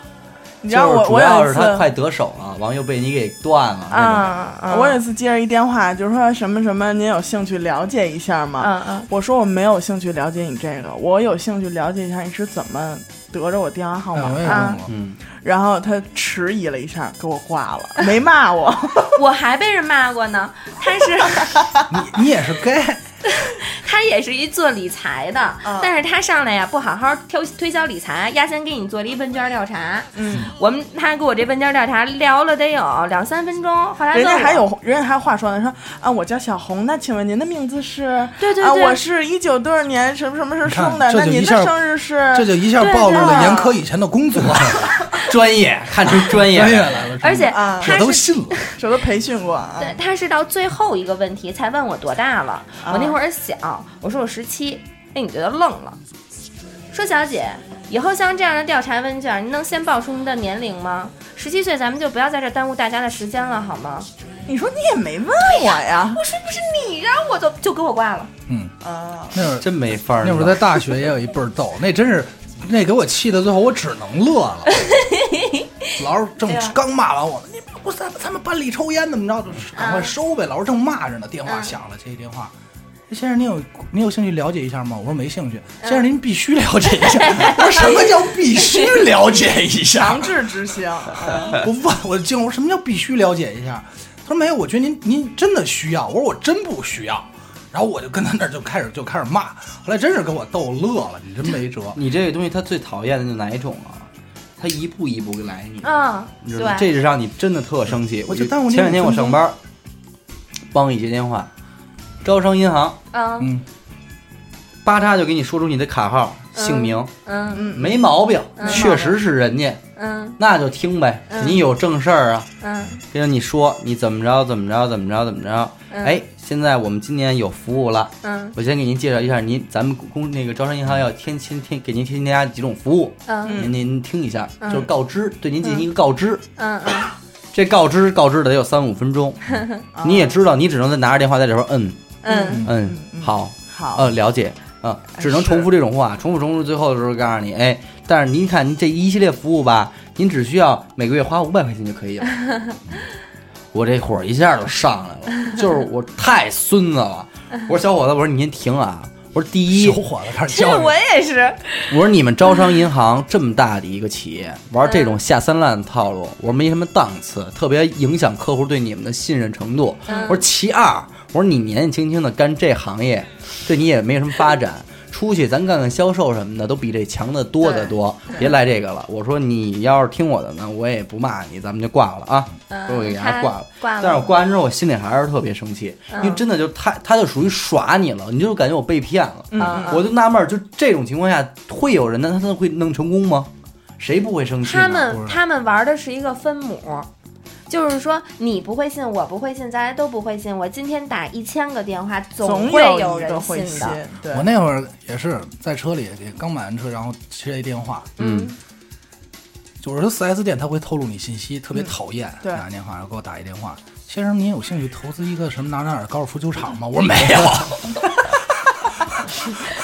[SPEAKER 2] 你知道
[SPEAKER 1] 就
[SPEAKER 2] 我
[SPEAKER 1] 是主
[SPEAKER 2] 我
[SPEAKER 1] 要
[SPEAKER 2] 有一
[SPEAKER 1] 是
[SPEAKER 2] 次
[SPEAKER 1] 他快得手了，完又被你给断了那种。
[SPEAKER 5] 啊，嗯
[SPEAKER 2] 我有一次接着一电话，就是说什么什么，您有兴趣了解一下吗？
[SPEAKER 5] 嗯嗯
[SPEAKER 2] 我说我没有兴趣了解你这个，我有兴趣了解一下你是怎么得着我电话号码。
[SPEAKER 4] 哎我也
[SPEAKER 5] 啊
[SPEAKER 4] 问过，
[SPEAKER 1] 嗯，
[SPEAKER 2] 然后他迟疑了一下，给我挂了，没骂
[SPEAKER 5] [LAUGHS]
[SPEAKER 2] 我。
[SPEAKER 5] 我还被人骂过呢。 [LAUGHS] 他是
[SPEAKER 2] [LAUGHS]
[SPEAKER 4] 你你也是该
[SPEAKER 5] 他也是一做理财的，
[SPEAKER 2] 嗯
[SPEAKER 5] 但是他上来呀不好好挑推销理财，压先给你做了一问卷调查。
[SPEAKER 2] 嗯，
[SPEAKER 5] 我们他给我这问卷调查聊了得有两三分钟，后来
[SPEAKER 2] 人
[SPEAKER 5] 问
[SPEAKER 2] 家
[SPEAKER 5] 我
[SPEAKER 2] 还有人家还有话说呢，说啊，我叫小红，那请问您的名字是？
[SPEAKER 5] 对对
[SPEAKER 2] 啊，
[SPEAKER 5] 对
[SPEAKER 2] 我是一九多少年什么什么时候生
[SPEAKER 4] 你看
[SPEAKER 2] 的？
[SPEAKER 4] 这
[SPEAKER 2] 那
[SPEAKER 4] 就
[SPEAKER 2] 您
[SPEAKER 4] 一下
[SPEAKER 2] 的生日是？
[SPEAKER 4] 这就一下暴露了严科以前的工作
[SPEAKER 1] [LAUGHS] 专业，看出专业
[SPEAKER 4] [LAUGHS] 专业
[SPEAKER 1] 来。
[SPEAKER 4] 来了，
[SPEAKER 5] 而且
[SPEAKER 2] 啊
[SPEAKER 5] 他
[SPEAKER 4] 我都
[SPEAKER 5] 啊是。
[SPEAKER 4] 信了。
[SPEAKER 2] 这都培训过啊。
[SPEAKER 5] 对，他是到最后一个问题才问我多大了。
[SPEAKER 2] 嗯
[SPEAKER 5] 我那会儿小，我说我十七，哎那女的就愣了，说小姐，以后像这样的调查问卷，您能先报出您的年龄吗？十七岁，咱们就不要在这耽误大家的时间了，好吗？
[SPEAKER 2] 你说你也没问我
[SPEAKER 4] [LAUGHS]
[SPEAKER 2] 呀？
[SPEAKER 5] 我说不是你让我就就给我挂了。
[SPEAKER 4] 嗯，
[SPEAKER 2] 啊，
[SPEAKER 4] 那会儿
[SPEAKER 1] 真没法儿
[SPEAKER 4] 那
[SPEAKER 1] 弄。
[SPEAKER 4] 会儿在大学也有一倍儿逗，那真是那给我气的，最后我只能乐了。老师正刚骂完我们，你不咱们咱们班里抽烟怎么着？就是赶快收呗！老师正骂着呢，电话响了，接一电话。先生，您有您有兴趣了解一下吗？我说没兴趣。先生，您必须了解一下。我说什么叫必须了解一下
[SPEAKER 2] 强？制执行。啊
[SPEAKER 4] 我问我惊了，我说什么叫必须了解一下？他说没有，我觉得您您真的需要。我说我真不需要。然后我就跟他那儿就开始就开始骂，后来真是给我逗乐了，你真没辙。
[SPEAKER 1] 你这个东西，他最讨厌的就哪一种啊？ [LAUGHS] 他一步一步来你，
[SPEAKER 5] 嗯，
[SPEAKER 1] 你知道吗？
[SPEAKER 5] 对，
[SPEAKER 1] 这是让你真的特生气。
[SPEAKER 4] 我就
[SPEAKER 1] 就
[SPEAKER 4] 耽误你
[SPEAKER 1] 前两天
[SPEAKER 4] 五
[SPEAKER 1] 我
[SPEAKER 4] 分钟
[SPEAKER 1] 上班，帮你接电话，招商银行，
[SPEAKER 5] 嗯
[SPEAKER 4] 嗯，
[SPEAKER 1] 巴嚓就给你说出你的卡号、姓名，
[SPEAKER 5] 嗯
[SPEAKER 2] 嗯，
[SPEAKER 1] 没毛病，
[SPEAKER 5] 嗯
[SPEAKER 1] 确实是人家，
[SPEAKER 5] 嗯
[SPEAKER 1] 那就听呗。
[SPEAKER 5] 嗯
[SPEAKER 1] 你有正事儿啊，
[SPEAKER 5] 嗯
[SPEAKER 1] 跟你说你怎么着怎么着怎么着怎么着。
[SPEAKER 5] 嗯
[SPEAKER 1] 哎，现在我们今年有服务了，
[SPEAKER 5] 嗯
[SPEAKER 1] 我先给您介绍一下，您咱们公那个招商银行要添添添给您添加几种服务，
[SPEAKER 5] 嗯
[SPEAKER 1] 您您听一下，
[SPEAKER 5] 嗯
[SPEAKER 1] 就是告知，对您进行一个告知。
[SPEAKER 5] 嗯嗯，
[SPEAKER 1] 这告知告知得有三五分
[SPEAKER 5] [LAUGHS]
[SPEAKER 1] 钟，你也知道，你只能在拿着电话在这边摁
[SPEAKER 5] 哦嗯啊
[SPEAKER 1] 摁，好，
[SPEAKER 2] 好，
[SPEAKER 1] 呃，了解，嗯，只能重复这种话，重复重复，最后的时候告诉你，哎，但是您看您这一系列服务吧，您只需要每个月花五百块钱就可
[SPEAKER 5] [LAUGHS]
[SPEAKER 1] 以了。我这火一下就上来了，就是我太孙子
[SPEAKER 5] [LAUGHS]
[SPEAKER 1] 了。我说小伙子，我说你先停啊。我说第一
[SPEAKER 4] [LAUGHS] 小，伙子开始
[SPEAKER 5] 其实
[SPEAKER 4] 教育
[SPEAKER 5] 我也是，
[SPEAKER 1] [LAUGHS] 我说你们招商银行这么大的一个企业，玩这种下三滥的套路，我说没什么档次，特别影响客户对你们的信任程度。
[SPEAKER 5] 嗯
[SPEAKER 1] 我说其二，我说你年纪轻轻的干这行业，对你也没什么发展。出去咱干干销售什么的，都比这强的多得多。别来这个了。我说你要是听我的呢，我也不骂你，咱们就挂了啊。
[SPEAKER 5] 嗯
[SPEAKER 1] 所以我给他挂了。
[SPEAKER 5] 挂了
[SPEAKER 1] 但是我挂完之后，我心里还是特别生气，
[SPEAKER 5] 嗯
[SPEAKER 1] 因为真的就他他就属于耍你了，你就感觉我被骗了。
[SPEAKER 5] 嗯
[SPEAKER 1] 我就纳闷儿，就这种情况下，会有人呢？他会弄成功吗？谁不会生气呢？
[SPEAKER 5] 他
[SPEAKER 4] 不
[SPEAKER 5] 们
[SPEAKER 4] 是
[SPEAKER 5] 他们玩的是一个分母，就是说你不会信，我不会信，大家都不会信。我今天打一千个电话，
[SPEAKER 2] 总
[SPEAKER 5] 会
[SPEAKER 2] 有一
[SPEAKER 5] 人
[SPEAKER 2] 个会
[SPEAKER 5] 信
[SPEAKER 2] 信
[SPEAKER 5] 的。，
[SPEAKER 2] 对
[SPEAKER 4] 我，那会儿也是在车里，也刚买完车，然后接一电话，
[SPEAKER 1] 嗯，
[SPEAKER 4] 就是说四 S 店他会透露你信息，
[SPEAKER 1] 嗯
[SPEAKER 4] 特别讨厌。
[SPEAKER 2] 对
[SPEAKER 4] 打一电话，然后给我打一电话，先生您有兴趣投资一个什么哪哪哪高尔夫球场吗？我说没有， [LAUGHS]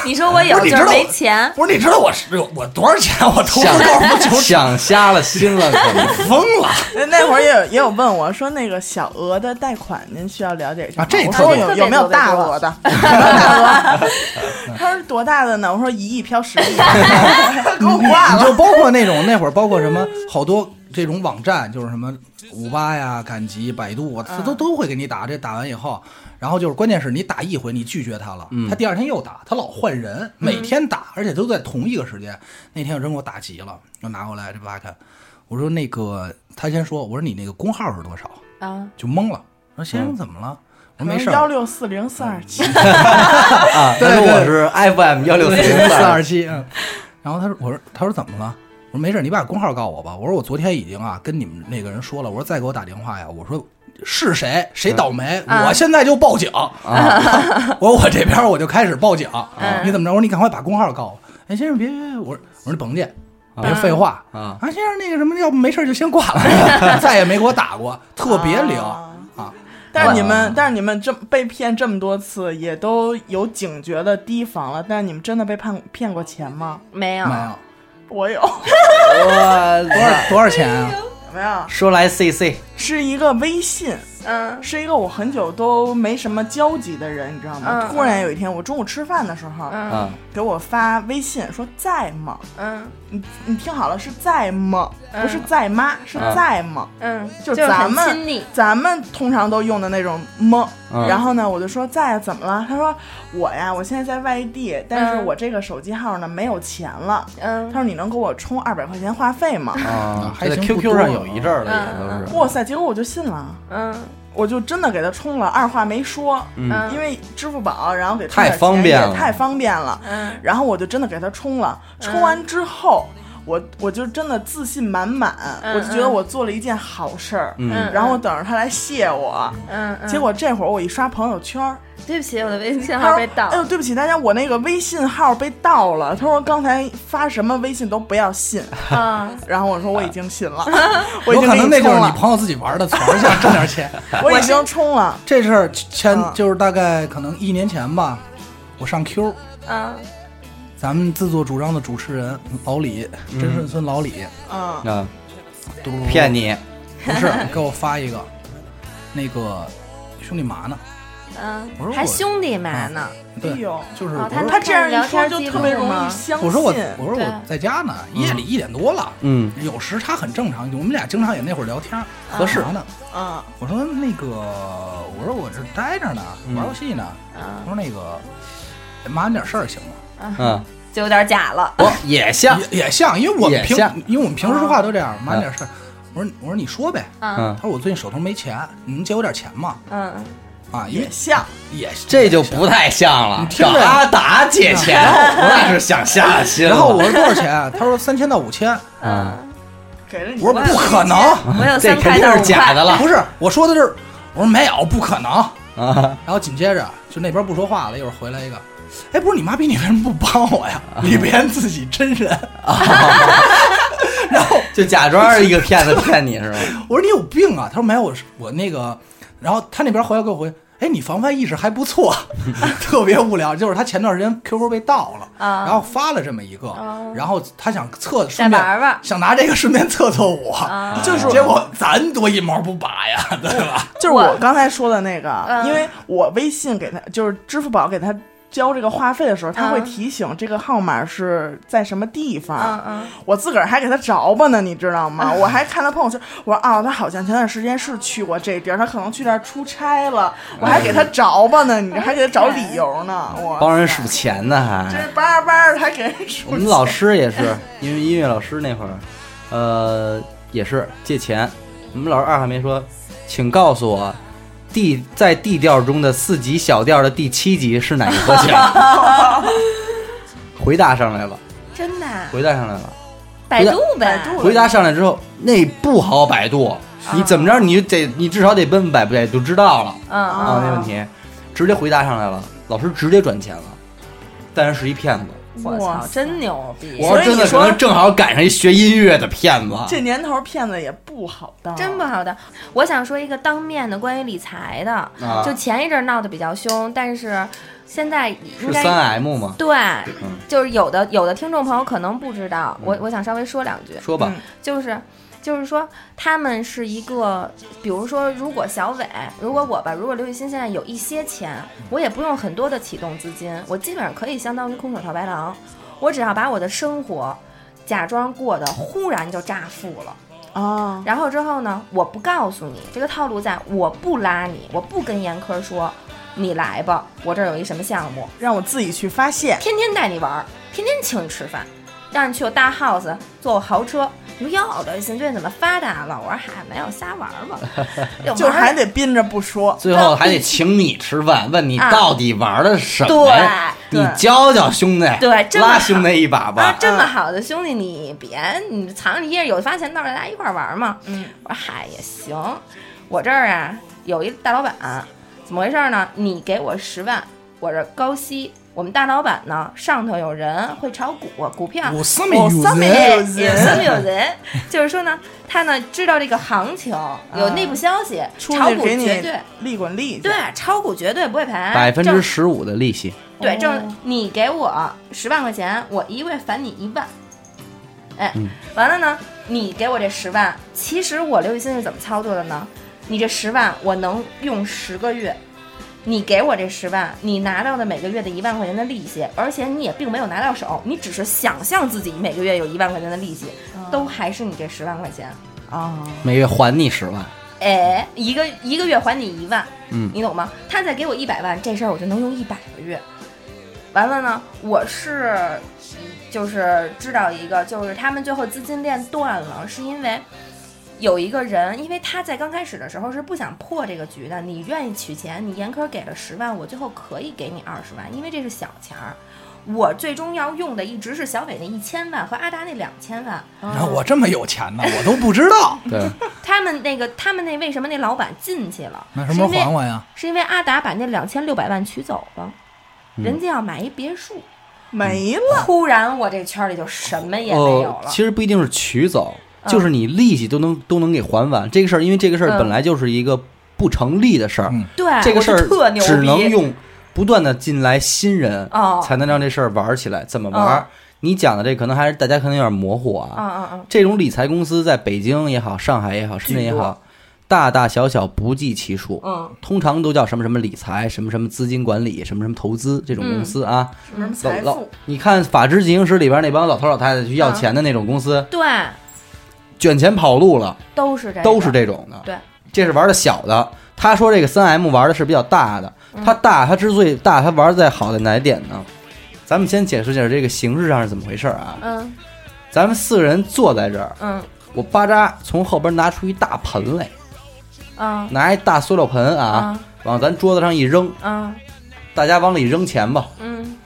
[SPEAKER 5] 你说我有
[SPEAKER 4] 不是你
[SPEAKER 5] 就
[SPEAKER 4] 知道
[SPEAKER 5] 是
[SPEAKER 4] 我
[SPEAKER 5] 没钱，
[SPEAKER 4] 我说你知道我是我我多少钱？我投资
[SPEAKER 1] 想
[SPEAKER 4] 高尔夫球场，
[SPEAKER 1] 想 [LAUGHS] 瞎了心了，可能
[SPEAKER 4] 疯了。
[SPEAKER 2] [LAUGHS] 那那会儿也有也有问我说，那个小额的贷款您需要了解一下吗。
[SPEAKER 4] 啊这
[SPEAKER 2] 我
[SPEAKER 4] 特
[SPEAKER 2] 说
[SPEAKER 4] 别
[SPEAKER 2] 有
[SPEAKER 5] 多
[SPEAKER 2] 有没有
[SPEAKER 5] 特别多
[SPEAKER 2] 大额
[SPEAKER 4] [LAUGHS]
[SPEAKER 2] 的？有没有大额？他说多大的呢？我说一亿飘十
[SPEAKER 4] [LAUGHS]
[SPEAKER 2] 亿，给我挂
[SPEAKER 4] 你
[SPEAKER 2] 了。
[SPEAKER 4] 就包括那种那会儿，包括什么好多这种网站，就是什么五八呀、赶集、百度，
[SPEAKER 2] 嗯
[SPEAKER 4] 啊，这都都会给你打。这打完以后，然后就是关键是你打一回，你拒绝他了，他第二天又打，他老换人，
[SPEAKER 2] 嗯
[SPEAKER 4] 每天打，而且都在同一个时间。那天有人给我打急了，我拿过来这八看，我说那个他先说，我说你那个工号是多少？
[SPEAKER 5] 啊，
[SPEAKER 4] 就懵了，我说先生怎么了？我说没事
[SPEAKER 2] 幺
[SPEAKER 4] 儿，
[SPEAKER 2] 六四零四二
[SPEAKER 4] [LAUGHS]
[SPEAKER 1] [LAUGHS]
[SPEAKER 2] 七，
[SPEAKER 1] 啊。他
[SPEAKER 4] 对
[SPEAKER 1] 说
[SPEAKER 4] 对
[SPEAKER 1] 我是 FM [LAUGHS] 幺六四零
[SPEAKER 4] 四
[SPEAKER 1] 四
[SPEAKER 4] 二七。嗯，然后他说，我说，他说怎么了？我说没事，你把工号告我吧。我说我昨天已经啊跟你们那个人说了，我说再给我打电话呀。我说是谁谁倒霉，
[SPEAKER 2] 嗯
[SPEAKER 5] 啊
[SPEAKER 4] 我现在就报警。
[SPEAKER 1] 啊，
[SPEAKER 4] 我说我这边我就开始报警，
[SPEAKER 5] 嗯
[SPEAKER 4] 你怎么着？我说你赶快把工号告我。哎，先生别别，别我说我说你甭介，别废话
[SPEAKER 1] 啊
[SPEAKER 4] 先生那个什么，要不没事就先挂了， [LAUGHS] 再也没给我打过，特别灵
[SPEAKER 2] 啊
[SPEAKER 4] 啊。
[SPEAKER 2] 但是你们，但是你们这么被骗这么多次，也都有警觉的提防了。但是你们真的被骗骗过钱吗？
[SPEAKER 5] 没有
[SPEAKER 4] 没，有
[SPEAKER 2] 我有， [LAUGHS]
[SPEAKER 1] 我
[SPEAKER 4] 多少多少钱啊？
[SPEAKER 2] 没有，
[SPEAKER 1] 说来 CC
[SPEAKER 2] 是一个微信，
[SPEAKER 5] 嗯
[SPEAKER 2] 是一个我很久都没什么交集的人，你知道吗？
[SPEAKER 5] 嗯
[SPEAKER 2] 突然有一天，我中午吃饭的时候，
[SPEAKER 5] 嗯
[SPEAKER 1] 啊，
[SPEAKER 2] 给我发微信说在吗？
[SPEAKER 5] 嗯
[SPEAKER 2] 你你听好了，是在吗？
[SPEAKER 5] 嗯
[SPEAKER 2] 不是在妈，是
[SPEAKER 1] 嗯
[SPEAKER 2] 在吗？
[SPEAKER 5] 嗯，
[SPEAKER 2] 就是
[SPEAKER 5] 是
[SPEAKER 2] 咱
[SPEAKER 5] 很
[SPEAKER 2] 们
[SPEAKER 5] 亲密，
[SPEAKER 2] 咱们通常都用的那种么，
[SPEAKER 1] 嗯
[SPEAKER 2] 然后呢，我就说在呀，怎么了？他说我呀，我现在在外地，但是
[SPEAKER 5] 嗯
[SPEAKER 2] 我这个手机号呢没有钱了。他
[SPEAKER 5] 嗯
[SPEAKER 2] 说你能给我充二百块钱话费吗？
[SPEAKER 1] 啊，
[SPEAKER 4] 还
[SPEAKER 1] 在
[SPEAKER 4] 行不
[SPEAKER 1] QQ
[SPEAKER 4] 多
[SPEAKER 1] 上有一阵儿
[SPEAKER 5] 嗯
[SPEAKER 1] 了，也都是
[SPEAKER 2] 哇塞！结果我就信了，
[SPEAKER 5] 嗯
[SPEAKER 2] 我就真的给他充了，二话没说，
[SPEAKER 5] 嗯，
[SPEAKER 2] 因为支付宝，然后给充点
[SPEAKER 1] 太方便
[SPEAKER 2] 钱也
[SPEAKER 1] 了
[SPEAKER 2] 太方便了。
[SPEAKER 5] 嗯
[SPEAKER 2] 然后我就真的给他充了，充完之后，我我就真的自信满满，
[SPEAKER 5] 嗯
[SPEAKER 2] 我就觉得我做了一件好事儿。
[SPEAKER 5] 嗯，
[SPEAKER 2] 然后我等着他来谢我，
[SPEAKER 5] 嗯，嗯
[SPEAKER 2] 结果这会儿我一刷朋友圈儿，
[SPEAKER 5] 对不起，我的微信
[SPEAKER 2] 他
[SPEAKER 5] 号
[SPEAKER 2] 说
[SPEAKER 5] 被盗
[SPEAKER 2] 哎，呦，对不起大家，我那个微信号被盗了。他说刚才发什么微信都不要
[SPEAKER 4] [LAUGHS]
[SPEAKER 2] 信。
[SPEAKER 5] 嗯，
[SPEAKER 2] 然后我说我已经信了，
[SPEAKER 5] [LAUGHS]
[SPEAKER 2] 我已
[SPEAKER 4] 有
[SPEAKER 2] 经
[SPEAKER 4] 可
[SPEAKER 2] 给
[SPEAKER 4] 能那
[SPEAKER 2] 你
[SPEAKER 4] 就
[SPEAKER 2] 充
[SPEAKER 4] 是你
[SPEAKER 2] 了，
[SPEAKER 4] 朋友自己玩的，玩儿想挣点钱。
[SPEAKER 2] 我已经充了。
[SPEAKER 4] 这事儿前
[SPEAKER 2] 嗯
[SPEAKER 4] 就是大概可能一年前吧，我上 Q，
[SPEAKER 5] 嗯
[SPEAKER 4] 咱们自作主张的主持人老李，真顺村老李，
[SPEAKER 2] 嗯，
[SPEAKER 1] 啊，
[SPEAKER 4] 嘟
[SPEAKER 1] 骗？你
[SPEAKER 4] 不是，给我发一个，那个兄弟嘛呢？我说
[SPEAKER 5] 嗯，
[SPEAKER 4] 我
[SPEAKER 5] 还兄弟嘛呢，
[SPEAKER 2] 哎
[SPEAKER 4] 对，
[SPEAKER 2] 呦，
[SPEAKER 4] 就是
[SPEAKER 5] 哦
[SPEAKER 4] 我
[SPEAKER 5] 他
[SPEAKER 4] 说
[SPEAKER 2] 他这样一说
[SPEAKER 5] 聊天
[SPEAKER 2] 就
[SPEAKER 5] 记录
[SPEAKER 2] 特别容易
[SPEAKER 5] 吗
[SPEAKER 2] 相信。
[SPEAKER 4] 我说我我说
[SPEAKER 5] 对
[SPEAKER 4] 我在家呢，夜里一点多了，
[SPEAKER 1] 嗯，
[SPEAKER 4] 有时差很正常，我们俩经常也那会儿聊天，合适呢。
[SPEAKER 2] 嗯，
[SPEAKER 4] 我说那个，我说我这待着呢，玩游戏呢。我
[SPEAKER 5] 嗯
[SPEAKER 4] 说那个，忙点事儿行吗？
[SPEAKER 1] 嗯，
[SPEAKER 5] 就有点假了，
[SPEAKER 1] 我也像，
[SPEAKER 4] 也也像，因为我们
[SPEAKER 1] 也
[SPEAKER 4] 平
[SPEAKER 1] 像啊
[SPEAKER 4] 因为我们平时说话都这样，瞒点事儿。我说我说你说呗，
[SPEAKER 5] 嗯
[SPEAKER 1] 嗯
[SPEAKER 4] 他，说我最近手头没钱，你能借我点钱吗？
[SPEAKER 5] 嗯，
[SPEAKER 4] 啊，也
[SPEAKER 2] 也像。
[SPEAKER 4] 也
[SPEAKER 1] 这就不太像了
[SPEAKER 4] 你。听
[SPEAKER 1] 找
[SPEAKER 4] 着啊
[SPEAKER 1] 阿达借钱，那是想瞎了心了。
[SPEAKER 4] 然后我说多少
[SPEAKER 1] [LAUGHS]
[SPEAKER 4] 钱啊？他说三千到五千。
[SPEAKER 1] 嗯，
[SPEAKER 2] 给了你，
[SPEAKER 4] 我说不可能，
[SPEAKER 5] 我有
[SPEAKER 1] 这
[SPEAKER 5] 三
[SPEAKER 1] 肯
[SPEAKER 5] 块
[SPEAKER 1] 定
[SPEAKER 5] 到
[SPEAKER 1] 是
[SPEAKER 5] 五
[SPEAKER 1] 假
[SPEAKER 5] 块，
[SPEAKER 1] 的了
[SPEAKER 4] 不是我说的就是，我说没有，不可能。
[SPEAKER 1] 啊！
[SPEAKER 4] 然后紧接着就那边不说话了，一会儿回来一个，哎，不是你妈逼，你为什么不帮我
[SPEAKER 1] [LAUGHS]
[SPEAKER 4] 呀？里边自己真人，然后
[SPEAKER 1] 就假装一个骗子骗你是吧？
[SPEAKER 4] 我说你有病啊！他说没有，我是我那个，然后他那边回来给我回，哎，你防范意识还不错， [LAUGHS] 特别无聊。就是他前段时间 QQ 被盗了，
[SPEAKER 5] 啊
[SPEAKER 4] 然后发了这么一个，
[SPEAKER 5] 哦
[SPEAKER 4] 然后他想测，顺便
[SPEAKER 5] 再玩玩
[SPEAKER 4] 想拿这个顺便测测我，
[SPEAKER 5] 啊
[SPEAKER 2] 就是
[SPEAKER 4] 结果咱多一毛不拔呀，对吧？
[SPEAKER 2] 就是我刚才说的那个，因为我嗯微信给他，就是支付宝给他交这个话费的时候，他会提醒这个号码是在什么地
[SPEAKER 5] 嗯
[SPEAKER 2] 方。
[SPEAKER 5] 嗯，
[SPEAKER 2] 我自个儿还给他找吧呢，你知道吗？我还看他朋友圈，我说啊，他好像前段时间是去过这地儿，他可能去这儿出差了，我还给他找吧呢，你这还给他找理由呢，我
[SPEAKER 1] 帮人数钱呢还
[SPEAKER 2] 这。叭叭的还给人数
[SPEAKER 1] 我们老师也是，因为音乐老师那会儿，呃，也是借钱。我们老师二话没说，请告诉我，D 在 D 调中的四级小调的第七级是哪一和弦？ [LAUGHS] 回答上来了，
[SPEAKER 5] 真的啊，
[SPEAKER 1] 回答上来了，
[SPEAKER 5] 百度
[SPEAKER 2] 百
[SPEAKER 5] 呗，
[SPEAKER 2] 度
[SPEAKER 1] 回答上来之后，那不好百度，你怎么着你就得你至少得问问百百度知道了
[SPEAKER 5] 嗯嗯
[SPEAKER 1] 啊，没问题，直接回答上来了，老师直接转钱了，但是是一骗子。
[SPEAKER 5] 我
[SPEAKER 2] 哇
[SPEAKER 5] 操，
[SPEAKER 2] 塞
[SPEAKER 5] 真牛逼！
[SPEAKER 1] 我
[SPEAKER 2] 所以
[SPEAKER 1] 真的
[SPEAKER 2] 你
[SPEAKER 1] 可
[SPEAKER 2] 说
[SPEAKER 1] 能正好赶上一学音乐的骗子，
[SPEAKER 2] 这年头骗子也不好当，
[SPEAKER 5] 真不好的，我想说一个当面的关于理财的，
[SPEAKER 1] 啊
[SPEAKER 5] 就前一阵儿闹得比较凶，但是现在应
[SPEAKER 1] 是
[SPEAKER 5] 该
[SPEAKER 1] 三 M 吗？
[SPEAKER 5] 对
[SPEAKER 1] 嗯，
[SPEAKER 5] 就是有的有的听众朋友可能不知道，我我想稍微说两句，
[SPEAKER 1] 说吧
[SPEAKER 2] 嗯，
[SPEAKER 5] 就是就是说他们是一个，比如说如果小伟，如果我吧，如果刘雨欣现在有一些钱，我也不用很多的启动资金，我基本上可以相当于空手套白狼，我只要把我的生活假装过得忽然就炸富了。
[SPEAKER 2] 啊，
[SPEAKER 5] 然后之后呢，我不告诉你这个套路在，我不拉你，我不跟严科说，你来吧，我这儿有一什么项目，
[SPEAKER 2] 让我自己去发现。
[SPEAKER 5] 天天带你玩儿，天天请你吃饭，让你去我大 house 坐我豪车。你说哟，刘雨欣最近怎么发达了？我说嗨，没有瞎玩
[SPEAKER 2] [LAUGHS]
[SPEAKER 5] 儿嘛，就
[SPEAKER 2] 就
[SPEAKER 5] 玩儿啊
[SPEAKER 2] 还得憋着不说，
[SPEAKER 1] 最后还得请你吃饭，问你
[SPEAKER 5] 啊
[SPEAKER 1] 到底玩的什么呀？
[SPEAKER 5] 对
[SPEAKER 1] 你教教兄弟，
[SPEAKER 5] 对这么
[SPEAKER 1] 拉兄弟一把
[SPEAKER 5] 啊
[SPEAKER 1] 吧，。
[SPEAKER 5] 这么
[SPEAKER 2] 嗯
[SPEAKER 5] 好的兄弟，你别你藏着掖着，有发钱到这儿大家一块儿玩儿嘛。
[SPEAKER 2] 嗯，
[SPEAKER 5] 我说嗨也行，我这儿啊有一大老板，怎么回事呢？你给我十万，我这高息。我们大老板呢，上头有人会炒股股票，
[SPEAKER 4] 我上面
[SPEAKER 5] 我
[SPEAKER 4] 有
[SPEAKER 5] 上
[SPEAKER 4] 人
[SPEAKER 5] 面
[SPEAKER 2] [LAUGHS]
[SPEAKER 5] 有上面有人，就是说呢，他呢知道这个行情，有内部消息，
[SPEAKER 2] 出
[SPEAKER 5] 炒
[SPEAKER 2] 去
[SPEAKER 5] 股
[SPEAKER 2] 给你
[SPEAKER 5] 绝对
[SPEAKER 2] 利滚利去。
[SPEAKER 5] 对，炒股绝对不会赔，
[SPEAKER 1] 百分
[SPEAKER 5] 正
[SPEAKER 1] 之十五的利息，
[SPEAKER 5] 对，正你给我十万块钱，我一个月返你一万。哎，完了呢，你给我这十万，其实我刘雨欣是怎么操作的呢？你这十万我能用十个月，你给我这十万，你拿到的每个月的一万块钱的利息，而且你也并没有拿到手，你只是想象自己每个月有一万块钱的利息，都还是你这十万块钱。
[SPEAKER 2] 啊，
[SPEAKER 1] 每月还你十万。
[SPEAKER 5] 哎，一个一个月还你一万，
[SPEAKER 1] 嗯
[SPEAKER 5] 你懂吗？他再给我一百万，这事儿我就能用一百个月。完了呢，我是就是知道一个，就是他们最后资金链断了，是因为有一个人，因为他在刚开始的时候是不想破这个局的。你愿意取钱，你严苛给了十万，我最后可以给你二十万，因为这是小钱儿。我最终要用的一直是小伟那一千万和阿达那两千万，
[SPEAKER 4] 然后我这么有钱呢，我都不
[SPEAKER 5] [LAUGHS]
[SPEAKER 4] 知道。
[SPEAKER 1] 对，
[SPEAKER 5] 他们那个他们那为什么那老板进去了？
[SPEAKER 4] 那什么时候
[SPEAKER 5] 是因为
[SPEAKER 4] 还我呀？
[SPEAKER 5] 是因为阿达把那两千六百万取走了，
[SPEAKER 1] 嗯
[SPEAKER 5] 人家要买一别墅。
[SPEAKER 2] 没了，
[SPEAKER 5] 突然，我这圈里就什么也没有
[SPEAKER 1] 哦，
[SPEAKER 5] 了。
[SPEAKER 1] 其实不一定是取走，
[SPEAKER 5] 嗯
[SPEAKER 1] 就是你利息都能都能给还完。这个事儿，因为这个事儿
[SPEAKER 5] 嗯
[SPEAKER 1] 本来就是一个不成立的事儿，
[SPEAKER 4] 嗯
[SPEAKER 5] 对，
[SPEAKER 1] 这个事
[SPEAKER 5] 我就特
[SPEAKER 1] 儿
[SPEAKER 5] 牛逼
[SPEAKER 1] 只能用不断的进来新人
[SPEAKER 5] 哦，
[SPEAKER 1] 才能让这事儿玩起来。怎么玩儿？你讲的这可能还是大家可能有点模糊啊。
[SPEAKER 5] 嗯嗯嗯，
[SPEAKER 1] 这种理财公司在北京也好，上海也好，深圳也好，大大小小不计其数。
[SPEAKER 5] 嗯，
[SPEAKER 1] 通常都叫什么什么理财，什么什么资金管理，什么什么投资这种
[SPEAKER 5] 嗯
[SPEAKER 1] 公司啊。
[SPEAKER 2] 什么财
[SPEAKER 1] 老老
[SPEAKER 2] 富，，
[SPEAKER 1] 你看《法制进行时》里边那帮老头老太太去要
[SPEAKER 5] 啊
[SPEAKER 1] 钱的那种公司，
[SPEAKER 5] 对，
[SPEAKER 1] 卷钱跑路了，
[SPEAKER 5] 都是这个，
[SPEAKER 1] 都是这种的。
[SPEAKER 5] 对，
[SPEAKER 1] 这是玩的小的。他说这个三 M 玩的是比较大的，它大，它之所以大，它玩的在好在哪一点呢？咱们先解释解释这个形式上是怎么回事儿啊。
[SPEAKER 5] 嗯
[SPEAKER 1] 咱们四个人坐在这儿，
[SPEAKER 5] 嗯
[SPEAKER 1] 我巴扎从后边拿出一大盆来，
[SPEAKER 5] 嗯
[SPEAKER 1] 拿一大塑料盆啊，往咱桌子上一扔，
[SPEAKER 5] 嗯
[SPEAKER 1] 大家往里扔钱吧。
[SPEAKER 5] 嗯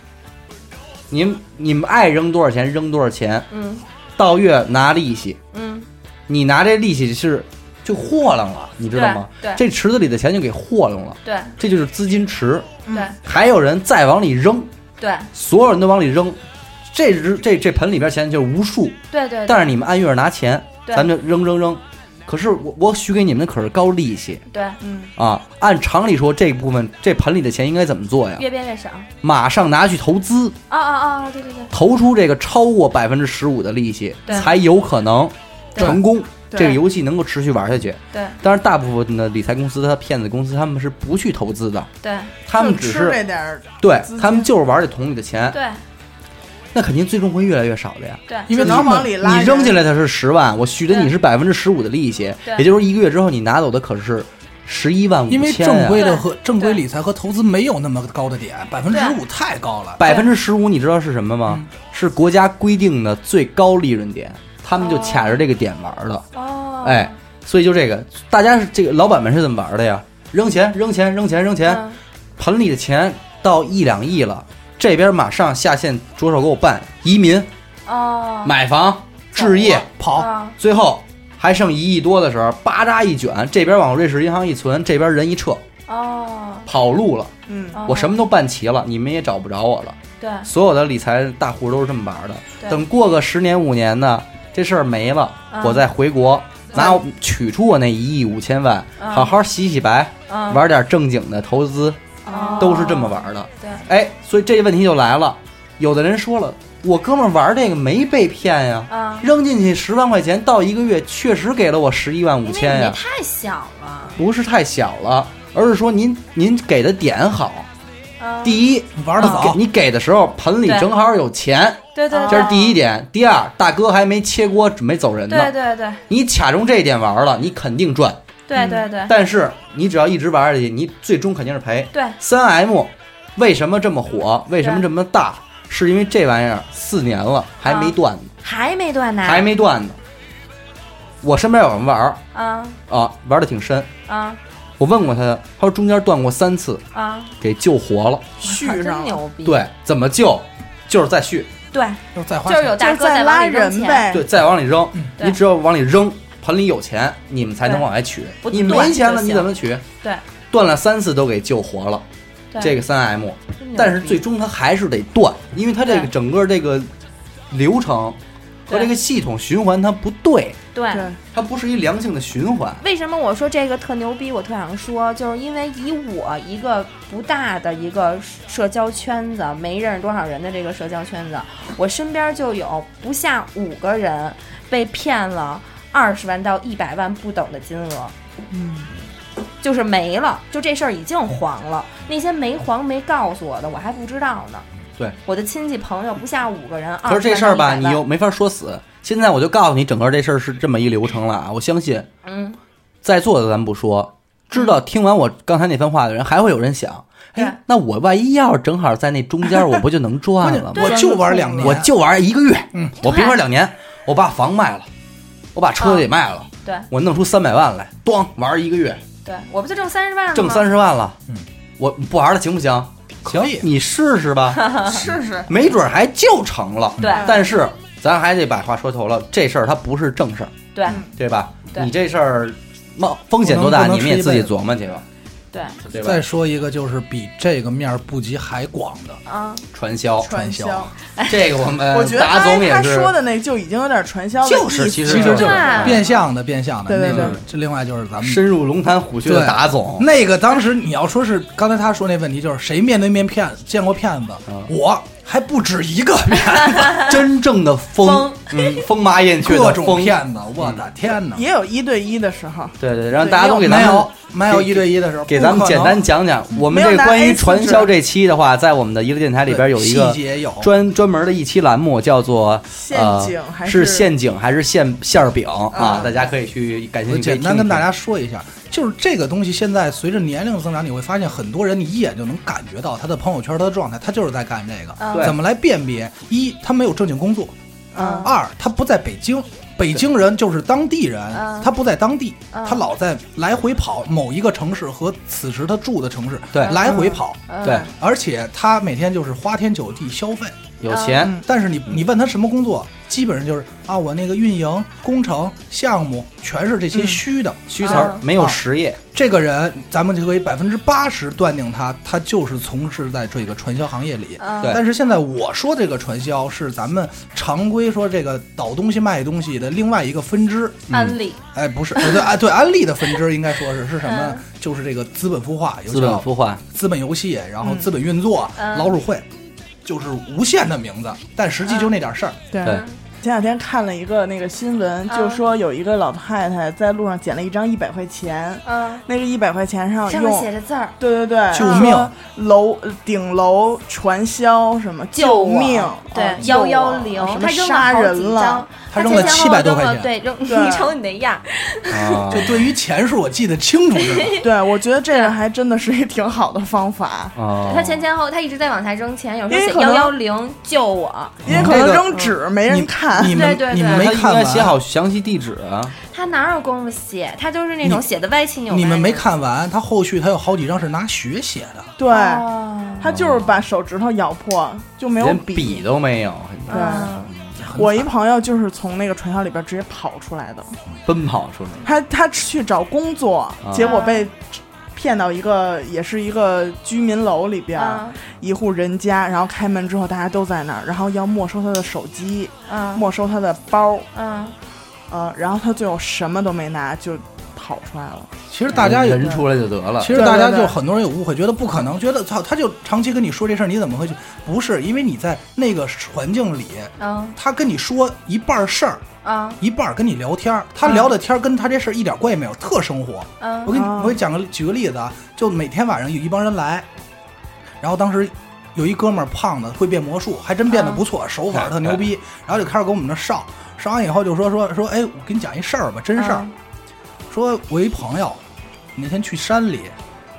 [SPEAKER 1] 你们你们爱扔多少钱扔多少钱，
[SPEAKER 5] 嗯
[SPEAKER 1] 到月拿利息。
[SPEAKER 5] 嗯，
[SPEAKER 1] 你拿这利息是就豁楞了，你知道吗？
[SPEAKER 5] 对对
[SPEAKER 1] 这池子里的钱就给豁楞了，
[SPEAKER 5] 对
[SPEAKER 1] 这就是资金池。
[SPEAKER 5] 对
[SPEAKER 1] 还有人再往里扔，
[SPEAKER 5] 对
[SPEAKER 1] 所有人都往里扔，这只这这盆里边钱就是无数，
[SPEAKER 5] 对对，
[SPEAKER 1] 但是你们按月拿钱，
[SPEAKER 5] 对
[SPEAKER 1] 咱们就扔扔扔，可是我我许给你们的可是高利息
[SPEAKER 5] 对，
[SPEAKER 2] 嗯
[SPEAKER 1] 啊，按常理说这部分这盆里的钱应该怎么做呀？
[SPEAKER 5] 越变越少。啊
[SPEAKER 1] 马上拿去投资，
[SPEAKER 5] 啊啊！对对对，
[SPEAKER 1] 投出这个超过百分之十五的利息，
[SPEAKER 5] 对
[SPEAKER 1] 才有可能
[SPEAKER 5] 对
[SPEAKER 1] 成功，
[SPEAKER 2] 对
[SPEAKER 1] 这个游戏能够持续玩下去。
[SPEAKER 5] 对
[SPEAKER 1] 但是大部分的理财公司、他骗子公司，他们是不去投资的，
[SPEAKER 5] 对
[SPEAKER 1] 他们
[SPEAKER 2] 就
[SPEAKER 1] 只
[SPEAKER 2] 吃
[SPEAKER 1] 是
[SPEAKER 2] 这点儿，
[SPEAKER 1] 对
[SPEAKER 2] 资金
[SPEAKER 1] 他们就是玩这桶里的钱，
[SPEAKER 5] 对
[SPEAKER 1] 那肯定最终会越来越少的呀。
[SPEAKER 5] 对
[SPEAKER 4] 因为
[SPEAKER 2] 只
[SPEAKER 4] 他
[SPEAKER 2] 能
[SPEAKER 4] 们
[SPEAKER 2] 往里拉
[SPEAKER 1] 你
[SPEAKER 2] 人。
[SPEAKER 1] 扔进来的是十万，我许的你是百分之十五的利息，
[SPEAKER 5] 对
[SPEAKER 1] 也就是一个月之后你拿走的可是十一万五
[SPEAKER 4] 因为
[SPEAKER 1] 千
[SPEAKER 4] 正
[SPEAKER 1] 呀。
[SPEAKER 4] 规的和正规理财和投资没有那么高的点，百分之十五太高了。
[SPEAKER 1] 百分之十五，你知道是什么吗？
[SPEAKER 2] 嗯
[SPEAKER 1] 是国家规定的最高利润点，他们就卡着这个点玩的。
[SPEAKER 5] 哦，
[SPEAKER 1] 哎，所以就这个，大家是这个老板们是怎么玩的呀？扔钱，扔钱，扔钱，扔钱，
[SPEAKER 5] 嗯
[SPEAKER 1] 盆里的钱到一两亿了，这边马上下线着手给我办移民、
[SPEAKER 5] 哦，
[SPEAKER 1] 买房、置业，
[SPEAKER 4] 跑，
[SPEAKER 5] 啊
[SPEAKER 1] 最后还剩一亿多的时候，巴扎一卷，这边往瑞士银行一存，这边人一撤，
[SPEAKER 5] 哦，
[SPEAKER 1] 跑路了。
[SPEAKER 2] 嗯，
[SPEAKER 5] 哦
[SPEAKER 1] 我什么都办齐了，你们也找不着我了。
[SPEAKER 5] 对
[SPEAKER 1] 所有的理财大户都是这么玩的。
[SPEAKER 5] 啊对
[SPEAKER 1] 等过个十年五年呢，这事儿没了，
[SPEAKER 5] 嗯
[SPEAKER 1] 我再回国拿我取出我那一亿五千万，
[SPEAKER 5] 嗯
[SPEAKER 1] 好好洗洗白，
[SPEAKER 5] 嗯
[SPEAKER 1] 玩点正经的投资，
[SPEAKER 5] 哦
[SPEAKER 1] 都是这么玩的。
[SPEAKER 5] 对
[SPEAKER 1] 哎，所以这问题就来了，有的人说了，我哥们儿玩这个没被骗呀。
[SPEAKER 5] 啊，
[SPEAKER 1] 扔进去十万块钱，到一个月确实给了我十一万
[SPEAKER 5] 因
[SPEAKER 1] 五
[SPEAKER 5] 为你
[SPEAKER 1] 千
[SPEAKER 5] 那
[SPEAKER 1] 呀，
[SPEAKER 5] 太小了，
[SPEAKER 1] 不是太小了，而是说您您给的点好。
[SPEAKER 5] 啊
[SPEAKER 1] 第一，
[SPEAKER 4] 玩的早
[SPEAKER 1] 给，你给的时候盆里
[SPEAKER 5] 对
[SPEAKER 1] 正好有钱，
[SPEAKER 5] 对对，
[SPEAKER 1] 这是第一点。第二，大哥还没切锅，准备走人
[SPEAKER 5] 对
[SPEAKER 1] 呢。
[SPEAKER 5] 对对
[SPEAKER 1] 你卡中这一点玩了，你肯定赚，
[SPEAKER 5] 对对对
[SPEAKER 1] 但是你只要一直玩下去，你最终肯定是赔。
[SPEAKER 5] 对
[SPEAKER 1] 三 M 为什么这么火？为什么
[SPEAKER 5] 对
[SPEAKER 1] 这么大？是因为这玩意儿四年了还没断呢，
[SPEAKER 5] 还没断奶，
[SPEAKER 1] 还没断呢。我身边有人玩儿
[SPEAKER 5] 啊
[SPEAKER 1] 啊，玩的挺深。
[SPEAKER 5] 啊
[SPEAKER 1] 我问过他，他说中间断过三次，
[SPEAKER 5] 啊，
[SPEAKER 1] 给救活了。
[SPEAKER 2] 续
[SPEAKER 5] 真
[SPEAKER 2] 上了，
[SPEAKER 5] 牛逼，
[SPEAKER 1] 对，怎么救？就是再续，
[SPEAKER 5] 对，
[SPEAKER 4] 就是再花
[SPEAKER 5] 就是有
[SPEAKER 4] 钱。
[SPEAKER 5] 大
[SPEAKER 2] 就是
[SPEAKER 5] 哥
[SPEAKER 2] 再
[SPEAKER 5] 在往
[SPEAKER 2] 拉
[SPEAKER 5] 里扔
[SPEAKER 2] 人
[SPEAKER 5] 钱，
[SPEAKER 2] 呗。
[SPEAKER 1] 对，再往里扔。
[SPEAKER 5] 嗯对
[SPEAKER 1] 你只有往里扔，盆里有钱，你们才能往外取
[SPEAKER 5] 不。
[SPEAKER 1] 你
[SPEAKER 5] 断
[SPEAKER 1] 没
[SPEAKER 5] 就
[SPEAKER 1] 钱了，
[SPEAKER 5] 行
[SPEAKER 1] 你怎么取？
[SPEAKER 5] 对，
[SPEAKER 1] 断了三次都给救活了。这个三 M，
[SPEAKER 5] 真牛
[SPEAKER 1] 但是
[SPEAKER 5] 逼
[SPEAKER 1] 最终它还是得断，因为它这个
[SPEAKER 5] 嗯对
[SPEAKER 1] 整个这个流程和
[SPEAKER 5] 对
[SPEAKER 1] 这个系统循环它不对，
[SPEAKER 5] 对
[SPEAKER 2] 对，
[SPEAKER 5] [LAUGHS]
[SPEAKER 1] 它不是一良性的循环。
[SPEAKER 5] 为什么我说这个特牛逼？我特想说，就是因为以我一个不大的一个社交圈子，没认识多少人的这个社交圈子，我身边就有不下五个人被骗了二十万到一百万不等的金额。嗯，就是没了，就这事儿已经黄了。那些没黄没告诉我的，我还不知道呢。
[SPEAKER 1] 对，
[SPEAKER 5] 我的亲戚朋友不下五个人，
[SPEAKER 1] 可是这事儿吧，
[SPEAKER 5] 20万
[SPEAKER 1] 你
[SPEAKER 5] 到100万
[SPEAKER 1] 又没法说死。现在我就告诉你，整个这事儿是这么一流程了啊！我相信
[SPEAKER 5] 嗯，
[SPEAKER 1] 在座的咱不说，知道听完我刚才那番话的人，还会有人想：
[SPEAKER 5] 对
[SPEAKER 1] 哎，那我万一要是正好在那中间，我不就
[SPEAKER 5] [LAUGHS]
[SPEAKER 1] 能赚了吗？
[SPEAKER 4] 我就玩两年，
[SPEAKER 1] 我就玩一个月，
[SPEAKER 4] 嗯，
[SPEAKER 1] 我别玩两年，我把房卖了，我把车也卖了，
[SPEAKER 5] 嗯对
[SPEAKER 1] 我弄出三百万来，咣玩一个月，
[SPEAKER 5] 对，我不就挣三十万了
[SPEAKER 1] [LAUGHS]
[SPEAKER 5] 吗？
[SPEAKER 1] 挣三十万了，
[SPEAKER 4] 嗯，
[SPEAKER 1] 我不玩了行不行？
[SPEAKER 4] 可以
[SPEAKER 1] 你试试
[SPEAKER 4] [LAUGHS]
[SPEAKER 1] 吧，
[SPEAKER 2] 试试。
[SPEAKER 1] 没准还就成了。
[SPEAKER 5] 对
[SPEAKER 4] 嗯
[SPEAKER 1] 但是咱还得把话说头了，这事儿它不是正事儿，
[SPEAKER 5] 对
[SPEAKER 1] 对吧？
[SPEAKER 5] 对
[SPEAKER 1] 你这事儿冒风险多大，
[SPEAKER 4] 不能
[SPEAKER 1] 你们也自
[SPEAKER 4] 不能吃
[SPEAKER 1] 己
[SPEAKER 4] 一辈子
[SPEAKER 1] 琢磨去吧，
[SPEAKER 5] 对，
[SPEAKER 1] 对吧
[SPEAKER 4] 再？说一个，就是比这个面儿布局还广的，
[SPEAKER 5] 啊，
[SPEAKER 1] 传销，
[SPEAKER 2] 传
[SPEAKER 4] 销
[SPEAKER 2] 销，
[SPEAKER 1] 这个我们
[SPEAKER 2] [LAUGHS] 我觉得
[SPEAKER 1] 达
[SPEAKER 2] 他
[SPEAKER 1] 总也
[SPEAKER 2] 他
[SPEAKER 1] 是
[SPEAKER 2] 说的那就已经有点传销的
[SPEAKER 1] 就是
[SPEAKER 2] 意思
[SPEAKER 1] 其
[SPEAKER 4] 其实
[SPEAKER 1] 是
[SPEAKER 4] 就是
[SPEAKER 5] 对
[SPEAKER 4] 变相的，变相的。
[SPEAKER 2] 对对
[SPEAKER 4] 那个
[SPEAKER 2] 对
[SPEAKER 4] 这另外就是咱们
[SPEAKER 1] 深入龙潭虎穴的
[SPEAKER 4] 嗯对
[SPEAKER 1] 达
[SPEAKER 2] [LAUGHS]
[SPEAKER 1] 总，
[SPEAKER 4] 那个当时你要说是刚才他说那问题，就是谁面对面骗见过骗子
[SPEAKER 1] 嗯，
[SPEAKER 4] 我还不止一个
[SPEAKER 1] [LAUGHS]
[SPEAKER 4] 骗子，
[SPEAKER 1] 真正的疯，嗯，风马燕雀
[SPEAKER 4] 各
[SPEAKER 1] 的
[SPEAKER 4] 种
[SPEAKER 1] 疯。
[SPEAKER 4] 骗子，我的天哪！
[SPEAKER 2] 也有一对一的时候，
[SPEAKER 1] 对对，让大家都给咱
[SPEAKER 4] 没
[SPEAKER 1] 们
[SPEAKER 4] 有没有一对一的时候，
[SPEAKER 1] 给咱们简单讲讲我们这个关于传销这期的话，在我们的娱乐电台里边有一个
[SPEAKER 4] 细节有
[SPEAKER 1] 专专门的一期栏目，叫做
[SPEAKER 2] 陷阱还
[SPEAKER 1] 呃、是
[SPEAKER 2] 是
[SPEAKER 1] 陷阱还是馅馅儿饼啊
[SPEAKER 2] 啊？
[SPEAKER 1] 大家可以去感兴
[SPEAKER 4] 我
[SPEAKER 1] 趣可以
[SPEAKER 4] 简
[SPEAKER 1] 听一听，
[SPEAKER 4] 单跟大家说一下，就是这个东西现在随着年龄增长，你会发现很多人你一眼就能感觉到他的朋友圈、他的状态，他就是在干这
[SPEAKER 1] 对
[SPEAKER 4] 个。怎么来辨别？一，他没有正经工作；
[SPEAKER 2] 嗯
[SPEAKER 4] 二，他不在北京。北京人就是当地人，他不在当地，他老在来回跑某一个城市和此时他住的城市，
[SPEAKER 1] 对
[SPEAKER 4] 来回跑，
[SPEAKER 1] 对
[SPEAKER 4] 而且他每天就是花天酒地消费，
[SPEAKER 1] 有钱
[SPEAKER 2] 嗯
[SPEAKER 4] 但是你你问他什么工作，基本上就是啊，我那个运营、工程、项目全是这些虚的。
[SPEAKER 1] 嗯虚词儿
[SPEAKER 4] 嗯
[SPEAKER 3] 啊
[SPEAKER 1] 没有实业，
[SPEAKER 4] 这个人，咱们就可以百分之八十断定他，他就是从事在这个传销行业里。
[SPEAKER 3] 嗯
[SPEAKER 1] 对
[SPEAKER 4] 但是现在我说这个传销是咱们常规说这个倒东西卖东西的另外一个分支，
[SPEAKER 5] 安利
[SPEAKER 4] 哎，不是，哎对，哎对，安利的分支应
[SPEAKER 1] [LAUGHS]
[SPEAKER 4] 该说是是什么
[SPEAKER 1] 嗯
[SPEAKER 4] 呢？就是这个资本孵化，又
[SPEAKER 1] 资本
[SPEAKER 4] 叫
[SPEAKER 1] 孵化，
[SPEAKER 4] 资本游戏，然后资本运作，
[SPEAKER 5] 嗯
[SPEAKER 4] 老鼠会，就是无限的名字，但实际
[SPEAKER 1] 嗯
[SPEAKER 4] 就那点事儿。
[SPEAKER 2] 对
[SPEAKER 1] 对
[SPEAKER 2] 前两天看了一个那个新闻，
[SPEAKER 5] 嗯
[SPEAKER 2] 就说有一个老太太在路上捡了一张一百块钱，
[SPEAKER 5] 嗯，
[SPEAKER 2] 那个一百块钱
[SPEAKER 4] 嗯
[SPEAKER 2] 上
[SPEAKER 5] 上面写
[SPEAKER 2] 用。
[SPEAKER 5] 着字儿，
[SPEAKER 2] 对对对，
[SPEAKER 4] 救命！
[SPEAKER 2] 楼顶楼传销什么
[SPEAKER 5] 救我
[SPEAKER 2] 命？啊
[SPEAKER 5] 对
[SPEAKER 4] 哦
[SPEAKER 2] 救
[SPEAKER 5] 幺
[SPEAKER 2] 我啊
[SPEAKER 5] 幺零
[SPEAKER 2] 什，么
[SPEAKER 5] 他扔了
[SPEAKER 2] 杀
[SPEAKER 5] 好
[SPEAKER 2] 人
[SPEAKER 5] 几
[SPEAKER 2] 了
[SPEAKER 5] 张，，
[SPEAKER 4] 他扔
[SPEAKER 5] 前
[SPEAKER 4] 了
[SPEAKER 5] 前后
[SPEAKER 4] 700
[SPEAKER 5] 后
[SPEAKER 4] 多
[SPEAKER 5] 扔
[SPEAKER 4] 块
[SPEAKER 5] 了对，扔
[SPEAKER 2] 对
[SPEAKER 5] [LAUGHS] 你瞅你那样儿，
[SPEAKER 1] 啊
[SPEAKER 4] [LAUGHS] 就对于钱数，我记得清楚着呢。
[SPEAKER 2] 对，我觉得这个还真的是一挺好的方法，
[SPEAKER 4] 哦
[SPEAKER 1] 啊，
[SPEAKER 5] 他前前后他一直在往下扔钱，有时候
[SPEAKER 2] 因为
[SPEAKER 5] 写
[SPEAKER 2] 可
[SPEAKER 5] 幺
[SPEAKER 2] 能
[SPEAKER 5] 幺零救我，
[SPEAKER 2] [LAUGHS] 因为可能扔纸没人看。
[SPEAKER 4] 你们
[SPEAKER 5] 对对对
[SPEAKER 4] 你们
[SPEAKER 1] 他
[SPEAKER 4] 没
[SPEAKER 1] 应
[SPEAKER 4] 看
[SPEAKER 1] 该
[SPEAKER 4] 完，
[SPEAKER 1] 写好详细地址啊，
[SPEAKER 5] 他哪有功夫写？他就是那种
[SPEAKER 4] 你
[SPEAKER 5] 写的歪七扭歪。
[SPEAKER 4] 你们没？看完，他后续他有好几张是拿血写的。
[SPEAKER 2] 对，
[SPEAKER 5] 哦，
[SPEAKER 2] 他就是把手指头咬破，就没有
[SPEAKER 1] 连笔都没有，
[SPEAKER 5] 嗯
[SPEAKER 2] 对，
[SPEAKER 4] 很
[SPEAKER 2] 我一朋友就是从那个传销里边直接跑出来的，
[SPEAKER 1] 奔跑出来。
[SPEAKER 2] 他他去找工作，
[SPEAKER 1] 啊
[SPEAKER 2] 结果被骗到一个也是一个居民楼里边、
[SPEAKER 5] 嗯
[SPEAKER 2] 一户人家，然后开门之后大家都在那儿，然后要没收他的手机，
[SPEAKER 5] 嗯
[SPEAKER 2] 没收他的包，
[SPEAKER 5] 嗯，
[SPEAKER 2] 呃，然后他最后什么都没拿就跑出来了。
[SPEAKER 4] 其实大家有，
[SPEAKER 1] 人出来就得了，
[SPEAKER 4] 其实大家
[SPEAKER 2] 对对
[SPEAKER 4] 就
[SPEAKER 2] 对
[SPEAKER 4] 很多人有误会，觉得不可能，觉得操，他就长期跟你说这事儿，你怎么会去？不是，因为你在那个环境里，
[SPEAKER 5] 嗯
[SPEAKER 4] 他跟你说一半事儿，
[SPEAKER 5] 嗯
[SPEAKER 4] 一半跟你聊天儿，
[SPEAKER 2] 嗯
[SPEAKER 4] 他聊的天儿跟他这事儿一点关系没有，特生活。我
[SPEAKER 5] 嗯，
[SPEAKER 4] 给你，
[SPEAKER 2] 哦
[SPEAKER 4] 我给你讲个举个例子啊，就每天晚上有一帮人来，然后当时有一哥们儿胖的会变魔术，还真变得不错，手法儿特牛逼，然后就开始给我们这上，上完以后就说说说，哎，我给你讲一事儿吧，真事
[SPEAKER 5] 啊
[SPEAKER 4] 儿，说我一朋友那天去山里，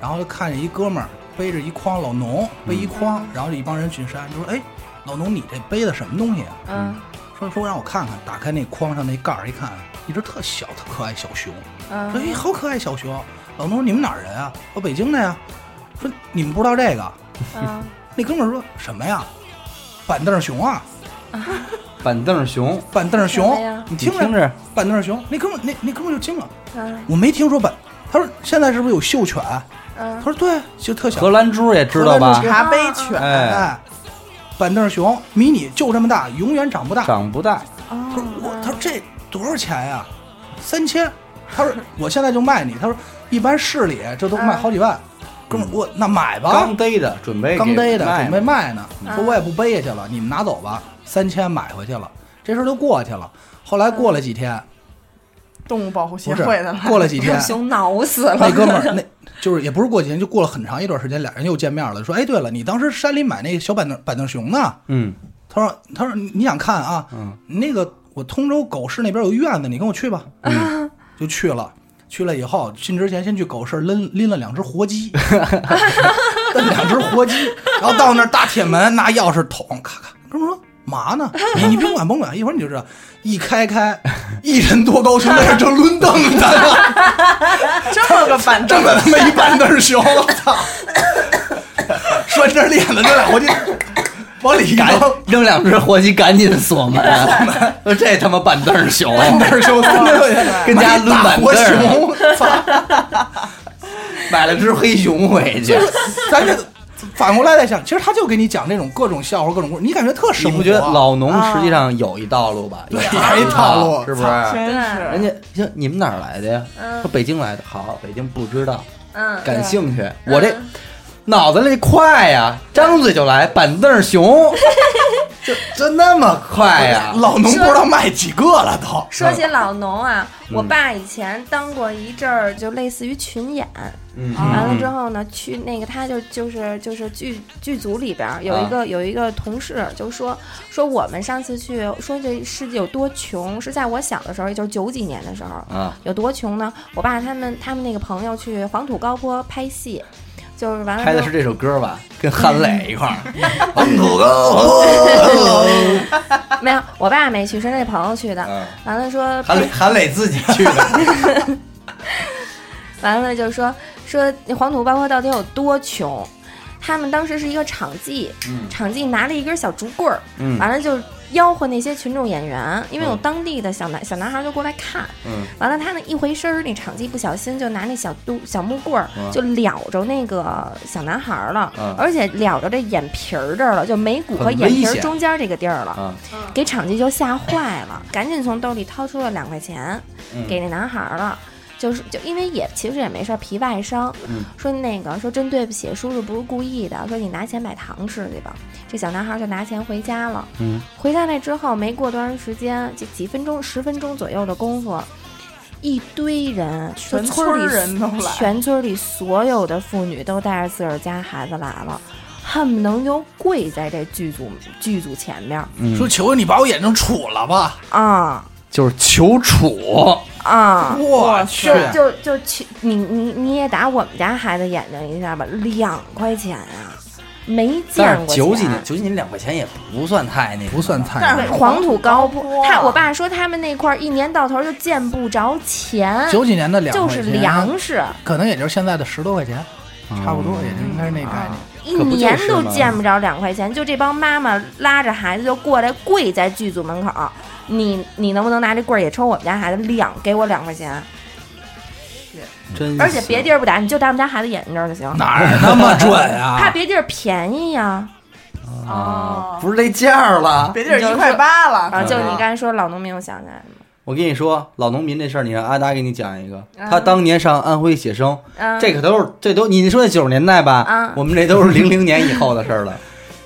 [SPEAKER 4] 然后就看见一哥们儿背着一筐老农，背一筐，然后这一帮人巡山，就说，哎，老农你这背的什么东西啊？
[SPEAKER 5] 嗯
[SPEAKER 4] 说说让我看看，打开那筐上那盖儿一看，一只特小特可爱小熊。
[SPEAKER 5] 嗯
[SPEAKER 4] 说哎，好可爱小熊。老农说你们哪儿人啊？我北京的呀。说你们不知道这个？
[SPEAKER 5] 嗯
[SPEAKER 4] 那哥们儿说什么呀？板凳熊啊，
[SPEAKER 1] 板凳熊，
[SPEAKER 4] 板凳
[SPEAKER 5] 什
[SPEAKER 4] 熊
[SPEAKER 5] 么呀，
[SPEAKER 4] 你
[SPEAKER 1] 你
[SPEAKER 4] 听
[SPEAKER 1] 听
[SPEAKER 4] 着，
[SPEAKER 1] 着，
[SPEAKER 4] 板凳熊。那哥们儿那那哥们儿就惊了，
[SPEAKER 5] 嗯
[SPEAKER 4] 我没听说板。他说现在是不是有秀犬？他
[SPEAKER 5] 嗯，
[SPEAKER 4] 说对，啊就特小
[SPEAKER 1] 荷。兰猪也知道
[SPEAKER 4] 荷兰
[SPEAKER 1] 吧
[SPEAKER 4] 猪？
[SPEAKER 2] 茶杯犬，
[SPEAKER 1] 哎，
[SPEAKER 4] 哎，板凳熊迷你就这么大，永远长不大。
[SPEAKER 1] 长不大，
[SPEAKER 5] 嗯
[SPEAKER 4] 他说
[SPEAKER 2] 嗯
[SPEAKER 4] 我，他说这多少钱呀、三千。
[SPEAKER 2] [LAUGHS]
[SPEAKER 4] 他说我现在就卖你。他说一般市里这都
[SPEAKER 2] 嗯
[SPEAKER 4] 卖好几万。哥们儿，我那买吧。
[SPEAKER 1] 嗯刚逮的，准备给
[SPEAKER 4] 刚逮的，
[SPEAKER 1] 卖
[SPEAKER 4] 准备卖呢。
[SPEAKER 5] 嗯
[SPEAKER 4] 说我也不背下去了，你们拿走吧，三千买回去了，这事儿就过去了。后来过了几天，
[SPEAKER 2] 动物保护嗯协
[SPEAKER 4] 不是
[SPEAKER 2] 会的，
[SPEAKER 4] 过了几天
[SPEAKER 2] [LAUGHS]
[SPEAKER 3] 让，熊挠死了。
[SPEAKER 4] 那哥们儿那就是也不是过几天，就过了很长一段时间，俩人又见面了，说：“哎，对了，你当时山里买那小板凳板凳熊呢
[SPEAKER 1] 嗯，？”
[SPEAKER 4] 他说：“他说你想看啊？
[SPEAKER 1] 嗯
[SPEAKER 4] 那个我通州狗市那边有院子，你跟我去吧。”
[SPEAKER 1] 啊
[SPEAKER 4] 嗯，就去了。去了以后，进之前先去狗市拎拎了两只
[SPEAKER 1] [LAUGHS]
[SPEAKER 4] 活鸡，拎两只活鸡，然后到那儿大铁门拿钥匙捅，咔咔，哥们儿说
[SPEAKER 1] [LAUGHS]
[SPEAKER 4] 嘛呢？你你甭管甭管，一会儿你就知道。一开开，一人多高熊在那儿正抡凳子
[SPEAKER 1] [LAUGHS]
[SPEAKER 4] 呢，
[SPEAKER 2] 这么
[SPEAKER 4] [LAUGHS]
[SPEAKER 2] 个板
[SPEAKER 4] 正在他妈一半凳熊，我操！拴着链子，那俩活鸡往里一
[SPEAKER 1] [LAUGHS] 赶
[SPEAKER 4] 扔，
[SPEAKER 1] 扔两只活鸡，赶紧锁门，啊说这他妈板凳熊，
[SPEAKER 4] 凳熊三百块钱，
[SPEAKER 1] 跟家抡
[SPEAKER 4] 大
[SPEAKER 1] 板凳
[SPEAKER 4] 活
[SPEAKER 1] 儿，
[SPEAKER 4] 熊，操！
[SPEAKER 1] 买了只黑熊回去，
[SPEAKER 4] [LAUGHS] 咱这反过来再想，其实他就给你讲这种各种笑话、各种故事，你感觉特
[SPEAKER 1] 你
[SPEAKER 4] 生活。
[SPEAKER 1] 不觉得老农实际上有一道路吧？啊有
[SPEAKER 4] 有一套路
[SPEAKER 1] 是不是？
[SPEAKER 2] 真
[SPEAKER 1] 人
[SPEAKER 5] [LAUGHS]
[SPEAKER 2] 是
[SPEAKER 1] 家像你们哪儿来的呀？
[SPEAKER 5] 嗯
[SPEAKER 1] 说北京来的，好，北京不知道，
[SPEAKER 5] [LAUGHS] 嗯，
[SPEAKER 1] 感兴趣，我这脑子里快呀，张嘴就来，板凳熊，就就那么快哎呀？
[SPEAKER 4] 老农不知道卖几个了都。
[SPEAKER 5] 说起老农啊，
[SPEAKER 1] 嗯
[SPEAKER 5] 我爸以前当过一阵儿，就类似于群演，
[SPEAKER 1] 嗯
[SPEAKER 5] 完了之后呢，去那个他就就是就是剧剧组里边儿有一个、
[SPEAKER 1] 啊
[SPEAKER 5] 有一个同事就说说我们上次去说这世界有多穷，是在我小的时候，也就是九几年的时候，
[SPEAKER 1] 啊，
[SPEAKER 5] 有多穷呢？我爸他们他们那个朋友去黄土高坡拍戏，就是完了
[SPEAKER 1] 拍的
[SPEAKER 5] 之
[SPEAKER 1] 是
[SPEAKER 5] 后
[SPEAKER 1] 这首歌吧？跟韩磊一块儿，
[SPEAKER 5] 没有，我爸没去，是那朋友去的。
[SPEAKER 1] 嗯
[SPEAKER 5] 完了说
[SPEAKER 1] 韩
[SPEAKER 5] 拍
[SPEAKER 1] 磊韩磊自己去的， [LAUGHS]
[SPEAKER 5] 完了就说说那黄土高坡到底有多穷？他们当时是一个场记，
[SPEAKER 1] 嗯
[SPEAKER 5] 场记拿了一根小竹棍儿，
[SPEAKER 1] 嗯
[SPEAKER 5] 完了就吆喝那些群众演员，因为有当地的小男小男孩就过来看，
[SPEAKER 1] 嗯，
[SPEAKER 5] 完了他那一回身儿，那场记不小心就拿那小嘟小木棍儿
[SPEAKER 1] 嗯
[SPEAKER 5] 就撩着那个小男孩儿了，
[SPEAKER 1] 嗯
[SPEAKER 5] 而且撩着这眼皮儿这儿了，就眉骨和
[SPEAKER 4] 很
[SPEAKER 5] 眼
[SPEAKER 4] 危
[SPEAKER 5] 皮儿
[SPEAKER 4] 险
[SPEAKER 5] 中间这个地儿了，
[SPEAKER 1] 啊，
[SPEAKER 5] 给场记就吓坏了，赶紧从兜里掏出了两块钱，
[SPEAKER 1] 嗯
[SPEAKER 5] 给那男孩儿了。就是就因为也其实也没事儿，皮外伤，
[SPEAKER 1] 嗯
[SPEAKER 5] 说那个说真对不起，叔叔不是故意的，说你拿钱买糖吃去吧。这小男孩儿就拿钱回家了。
[SPEAKER 1] 嗯，
[SPEAKER 5] 回家来之后没过多长时间，就几分钟十分钟左右的功夫，一堆人，就
[SPEAKER 2] 全
[SPEAKER 5] 村儿里
[SPEAKER 2] 村人都来
[SPEAKER 5] 全村儿里所有的妇女都带着自个儿家孩子来了，恨不能就跪在这剧组剧组前面儿
[SPEAKER 4] 嗯说求求你把我眼睛杵了吧！
[SPEAKER 5] 啊
[SPEAKER 1] 就是求处，
[SPEAKER 5] 啊！
[SPEAKER 4] 我去
[SPEAKER 5] 就，就就去你你你也打我们家孩子眼睛一下吧，两块钱啊，没见
[SPEAKER 1] 但是
[SPEAKER 5] 过
[SPEAKER 1] 九几
[SPEAKER 5] 钱
[SPEAKER 1] 年九几年两块钱也不算太那个，
[SPEAKER 4] 不算。太
[SPEAKER 2] 但
[SPEAKER 4] 难
[SPEAKER 2] 是
[SPEAKER 5] 黄土高坡
[SPEAKER 2] 黄土高坡，
[SPEAKER 5] 他我爸说他们那块儿一年到头就见不着钱，
[SPEAKER 4] 九几年的两
[SPEAKER 5] 就
[SPEAKER 4] 块
[SPEAKER 5] 是
[SPEAKER 4] 钱
[SPEAKER 5] 粮，食，
[SPEAKER 4] 可能也就是现在的十多块钱，差不多，
[SPEAKER 1] 嗯
[SPEAKER 4] 也就应该是那概念。
[SPEAKER 5] 一
[SPEAKER 1] 可不就是
[SPEAKER 5] 年都
[SPEAKER 1] 吗
[SPEAKER 5] 见不着两块钱，就这帮妈妈拉着孩子就过来跪在剧组门口，你你能不能拿这棍儿也抽我们家孩子两给我两块钱，
[SPEAKER 1] 真
[SPEAKER 5] 而且别地
[SPEAKER 1] 儿
[SPEAKER 5] 儿不打，你就打我们家孩子眼睛这儿就行，
[SPEAKER 4] 哪儿那么准啊？
[SPEAKER 5] 怕别地儿便宜呀、
[SPEAKER 1] 啊，
[SPEAKER 5] 哦
[SPEAKER 1] 不是这价儿了。
[SPEAKER 2] 别地儿一块八了，嗯
[SPEAKER 5] 啊，就你
[SPEAKER 2] 可能
[SPEAKER 5] 刚
[SPEAKER 4] 嗯
[SPEAKER 5] 才说老农民，我想起来了，
[SPEAKER 1] 我跟你说，老农民这事儿，你让阿达给你讲一个。他当年上安徽写生，
[SPEAKER 5] 嗯，
[SPEAKER 1] 这可都是这都你说那九十年代吧，
[SPEAKER 5] 啊
[SPEAKER 1] 我们这都是零零年以后的事儿了。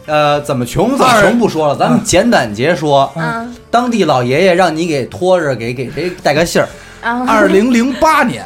[SPEAKER 1] 呃，怎么穷怎么穷不说了，咱们
[SPEAKER 4] 嗯
[SPEAKER 1] 简短截说。
[SPEAKER 5] 嗯
[SPEAKER 1] 当地老爷爷让你给拖着给给谁带个信儿。
[SPEAKER 5] 嗯，
[SPEAKER 4] 二零零
[SPEAKER 5] [LAUGHS]
[SPEAKER 4] 八年，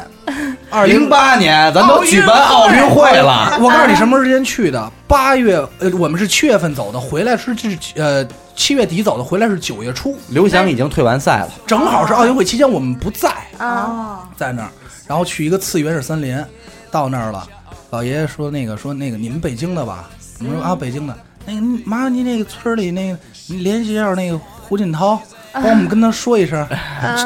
[SPEAKER 4] 二零
[SPEAKER 1] 零八年咱都举办奥运会了，
[SPEAKER 4] 我告诉你什么时间去的？八月，呃，我们是七月份走的，回来是是呃七月底走的，回来是九月初，
[SPEAKER 1] 刘翔已经退完赛了。
[SPEAKER 4] 正好是奥运会期间，我们不在
[SPEAKER 5] 啊
[SPEAKER 2] 啊，
[SPEAKER 4] 在那儿，然后去一个次原始森林，到那儿了，老爷爷说那个说那个你们北京的吧？我们说啊北京的，那个你麻烦您那个村儿里那个你联系一下那个胡锦涛。帮我们跟他说一声，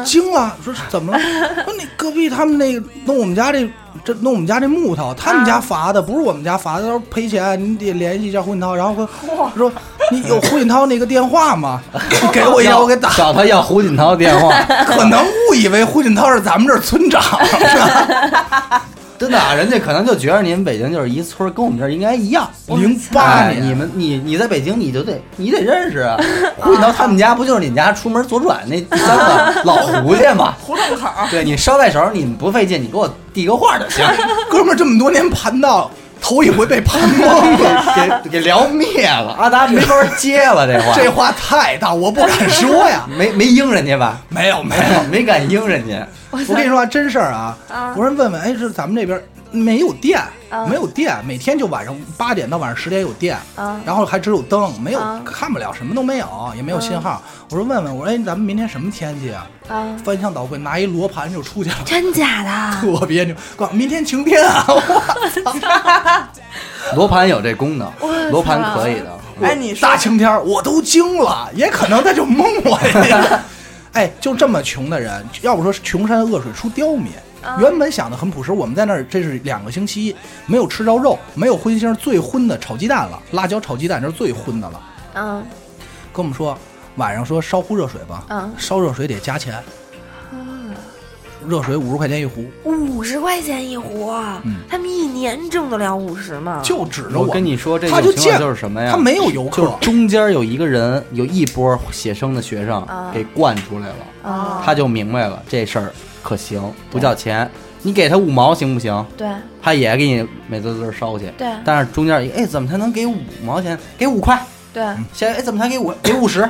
[SPEAKER 4] 惊了，说是怎么了？说那隔壁他们那个弄我们家这这弄我们家这木头，他们家伐的，不是我们家伐的，他说赔钱，你得联系一下胡锦涛。然后说说你有胡锦涛那个电话吗？给我一下，我给打
[SPEAKER 1] 找他要胡锦涛电话，
[SPEAKER 4] 可能误以为胡锦涛是咱们这儿村长，
[SPEAKER 1] 真的啊、人家可能就觉得你们北京就是一村儿，跟我们这儿应该一样。
[SPEAKER 4] 零八
[SPEAKER 1] 哎，
[SPEAKER 4] 年，
[SPEAKER 1] 你们你你在北京你就得你得认识 [LAUGHS] 啊，胡锦涛他们家不就是你们家出门左转那第三个老 [LAUGHS] 胡家吗？
[SPEAKER 2] 胡同口儿
[SPEAKER 1] 对你捎带手儿，你们不费劲，你给我递个话就 [LAUGHS] 行，
[SPEAKER 4] [LAUGHS] 哥们儿这么多年盘道，头一回被盘 [LAUGHS] 懵了，
[SPEAKER 1] 给给给聊灭了，阿达没法接了这话，
[SPEAKER 4] 这话太大，我不敢说呀。 [LAUGHS]
[SPEAKER 1] 没没应人家吧？
[SPEAKER 4] 没有没
[SPEAKER 1] 没
[SPEAKER 4] 有， [LAUGHS]
[SPEAKER 1] 有，没敢应人家。
[SPEAKER 4] 我跟你说啊，真事儿啊，啊我人问问，哎，这咱们这边没有电，没有电，每天就晚上八点到晚上十点有电，然后还只有灯，没有看不了，什么都没有，也没有信号。我说问问，我说哎，咱们明天什么天气啊？翻箱倒柜拿一罗盘就出去了。 [LAUGHS]
[SPEAKER 5] 真假的，
[SPEAKER 4] 特别牛，告诉明天晴天啊！哇，
[SPEAKER 1] 罗盘有这功能，罗盘可以的。啊
[SPEAKER 2] 哎，你说
[SPEAKER 4] 大晴天儿，我都惊了，也可能他就蒙我一下。哎，就这么穷的人，要不说是穷山恶水出刁民。原本想的很朴实，我们在那儿这是两个星期，没有吃着肉，没有荤腥，最荤的炒鸡蛋了，辣椒炒鸡蛋这是最荤的了。
[SPEAKER 5] 嗯
[SPEAKER 4] 跟我们说，晚上说烧壶热水吧，
[SPEAKER 5] 嗯，
[SPEAKER 4] 烧热水得加钱，热水五十块钱一壶，
[SPEAKER 5] 五十块钱一壶啊，他们一年挣得了五十吗？
[SPEAKER 4] 嗯就指着
[SPEAKER 1] 我跟你说，这
[SPEAKER 4] 他
[SPEAKER 1] 种
[SPEAKER 4] 就
[SPEAKER 1] 情况
[SPEAKER 4] 见
[SPEAKER 1] 就是什么呀？
[SPEAKER 4] 他没有游
[SPEAKER 1] 就是
[SPEAKER 4] 客，
[SPEAKER 1] 中间有一个人，有一波写生的学生
[SPEAKER 5] 啊
[SPEAKER 1] 给惯出来了，
[SPEAKER 5] 啊，
[SPEAKER 1] 他就明白了这事儿可行，不叫钱，你给他五毛行不行？
[SPEAKER 5] 对
[SPEAKER 1] 他也给你美滋滋烧去。
[SPEAKER 5] 对
[SPEAKER 1] 但是中间一哎，怎么才能给五毛钱？给五块。
[SPEAKER 5] 对，
[SPEAKER 1] 现在哎，怎么才给五？给五十？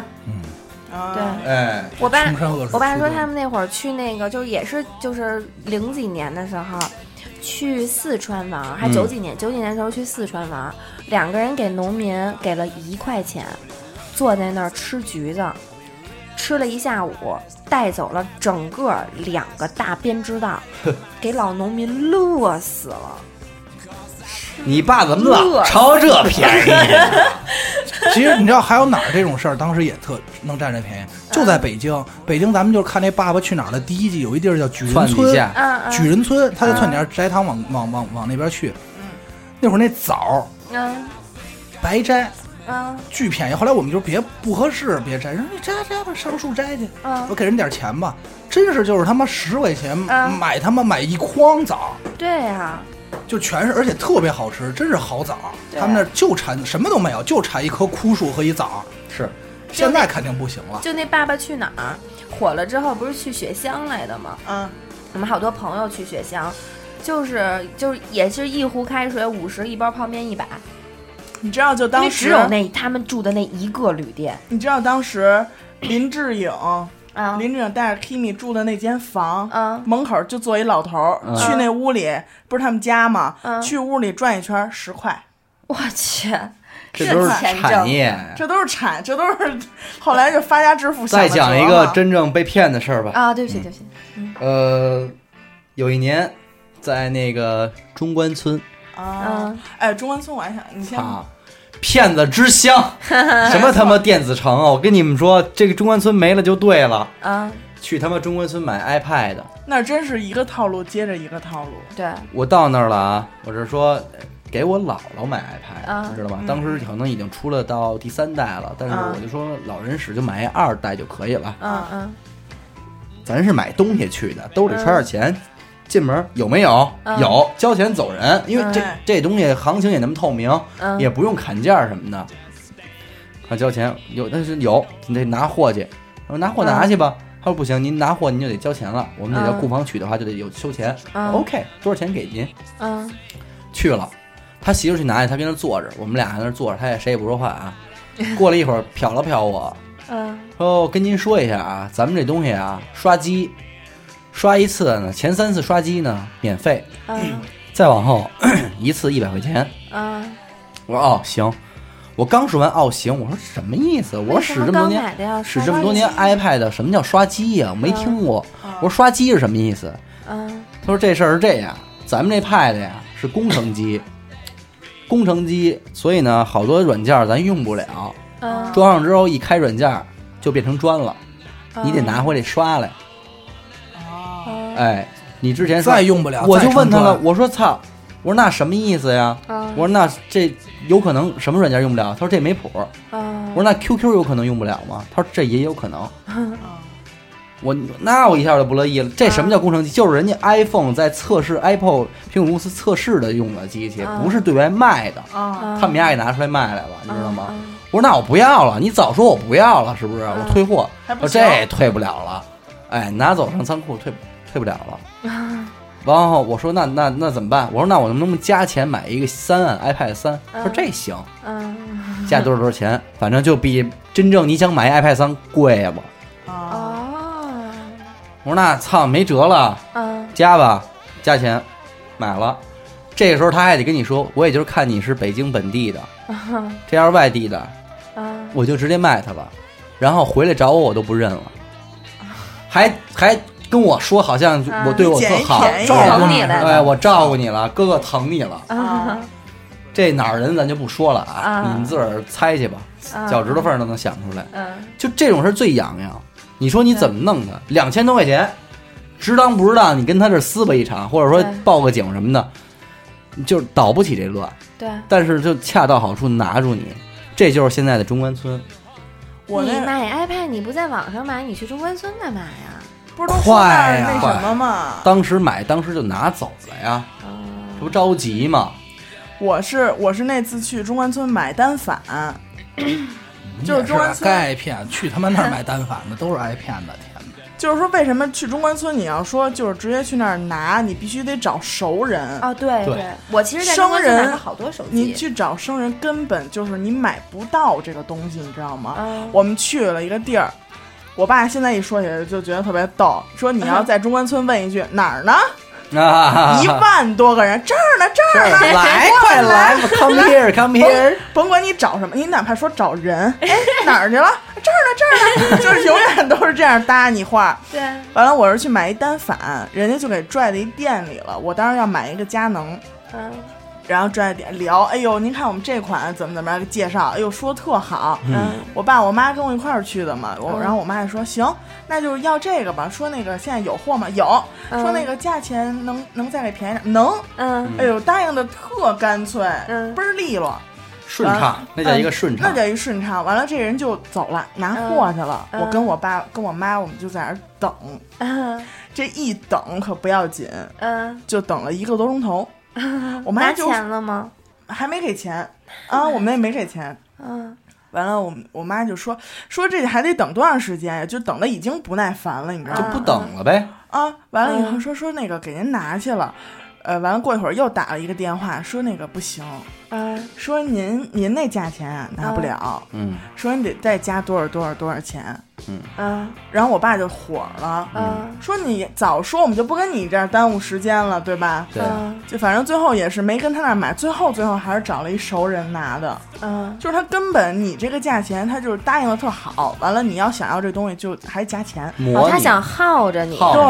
[SPEAKER 2] 啊
[SPEAKER 5] 对
[SPEAKER 1] 哎，
[SPEAKER 5] 我爸
[SPEAKER 4] 穷山恶水
[SPEAKER 5] 我爸
[SPEAKER 4] 出
[SPEAKER 5] 说
[SPEAKER 4] 刁
[SPEAKER 5] 他们那会儿去那个，就是也是就是零几年的时候，去四川玩，
[SPEAKER 4] 嗯
[SPEAKER 5] 还九几年、九几年的时候去四川玩，两个人给农民给了一块钱，坐在那儿吃橘子，吃了一下午，带走了整个两个大编织袋儿，给老农民乐死了。
[SPEAKER 1] 你爸怎么老
[SPEAKER 5] 饿
[SPEAKER 1] 抄这便
[SPEAKER 5] [LAUGHS]
[SPEAKER 1] 宜？
[SPEAKER 4] 其实你知道还有哪儿这种事儿，当时也特能占这便宜，就在北京。北京咱们就是看那《爸爸去哪儿》的第一季，有一地儿叫举人
[SPEAKER 1] 窜底
[SPEAKER 4] 村，
[SPEAKER 1] 下，
[SPEAKER 5] 嗯
[SPEAKER 4] 举
[SPEAKER 5] 嗯
[SPEAKER 4] 人村，他在窜点摘糖往往往往那边去。那会儿那枣儿
[SPEAKER 5] 嗯
[SPEAKER 4] 白摘，
[SPEAKER 5] 嗯
[SPEAKER 4] 巨便宜。后来我们就别不合适，别摘，人说你摘摘吧，上树摘去，我
[SPEAKER 5] 嗯，
[SPEAKER 4] 给人点钱吧。真是就是他妈十块钱
[SPEAKER 5] 啊
[SPEAKER 4] 买他妈买一筐枣，
[SPEAKER 5] 对啊呀，
[SPEAKER 4] 就全是，而且特别好吃，真是好枣。
[SPEAKER 5] 对
[SPEAKER 4] 他们那儿就产什么都没有，就产一棵枯树和一枣。
[SPEAKER 1] 是，
[SPEAKER 4] 现在肯定不行
[SPEAKER 5] [LAUGHS]
[SPEAKER 4] 了。
[SPEAKER 5] 就那《爸爸去哪儿》火了之后，不是去雪乡来的吗？
[SPEAKER 2] 嗯，
[SPEAKER 5] 我们好多朋友去雪乡，就是就是也是一壶开水五十，一包泡面一百，
[SPEAKER 2] 你知道就
[SPEAKER 5] 因为
[SPEAKER 2] 当时
[SPEAKER 5] 只有那他们住的那一个旅店
[SPEAKER 2] 你知道当时林志颖，
[SPEAKER 5] 啊
[SPEAKER 2] 林志颖带着 Kimi 住的那间房，
[SPEAKER 5] 啊
[SPEAKER 2] 门口就坐一老头儿，
[SPEAKER 1] 嗯
[SPEAKER 2] 去那屋里不是他们家吗？
[SPEAKER 5] 嗯
[SPEAKER 2] 去屋里转一圈十块，
[SPEAKER 5] 我去，
[SPEAKER 1] 这都是
[SPEAKER 5] 钱
[SPEAKER 1] 产
[SPEAKER 5] 挣
[SPEAKER 1] 业。
[SPEAKER 2] 这都是产，这都是后来就发家致富。
[SPEAKER 1] 哎再
[SPEAKER 2] 想
[SPEAKER 1] 讲
[SPEAKER 2] 得着
[SPEAKER 1] 一个
[SPEAKER 2] 嘛
[SPEAKER 1] 真正被骗的事儿吧。
[SPEAKER 5] 啊！对不起，对不起，
[SPEAKER 1] 呃，有一年在那个中关村
[SPEAKER 2] 啊
[SPEAKER 5] 嗯，，
[SPEAKER 2] 哎，中关村我还想，你先
[SPEAKER 1] 啊，骗子之
[SPEAKER 2] [LAUGHS]
[SPEAKER 1] 乡，什么他妈电子城啊！我跟你们说，这个中关村没了就对了。
[SPEAKER 5] 啊，
[SPEAKER 1] 去他妈中关村买 iPad，
[SPEAKER 2] 那真是一个套路接着一个套路。
[SPEAKER 5] 嗯对，
[SPEAKER 1] 我到那儿了啊，我是说给我姥姥买 iPad，、
[SPEAKER 5] 啊
[SPEAKER 1] 你知道吧？
[SPEAKER 2] 嗯
[SPEAKER 1] 当时可能已经出了到第三代了，但是
[SPEAKER 2] 啊
[SPEAKER 1] 我就说老人使就买二代就可以了。
[SPEAKER 5] 嗯嗯
[SPEAKER 1] 咱是买东西去的，兜里揣点
[SPEAKER 2] 嗯
[SPEAKER 1] 钱，进门有没有？
[SPEAKER 5] 嗯
[SPEAKER 1] 有，交钱走人。因为这、
[SPEAKER 2] 嗯
[SPEAKER 1] 这东西行情也那么透明，
[SPEAKER 5] 嗯，
[SPEAKER 1] 也不用砍价什么的。啊，交钱有，但是有，你得拿货去。我说拿货拿去吧。他说不行，您拿货您就得交钱了，我们得到
[SPEAKER 5] 嗯
[SPEAKER 1] 库房取的话就得有收钱。
[SPEAKER 5] 嗯
[SPEAKER 1] OK，多少钱给您？
[SPEAKER 5] 嗯
[SPEAKER 1] 去了，他媳妇去拿去，他跟那坐着，我们俩在那坐着，他也谁也不说话啊。 [LAUGHS] 过了一会儿，瞟了瞟我，
[SPEAKER 5] 嗯
[SPEAKER 1] 说哦跟您说一下啊，咱们这东西啊，刷机，刷一次呢，前三次刷机呢免费，
[SPEAKER 5] 嗯
[SPEAKER 1] 再往后 [CLEARS THROAT] 一次一百块钱。
[SPEAKER 5] 嗯，
[SPEAKER 1] 我说哦行，我刚说完哦行，我说什么意思？我使这么多
[SPEAKER 5] 为什么刚买的
[SPEAKER 1] 年
[SPEAKER 5] 要
[SPEAKER 1] 使
[SPEAKER 5] 刷
[SPEAKER 1] 这么多年 iPad，什么叫刷机呀、我没听过。我说刷机是什么意思？
[SPEAKER 5] 嗯
[SPEAKER 1] 他说这事儿是这样，咱们这 Pad 呀是工程机，工程机，所以呢好多软件儿咱用不了，
[SPEAKER 5] 嗯，
[SPEAKER 1] 装上之后一开软件儿就变成砖了，你得拿回来刷来。
[SPEAKER 5] 嗯，
[SPEAKER 1] 哎，你之前刷
[SPEAKER 4] 再用不了，
[SPEAKER 1] 我就
[SPEAKER 4] 再
[SPEAKER 1] 问他
[SPEAKER 4] 成
[SPEAKER 1] 了，
[SPEAKER 4] 砖
[SPEAKER 1] 我说操，我说那什么意思呀？
[SPEAKER 5] 嗯
[SPEAKER 1] 我说那这有可能什么软件用不了？他说这没谱。
[SPEAKER 5] 嗯，
[SPEAKER 1] 我说那 QQ 有可能用不了吗？他说这也有可
[SPEAKER 2] [LAUGHS]
[SPEAKER 1] 能。我那我一下就不乐意了，这什么叫工程机？就是人家 iPhone 在测试 Apple 苹果公司测试的用的机器
[SPEAKER 5] 啊，
[SPEAKER 2] 嗯
[SPEAKER 1] 不是对外卖的。
[SPEAKER 2] 啊，
[SPEAKER 1] 他们家也拿出来卖来了，你知道吗？
[SPEAKER 5] 嗯
[SPEAKER 1] 我说那我不要了，你早说我不要了，是不是？我退货，
[SPEAKER 2] 嗯还不
[SPEAKER 1] 我
[SPEAKER 2] 行
[SPEAKER 1] 这退不了了，哎，拿走上仓库退退不了了。
[SPEAKER 5] 嗯
[SPEAKER 1] 然后我说那那那怎么办？我说那我能不能加钱买一个三啊 iPad 三？他说这行，
[SPEAKER 5] 嗯
[SPEAKER 1] 加多少多少钱，反正就比真正你想买 iPad 三贵吧。
[SPEAKER 2] 啊，
[SPEAKER 5] 哦，
[SPEAKER 1] 我说那操没辙了，
[SPEAKER 5] 嗯
[SPEAKER 1] 加吧，加钱，买了。这个时候他还得跟你说，我也就是看你是北京本地的，这要是外地的，
[SPEAKER 5] 嗯
[SPEAKER 1] 我就直接卖它了。然后回来找我，我都不认了，还还跟我说好像
[SPEAKER 5] 啊
[SPEAKER 1] 我对我特好，
[SPEAKER 2] 捡一
[SPEAKER 1] 照顾
[SPEAKER 5] 捡一捡
[SPEAKER 1] 了哎，我照顾你了，哥哥疼你了。
[SPEAKER 5] 啊
[SPEAKER 1] 这哪儿人咱就不说了啊，
[SPEAKER 5] 啊
[SPEAKER 1] 你们自个儿猜去吧，
[SPEAKER 5] 啊
[SPEAKER 1] 脚趾头缝儿都能想出来。
[SPEAKER 5] 嗯
[SPEAKER 1] 就这种事儿最痒痒，你说你怎么弄他？两千多块钱，值当不值当？你跟他这儿撕吧一场，或者说
[SPEAKER 5] 对
[SPEAKER 1] 报个警什么的，就是倒不起这乱。
[SPEAKER 5] 对，
[SPEAKER 1] 但是就恰到好处拿住你，这就是现在的中关村，
[SPEAKER 2] 我
[SPEAKER 5] 你
[SPEAKER 2] 那
[SPEAKER 5] 买 iPad 你不在网上买，你去中关村干嘛呀？
[SPEAKER 2] 不是都说那儿
[SPEAKER 1] 快呀
[SPEAKER 2] 那什么嘛？
[SPEAKER 1] 当时买当时就拿走了呀，
[SPEAKER 5] 哦
[SPEAKER 1] 这不着急吗？
[SPEAKER 2] 我是我是那次去中关村买单反，
[SPEAKER 1] 嗯
[SPEAKER 2] 就是
[SPEAKER 4] 也啊
[SPEAKER 2] 中关
[SPEAKER 4] 该
[SPEAKER 2] 村，
[SPEAKER 4] 挨骗，去他妈那儿买单反的都 [LAUGHS] 是挨骗的，天哪！
[SPEAKER 2] 就是说为什么去中关村你要说就是直接去那儿拿，你必须得找熟人。
[SPEAKER 5] 哦，对
[SPEAKER 1] 对，
[SPEAKER 5] 我其实在中关村买了好多手
[SPEAKER 2] 你
[SPEAKER 5] 机，
[SPEAKER 2] 去找生人根本就是你买不到这个东西，你知道吗？
[SPEAKER 5] 嗯
[SPEAKER 2] 我们去了一个地儿，我爸现在一说起来就觉得特别逗，说你要在中关村问一句哪儿呢？
[SPEAKER 1] 啊，
[SPEAKER 2] 一万多个人，这儿呢，这 [LAUGHS] 儿呢，
[SPEAKER 1] [LAUGHS] 来快来吧，come
[SPEAKER 5] [LAUGHS]
[SPEAKER 1] here，come
[SPEAKER 2] 甭
[SPEAKER 1] here。
[SPEAKER 2] 甭管你找什么，你哪怕说找
[SPEAKER 1] [LAUGHS]
[SPEAKER 2] 人，哎，哪儿去了？这儿呢，这儿呢，就是永远都是这样搭你话。
[SPEAKER 5] 对，啊
[SPEAKER 2] 完了，我是去买一单反，人家就给拽到一店里了。我当时要买一个佳能，
[SPEAKER 5] 嗯
[SPEAKER 2] 然后拽点聊，哎呦，您看我们这款怎么怎么样介绍，哎呦说特好。
[SPEAKER 5] 嗯
[SPEAKER 2] 我爸我妈跟我一块儿去的嘛，我
[SPEAKER 5] 嗯
[SPEAKER 2] 然后我妈就说行，那就是要这个吧。说那个现在有货吗？有。
[SPEAKER 5] 嗯
[SPEAKER 2] 说那个价钱能能再给便宜点？能。
[SPEAKER 5] 嗯
[SPEAKER 2] 哎呦，答应的特干脆，
[SPEAKER 5] 嗯
[SPEAKER 2] 倍儿利落。
[SPEAKER 1] 顺畅，那叫一个顺畅
[SPEAKER 5] 哦
[SPEAKER 2] 那。叫一顺畅。完了，这人就走了，拿货去了。
[SPEAKER 5] 嗯
[SPEAKER 2] 我跟我爸、跟我妈，我们就在那儿等。
[SPEAKER 5] 嗯
[SPEAKER 2] 这一等可不要紧，
[SPEAKER 5] 嗯，
[SPEAKER 2] 就等了一个多钟头。我妈
[SPEAKER 5] 拿
[SPEAKER 2] 就
[SPEAKER 5] 钱了吗？
[SPEAKER 2] 还没给钱啊，我们也没给钱。
[SPEAKER 5] 嗯
[SPEAKER 2] 完了，我们我妈就说说这还得等多长时间呀？就等的已经不耐烦了，你知道
[SPEAKER 1] 就
[SPEAKER 2] 吗？
[SPEAKER 1] 不等了呗，
[SPEAKER 2] 啊，完了以后说说那个给您拿去了，呃，完了过一会儿又打了一个电话，说那个不行，
[SPEAKER 5] 嗯
[SPEAKER 2] 说您您那价钱啊拿不了，
[SPEAKER 1] 嗯，
[SPEAKER 2] 说你得再加多少多少多少钱。
[SPEAKER 5] 嗯
[SPEAKER 2] 然后我爸就火了，
[SPEAKER 5] 嗯
[SPEAKER 2] 说你早说我们就不跟你这儿耽误时间了，对吧？
[SPEAKER 1] 对，
[SPEAKER 5] 哦
[SPEAKER 1] 啊
[SPEAKER 2] 就反正最后也是没跟他那儿买，最后最后还是找了一熟人拿的，
[SPEAKER 5] 嗯
[SPEAKER 2] 就是他根本你这个价钱他就是答应的特好，完了你要想要这东西就还加钱，
[SPEAKER 1] 模拟
[SPEAKER 5] 哦他想耗着你，
[SPEAKER 1] 耗
[SPEAKER 2] 对，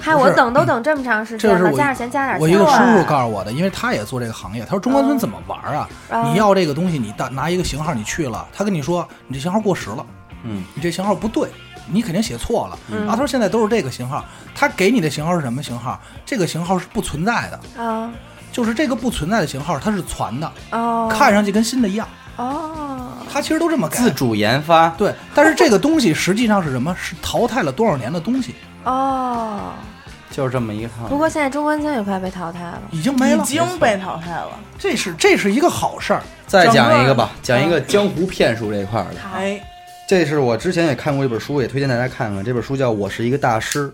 [SPEAKER 5] 害我等都等这么长时间
[SPEAKER 4] 这是
[SPEAKER 5] 了，
[SPEAKER 4] 我
[SPEAKER 5] 加点钱加点钱。啊
[SPEAKER 4] 我一个
[SPEAKER 2] 对
[SPEAKER 4] 叔叔告诉我的，因为他也做这个行业，他说中关村怎么玩啊？
[SPEAKER 5] 嗯
[SPEAKER 4] 你要这个东西，你大拿一个型号你去了，他跟你说你这型号过时了，
[SPEAKER 1] 嗯，
[SPEAKER 4] 你这型号不对，你肯定写错了。啊，他说现在都是这个型号，他给你的型号是什么型号？这个型号是不存在的，
[SPEAKER 5] 啊
[SPEAKER 4] 就是这个不存在的型号，它是传的，
[SPEAKER 5] 哦，
[SPEAKER 4] 看上去跟新的一样。
[SPEAKER 5] 哦
[SPEAKER 4] 他其实都这么改
[SPEAKER 1] 自。主研发，
[SPEAKER 4] 对，但是这个东西实际上是什么？是淘汰了多少年的东西，
[SPEAKER 5] 哦。
[SPEAKER 1] 就是这么一个套
[SPEAKER 5] 不
[SPEAKER 1] 路。
[SPEAKER 5] 过现在中关村也快被淘汰了。
[SPEAKER 4] 已经没
[SPEAKER 2] 已
[SPEAKER 4] 了。
[SPEAKER 2] 经被淘汰了。
[SPEAKER 4] 这是这是一个好事儿。
[SPEAKER 1] 再讲一个吧，讲一个江湖骗术这一块儿的。
[SPEAKER 5] 好，
[SPEAKER 2] 哎，
[SPEAKER 1] 这是我之前也看过一本书，也推荐大家看看。这本书叫《我是一个大师》，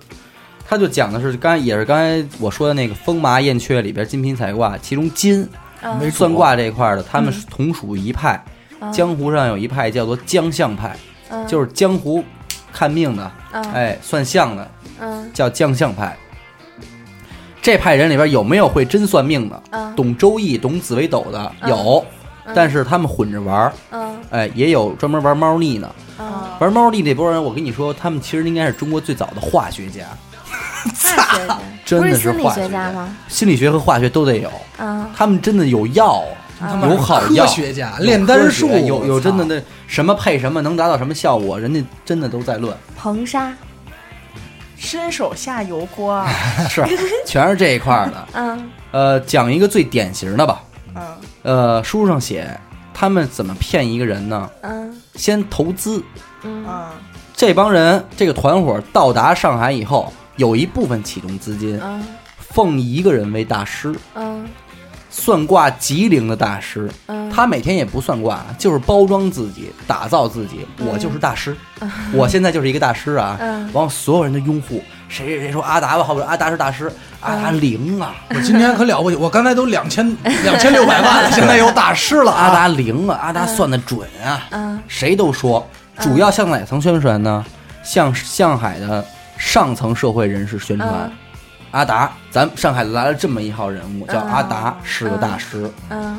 [SPEAKER 1] 他就讲的是刚也是刚才我说的那个风麻燕雀里边金瓶彩卦，其中金
[SPEAKER 5] 嗯
[SPEAKER 4] 没
[SPEAKER 1] 算卦这一块儿的，他们是同属一派。江湖上有一派叫做江相派，
[SPEAKER 5] 嗯
[SPEAKER 1] 就是江湖看命的，
[SPEAKER 5] 嗯
[SPEAKER 1] 哎，算相的
[SPEAKER 5] 嗯
[SPEAKER 1] 叫江相派。这派人里边有没有会真算命的？
[SPEAKER 5] 嗯
[SPEAKER 1] 懂周易、懂紫微斗的
[SPEAKER 5] 嗯
[SPEAKER 1] 有，
[SPEAKER 5] 嗯
[SPEAKER 1] 但是他们混着玩儿，
[SPEAKER 5] 嗯
[SPEAKER 1] 哎，也有专门玩猫腻的。
[SPEAKER 5] 嗯，
[SPEAKER 1] [LAUGHS] 玩猫腻这波人，我跟你说，他们其实应该是中国最早的化学家，
[SPEAKER 5] 那学家
[SPEAKER 1] 真
[SPEAKER 5] 不
[SPEAKER 1] 的
[SPEAKER 5] 是
[SPEAKER 1] 是
[SPEAKER 5] 心理
[SPEAKER 1] 化
[SPEAKER 5] 学家
[SPEAKER 1] 家？
[SPEAKER 5] 吗？
[SPEAKER 1] 心理学和化学都得有，
[SPEAKER 5] 嗯
[SPEAKER 1] 他们真的有药，
[SPEAKER 5] 啊
[SPEAKER 1] 有好药，
[SPEAKER 4] 科学家
[SPEAKER 1] 有
[SPEAKER 4] 炼丹术
[SPEAKER 1] 科学有有
[SPEAKER 4] 我操
[SPEAKER 1] 真的那什么配什么能达到什么效果，人家真的都在
[SPEAKER 4] [LAUGHS]
[SPEAKER 1] 论，
[SPEAKER 5] 硼砂，
[SPEAKER 2] 伸手下油
[SPEAKER 1] [LAUGHS]
[SPEAKER 2] 锅啊，
[SPEAKER 1] 是全是这一块儿的。
[SPEAKER 5] 嗯
[SPEAKER 1] 呃，讲一个最典型的吧，
[SPEAKER 2] 嗯，
[SPEAKER 1] 呃，书上写他们怎么骗一个人呢？
[SPEAKER 5] 嗯
[SPEAKER 1] 先投资，
[SPEAKER 5] 嗯
[SPEAKER 2] 嗯，
[SPEAKER 1] 这帮人这个团伙到达上海以后，有一部分启动资金
[SPEAKER 5] 嗯
[SPEAKER 1] 奉一个人为大师，
[SPEAKER 5] 嗯
[SPEAKER 1] 算卦吉灵的大师，
[SPEAKER 5] 嗯，
[SPEAKER 1] 他每天也不算卦，就是包装自己，打造自己。
[SPEAKER 4] 嗯
[SPEAKER 1] 我就是大师，我现在就是一个大师啊！
[SPEAKER 5] 嗯
[SPEAKER 1] 然后所有人都拥护，谁谁谁说阿达吧，好比说阿达是大
[SPEAKER 4] 嗯
[SPEAKER 1] 师，阿达灵啊，
[SPEAKER 4] 我今天可了不起，我刚才都两千两千 [LAUGHS] 六百万了，现在有
[SPEAKER 1] [LAUGHS]
[SPEAKER 4] 大师了
[SPEAKER 1] 阿
[SPEAKER 4] 啊！
[SPEAKER 1] 达灵啊，阿达算的准啊，
[SPEAKER 5] 嗯
[SPEAKER 1] 谁都说。主要向哪层宣传呢？向上海的上层社会人士宣传
[SPEAKER 5] 嗯。
[SPEAKER 1] 阿达，咱们上海来了这么一号人物，叫阿达，是个大师。
[SPEAKER 5] 嗯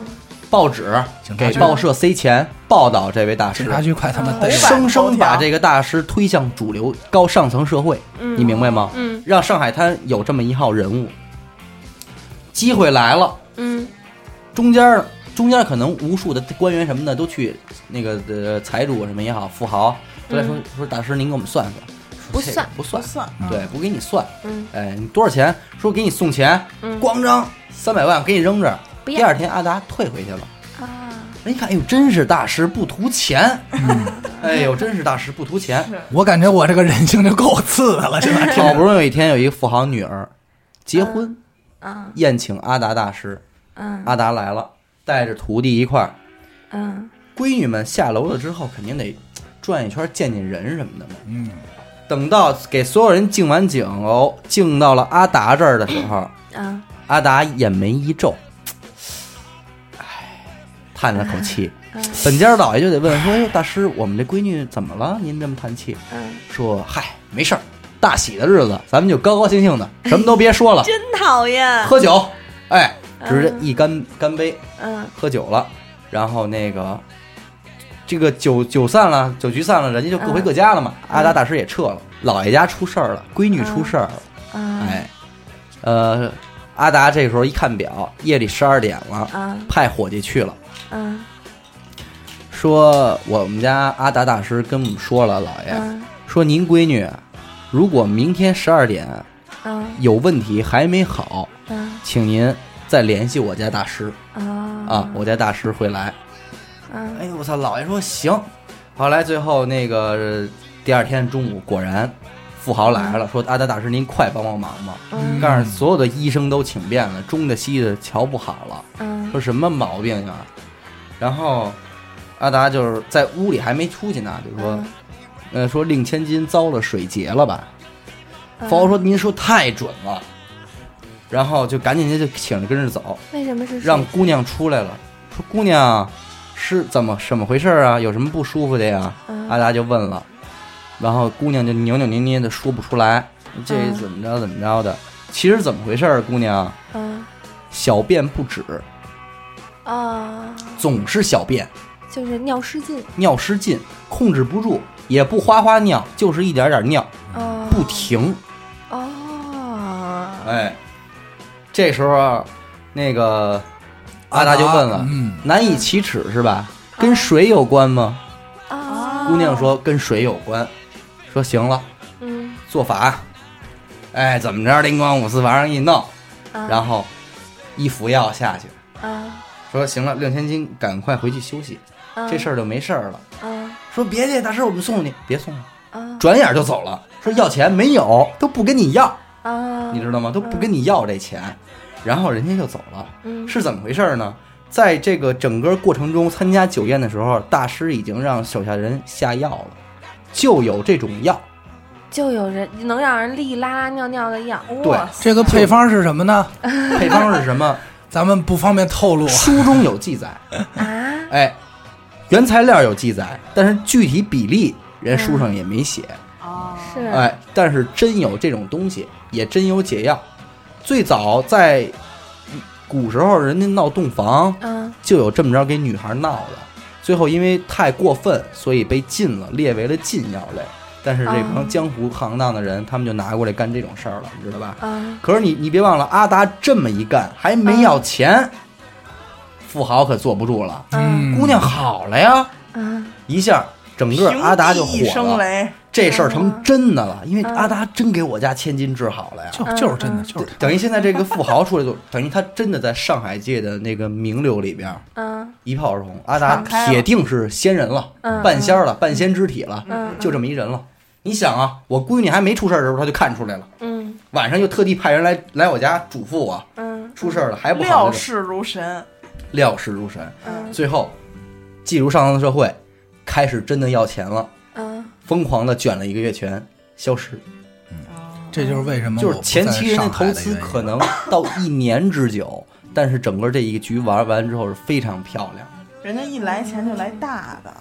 [SPEAKER 1] 报纸
[SPEAKER 4] 警察
[SPEAKER 1] 给
[SPEAKER 4] 局
[SPEAKER 1] 报社塞钱报道这位大师
[SPEAKER 4] 警，察局快他
[SPEAKER 1] 嗯
[SPEAKER 5] 哎
[SPEAKER 4] 妈
[SPEAKER 2] 头版
[SPEAKER 4] 逮 [LAUGHS] 了！
[SPEAKER 1] 生生把
[SPEAKER 2] 头条
[SPEAKER 1] 这个大师推向主流高上层社会，
[SPEAKER 5] 嗯
[SPEAKER 1] 你明白吗？
[SPEAKER 5] 嗯
[SPEAKER 1] 让上海滩有这么一号人物，机会来了，
[SPEAKER 5] 嗯
[SPEAKER 1] 中间儿中间儿可能无数的官员什么的都去那个呃财主什么也好，富豪都来说、说大师您给我们算算，说
[SPEAKER 5] 嗯不
[SPEAKER 1] 这个
[SPEAKER 5] 算
[SPEAKER 1] 不
[SPEAKER 2] 不
[SPEAKER 1] 算，
[SPEAKER 2] 算，
[SPEAKER 1] 对，不给你算，
[SPEAKER 5] 嗯
[SPEAKER 1] 哎，你多少钱？说给你送钱，
[SPEAKER 5] 嗯
[SPEAKER 1] 咣当三百万给你扔这儿，
[SPEAKER 5] 不要
[SPEAKER 1] 第二天阿达退回去了。
[SPEAKER 5] 啊
[SPEAKER 1] 人一看，哎呦，真是大师不图钱，
[SPEAKER 5] 嗯
[SPEAKER 1] 哎呦，真是大师不图钱。
[SPEAKER 4] 我感觉我这个人性就够次的了，现在
[SPEAKER 1] 好不容易有一天，有一个富豪女儿结婚，
[SPEAKER 5] 啊
[SPEAKER 1] 宴请阿达大师，
[SPEAKER 5] 嗯
[SPEAKER 1] 阿达来了，带着徒弟一块儿，
[SPEAKER 5] 嗯
[SPEAKER 1] 闺女们下楼了之后，肯定得转一圈见见人什么的嘛。
[SPEAKER 4] 嗯，
[SPEAKER 1] 等到给所有人敬完酒，敬到了阿达这儿的时候， [CLEARS THROAT]
[SPEAKER 5] 嗯
[SPEAKER 1] 阿达眼眉一皱，唉，叹了口气。本家老爷就得问说：“哎呦，大师，我们这闺女怎么了？您这么叹气？”
[SPEAKER 5] 嗯，
[SPEAKER 1] 说：“嗨，没事儿，大喜的日子，咱们就高高兴兴的，什么都别说
[SPEAKER 5] [LAUGHS]
[SPEAKER 1] 了，
[SPEAKER 5] 真讨厌，
[SPEAKER 1] 喝酒。”哎，直接一干干杯，
[SPEAKER 5] 嗯
[SPEAKER 1] 喝酒了，然后那个这个酒酒散了，酒局散了，人家就各
[SPEAKER 5] 嗯
[SPEAKER 1] 回各家了嘛。阿达大师也撤了，老爷家出事儿了，闺女出事儿了，
[SPEAKER 5] 嗯
[SPEAKER 1] 哎，呃，阿达这时候一看表，夜里十二点了，
[SPEAKER 5] 嗯
[SPEAKER 1] 派伙计去了，
[SPEAKER 5] 嗯
[SPEAKER 1] 说我们家阿达大师跟我们说了，老爷，
[SPEAKER 5] 嗯
[SPEAKER 1] 说您闺女如果明天十二点
[SPEAKER 5] 嗯
[SPEAKER 1] 有问题还没好，
[SPEAKER 5] 嗯
[SPEAKER 1] 请您再联系我家大师
[SPEAKER 5] 啊
[SPEAKER 1] 啊，我家大师会来。
[SPEAKER 5] 嗯
[SPEAKER 1] 哎呦我操，姥爷说行。后来最后那个呃第二天中午，果然富豪来了，说阿达大师您快帮帮忙吧。
[SPEAKER 4] 嗯
[SPEAKER 1] 但是所有的医生都请遍了，中的西的瞧不好了，
[SPEAKER 5] 嗯
[SPEAKER 1] 说什么毛病呀、然后阿达就是在屋里还没出去呢，就说，呃，说令千金遭了水劫了吧？
[SPEAKER 5] 嗯
[SPEAKER 1] 富豪说您说太准了，然后就赶紧就请着跟着走，
[SPEAKER 5] 为什么是
[SPEAKER 1] 让姑娘出来了，说姑娘是怎么怎么回事啊？有什么不舒服的
[SPEAKER 5] 啊
[SPEAKER 1] 呀？阿达就问了，然后姑娘就扭扭捏捏的说不出来，这
[SPEAKER 5] 嗯
[SPEAKER 1] 怎么着怎么着的。其实怎么回事儿，啊姑娘，
[SPEAKER 5] 嗯
[SPEAKER 1] 小便不止，
[SPEAKER 5] 啊，
[SPEAKER 1] 总是小便，
[SPEAKER 5] 就是尿失禁
[SPEAKER 1] 尿失禁，控制不住，也不哗哗尿，就是一点点尿，
[SPEAKER 5] 啊，
[SPEAKER 1] 不停。
[SPEAKER 5] 哦，
[SPEAKER 1] 哎，这时候，啊那个阿达就问了，
[SPEAKER 4] 嗯，
[SPEAKER 1] 难以启齿是吧？跟水有关吗？
[SPEAKER 5] 啊，
[SPEAKER 1] 姑娘说跟水有关，说行了，
[SPEAKER 5] 嗯，
[SPEAKER 1] 做法，啊哎，怎么着，灵光五四往上一弄，
[SPEAKER 5] 啊
[SPEAKER 1] 然后一服药下去，
[SPEAKER 5] 啊，
[SPEAKER 1] 说行了，令千金赶快回去休息，这事
[SPEAKER 5] 儿
[SPEAKER 1] 儿就没事儿了。
[SPEAKER 5] 啊
[SPEAKER 1] 嗯说别介，大师，我们送你，别送了，
[SPEAKER 5] 啊
[SPEAKER 1] 转眼就走了。说要钱没有，都不跟你要，
[SPEAKER 5] 啊，
[SPEAKER 1] 你知道吗？都不跟你要这钱，然后人家就走了。
[SPEAKER 5] 嗯
[SPEAKER 1] 是怎么回事儿呢？在这个整个过程中，参加酒宴的时候，大师已经让手下人下药了，就有这种药。
[SPEAKER 5] 就有人能让人利拉拉尿尿的
[SPEAKER 1] [LAUGHS]
[SPEAKER 5] 药，
[SPEAKER 1] 对，
[SPEAKER 4] 这个配方是什么呢？
[SPEAKER 1] 配方是什么？
[SPEAKER 4] 咱们不方便透
[SPEAKER 1] [LAUGHS]
[SPEAKER 4] 露。
[SPEAKER 1] 书中有记载啊，哎，原材料有记载，但是具体比例人书上也没写，
[SPEAKER 2] 啊
[SPEAKER 5] 是
[SPEAKER 1] 哎，但是真有这种东西，也真有解药。最早在古时候，人家闹洞房
[SPEAKER 5] 嗯
[SPEAKER 1] 就有这么着给女孩闹的，最后因为太过分，所以被禁了，列为了禁药类。但是这帮江湖行当的人，他们就拿过来干这种事儿了，你知道吧？
[SPEAKER 5] 啊
[SPEAKER 1] 可是你你别忘了，阿达这么一干还没要钱，富豪可坐不住了。
[SPEAKER 4] 嗯，
[SPEAKER 1] 姑娘好了呀，
[SPEAKER 5] 啊
[SPEAKER 1] 一下整个
[SPEAKER 2] 平
[SPEAKER 1] 阿达就
[SPEAKER 2] 地一
[SPEAKER 1] 火
[SPEAKER 2] 声
[SPEAKER 1] 了，
[SPEAKER 2] 雷，
[SPEAKER 1] 这事儿成真的了，因为阿达真给我家千金治好了呀。
[SPEAKER 4] 就就是真的，就是
[SPEAKER 1] 等于现在这个富豪出来就 [LAUGHS] 等于他真的在上海界的那个名流里边
[SPEAKER 5] 啊
[SPEAKER 1] 一炮而红，阿达
[SPEAKER 2] 敞开了
[SPEAKER 1] 铁定是仙人了，
[SPEAKER 5] 嗯
[SPEAKER 1] 半仙儿了，半仙之体了，
[SPEAKER 5] 嗯
[SPEAKER 1] 就这么一人了。你想啊，我闺女还没出事儿的时候，他就看出来了，
[SPEAKER 5] 嗯
[SPEAKER 1] 晚上又特地派人来来我家嘱咐我，
[SPEAKER 5] 嗯
[SPEAKER 1] 出事儿了还不好
[SPEAKER 2] 料
[SPEAKER 1] 这个
[SPEAKER 2] 事如神，
[SPEAKER 1] 料事如神。
[SPEAKER 5] 嗯
[SPEAKER 1] 最后，进入上层社会，开始真的要钱了，
[SPEAKER 5] 嗯
[SPEAKER 1] 疯狂的卷了一个月钱，消失。
[SPEAKER 4] 这就是为什么
[SPEAKER 1] 就是前期人
[SPEAKER 4] 的
[SPEAKER 1] 家投资可能到一年之久，但是整个这一个局玩完之后是非常漂亮。
[SPEAKER 2] 人家一来钱就来大的，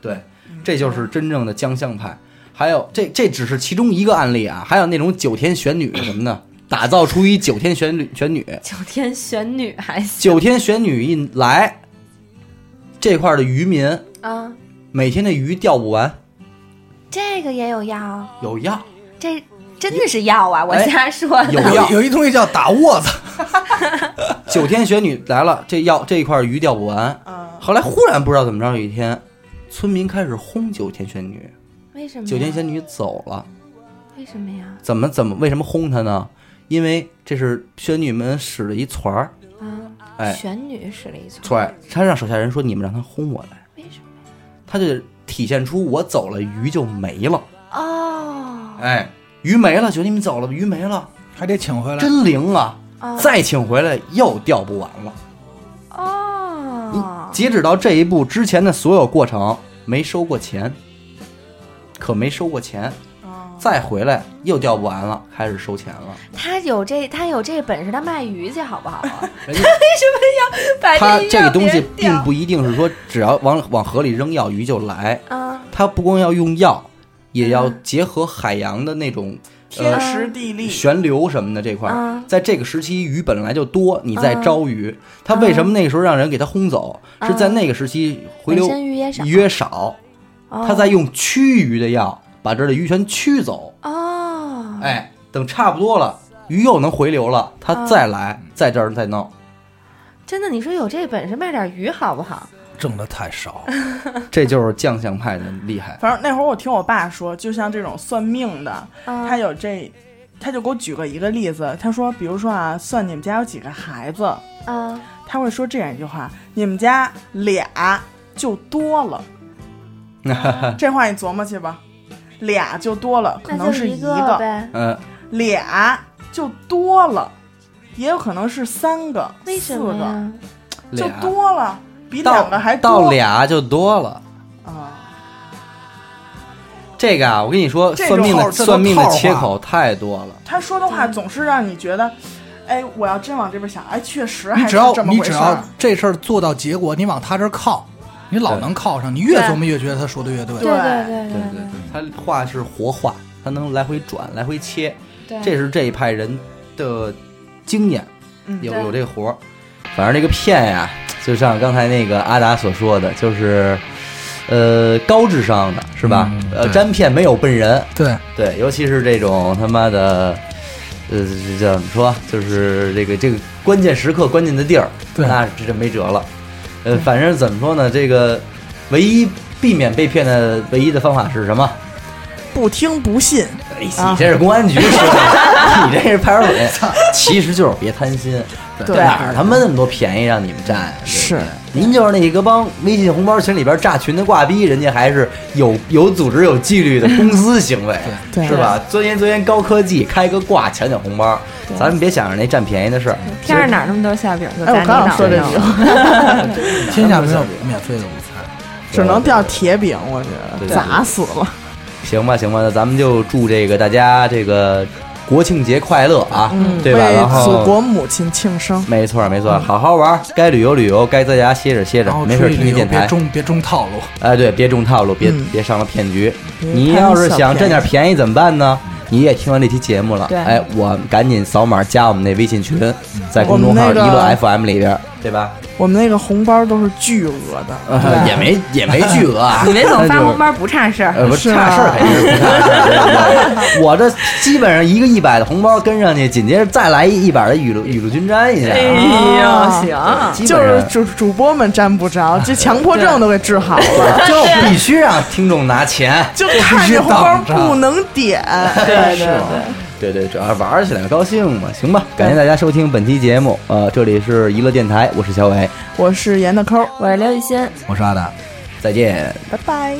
[SPEAKER 1] 对，
[SPEAKER 2] 嗯
[SPEAKER 1] 这就是真正的江相派。还有这这只是其中一个案例啊，还有那种九天玄女什么的，打造出一九天玄女玄女，
[SPEAKER 5] 九天玄女还行
[SPEAKER 1] 九天玄女一来，这块儿的渔民
[SPEAKER 5] 啊，
[SPEAKER 1] 每天的鱼钓不完，
[SPEAKER 5] 这个也有药，
[SPEAKER 1] 有药
[SPEAKER 5] 这真的是药啊！我
[SPEAKER 1] 哎
[SPEAKER 5] 瞎说的，
[SPEAKER 1] 有药
[SPEAKER 4] 有。有一东西叫打窝子，
[SPEAKER 1] 九天玄女来了，这药这一块鱼钓不完。
[SPEAKER 2] 嗯，
[SPEAKER 1] 后来忽然不知道怎么着，有一天，村民开始轰九天玄女，
[SPEAKER 5] 为什么呀？
[SPEAKER 1] 九天玄女走了，
[SPEAKER 5] 为什么呀？
[SPEAKER 1] 怎么怎么为什么轰她呢？因为这是玄女们使了一团儿，
[SPEAKER 5] 啊，
[SPEAKER 1] 哎，
[SPEAKER 5] 玄女使了一撮，
[SPEAKER 1] 对，她让手下人说你们让她轰我来，
[SPEAKER 5] 为什么？
[SPEAKER 1] 她就体现出我走了鱼就没了，
[SPEAKER 5] 哦
[SPEAKER 1] 哎，嗯鱼没了，九天你们走了，鱼没了，
[SPEAKER 4] 还得请回来。
[SPEAKER 1] 真灵了，
[SPEAKER 5] 哦
[SPEAKER 1] 再请回来又钓不完了。你
[SPEAKER 5] 哦，
[SPEAKER 1] 截止到这一步之前的所有过程，没收过钱，可没收过钱，
[SPEAKER 5] 哦
[SPEAKER 1] 再回来又钓不完了，开始收钱了。
[SPEAKER 5] 他有这他有这本事，他卖鱼去好不好
[SPEAKER 1] [LAUGHS]
[SPEAKER 5] 啊？
[SPEAKER 1] 人家
[SPEAKER 5] 把
[SPEAKER 1] 他
[SPEAKER 5] 鱼
[SPEAKER 1] 这个
[SPEAKER 5] 让别
[SPEAKER 1] 东西
[SPEAKER 5] 人
[SPEAKER 1] 并
[SPEAKER 5] 钓
[SPEAKER 1] 不一定是说只要往往河里扔药鱼就来，
[SPEAKER 5] 啊
[SPEAKER 1] 它不光要用药，也要
[SPEAKER 5] 嗯
[SPEAKER 1] 结合海洋的那种
[SPEAKER 2] 天时地利，
[SPEAKER 1] 旋流什么的这块儿
[SPEAKER 5] 嗯，
[SPEAKER 1] 在这个时期鱼本来就多，你再招鱼，它为
[SPEAKER 5] 嗯
[SPEAKER 1] 什么那个时候让人给它轰走？是在那个时期回流
[SPEAKER 5] 本身鱼也少哦
[SPEAKER 1] 约少，
[SPEAKER 4] 哦
[SPEAKER 1] 它在用驱鱼的药把这儿的鱼全驱走。
[SPEAKER 4] 嗯
[SPEAKER 5] 哦
[SPEAKER 1] 哎，等差不多了，鱼又能回流了，它再来，
[SPEAKER 4] 嗯
[SPEAKER 1] 在这儿再
[SPEAKER 4] [LAUGHS]
[SPEAKER 1] 弄。
[SPEAKER 5] 真的，你说有这本事卖点鱼好不好？
[SPEAKER 4] 挣的太少，
[SPEAKER 1] 这就是将相派的厉害。
[SPEAKER 2] 反正那会儿我听我爸说，就像这种算命的，
[SPEAKER 5] 啊
[SPEAKER 2] 他有这，他就给我举个一个例子，他说，比如说啊，算你们家有几个孩子，
[SPEAKER 5] 啊
[SPEAKER 2] 他会说这样一句话：你们家俩就多了。这话你琢磨去吧，俩就多了，可
[SPEAKER 5] 那
[SPEAKER 2] 能
[SPEAKER 5] 就是一
[SPEAKER 2] 个
[SPEAKER 5] 呗。
[SPEAKER 1] 嗯，
[SPEAKER 2] 俩就多了，也有可能是三个、
[SPEAKER 5] 为什
[SPEAKER 2] 四
[SPEAKER 5] 么
[SPEAKER 2] 个，
[SPEAKER 5] 呀？
[SPEAKER 2] 就
[SPEAKER 1] 俩
[SPEAKER 2] 多了，比两个
[SPEAKER 1] 到
[SPEAKER 2] 还多
[SPEAKER 1] 到俩就多了。
[SPEAKER 2] 啊！
[SPEAKER 1] 这个啊，我跟你说，
[SPEAKER 2] 这
[SPEAKER 1] 算命
[SPEAKER 4] 种
[SPEAKER 1] 的
[SPEAKER 4] 这都
[SPEAKER 1] 算命的
[SPEAKER 4] 套话
[SPEAKER 1] 切口太多了。
[SPEAKER 2] 他说的话总是让你觉得，哎，我要真往这边想，哎，确实还
[SPEAKER 4] 你只
[SPEAKER 2] 是
[SPEAKER 4] 要
[SPEAKER 2] 这么
[SPEAKER 4] 你
[SPEAKER 2] 回
[SPEAKER 4] 只
[SPEAKER 2] 事
[SPEAKER 4] 要
[SPEAKER 2] 儿。啊
[SPEAKER 4] 这事儿做到结果，你往他这儿靠，你老
[SPEAKER 1] 对
[SPEAKER 4] 能靠上，你越琢磨越觉得他说的越对。
[SPEAKER 5] 对对
[SPEAKER 1] 对
[SPEAKER 5] 对
[SPEAKER 4] 嗯
[SPEAKER 1] 对对，他话是活话，他能来回转，来回切，
[SPEAKER 5] 对
[SPEAKER 1] 这是这一派人的经验，
[SPEAKER 2] 嗯
[SPEAKER 1] 有
[SPEAKER 5] 对
[SPEAKER 1] 有这个活儿。反正这个骗呀，就像刚才那个阿达所说的，就是，呃，高智商的是吧？
[SPEAKER 4] 嗯
[SPEAKER 1] 呃，
[SPEAKER 4] 对
[SPEAKER 1] 沾骗没有笨人，
[SPEAKER 4] 对，
[SPEAKER 1] 对，尤其是这种他妈的，呃，这叫怎么说？就是这个这个关键时刻、关键的地儿，
[SPEAKER 4] 对
[SPEAKER 1] 那这就没辙了。呃，反正怎么说呢？这个唯一避免被骗的唯一的方法是什么？
[SPEAKER 2] 不听不信，
[SPEAKER 1] 哎
[SPEAKER 2] 啊
[SPEAKER 1] 你这是公安局说
[SPEAKER 2] [LAUGHS]
[SPEAKER 1] 的，你这是派出所。其实就是别贪心，
[SPEAKER 2] 对
[SPEAKER 1] 哪儿他妈那么多便宜让你们占呀？对不对
[SPEAKER 2] 是，
[SPEAKER 1] 您就是那个帮微信红包群里边炸群的挂逼，人家还是有有组织、有纪律的公司行为，
[SPEAKER 2] 对
[SPEAKER 1] 是吧？钻研钻研高科技，开个挂抢抢红包，咱们别想着那占便宜的事儿。
[SPEAKER 3] 天上哪儿那么多馅饼？就咱
[SPEAKER 2] 哎，我
[SPEAKER 3] 这
[SPEAKER 2] 刚想说这
[SPEAKER 3] 脑
[SPEAKER 2] 句
[SPEAKER 3] 袋上
[SPEAKER 2] 话，
[SPEAKER 1] [LAUGHS]
[SPEAKER 2] [LAUGHS]
[SPEAKER 4] 天下没有免费的午餐。
[SPEAKER 2] 只能掉铁饼，我觉得
[SPEAKER 1] 对
[SPEAKER 2] 砸死了。
[SPEAKER 1] 行吧，行吧，那咱们就祝这个大家这个国庆节快乐啊， [LAUGHS] 对吧？然
[SPEAKER 2] 嗯为
[SPEAKER 1] 后
[SPEAKER 2] 祖国母亲庆生。
[SPEAKER 1] 没错，没错，好好玩儿，该旅游旅游，该在家歇着歇着
[SPEAKER 4] 然后，
[SPEAKER 1] 没
[SPEAKER 4] 出
[SPEAKER 1] 事儿
[SPEAKER 4] 去
[SPEAKER 1] 听
[SPEAKER 4] 旅
[SPEAKER 1] 听
[SPEAKER 4] 游
[SPEAKER 1] 电
[SPEAKER 4] 别
[SPEAKER 1] 台。
[SPEAKER 4] 中别中套路，
[SPEAKER 1] 哎，对，别中套路，别
[SPEAKER 2] 嗯
[SPEAKER 1] 别上了骗局。
[SPEAKER 2] 别
[SPEAKER 1] 你
[SPEAKER 2] 贪
[SPEAKER 1] 要是
[SPEAKER 2] 小
[SPEAKER 1] 想
[SPEAKER 2] 便
[SPEAKER 1] 占点
[SPEAKER 2] 宜
[SPEAKER 1] 便宜怎么办呢？你也听完这期节目了，
[SPEAKER 3] 对
[SPEAKER 1] 哎，我赶紧扫码加我们那微信群，在公众号
[SPEAKER 2] 我
[SPEAKER 1] 一
[SPEAKER 2] 们那个
[SPEAKER 1] 乐 FM 里边儿，对吧？
[SPEAKER 2] 我们那个红包都是巨额的，
[SPEAKER 1] 也没也没巨额啊，
[SPEAKER 3] 李维总发
[SPEAKER 1] 就是 [LAUGHS]
[SPEAKER 3] 红包不差事儿，
[SPEAKER 1] 呃，不
[SPEAKER 2] 是
[SPEAKER 1] 差事儿
[SPEAKER 2] 吗
[SPEAKER 1] 肯定是不差事儿。我这基本上一个一百的红包跟上去，紧接着再来一百的雨露雨露均沾一下。
[SPEAKER 2] 啊
[SPEAKER 3] 呦，行，
[SPEAKER 1] 基
[SPEAKER 2] 就
[SPEAKER 1] 本
[SPEAKER 2] 是
[SPEAKER 1] 上
[SPEAKER 2] 主主播们沾不着，这强迫症都给治
[SPEAKER 1] [LAUGHS]
[SPEAKER 2] 好了，
[SPEAKER 1] 就必须让听众拿 [LAUGHS] 钱，
[SPEAKER 2] 就看这红包不能点。
[SPEAKER 1] 对对对对，主要玩儿起来高兴嘛，行吧。感谢大家收听本期节目，呃，这里是娱乐电台，我是小伟，
[SPEAKER 2] 我是严的抠，
[SPEAKER 3] 我是刘雨欣。
[SPEAKER 4] 我是阿达。
[SPEAKER 1] 再见。
[SPEAKER 2] 拜拜。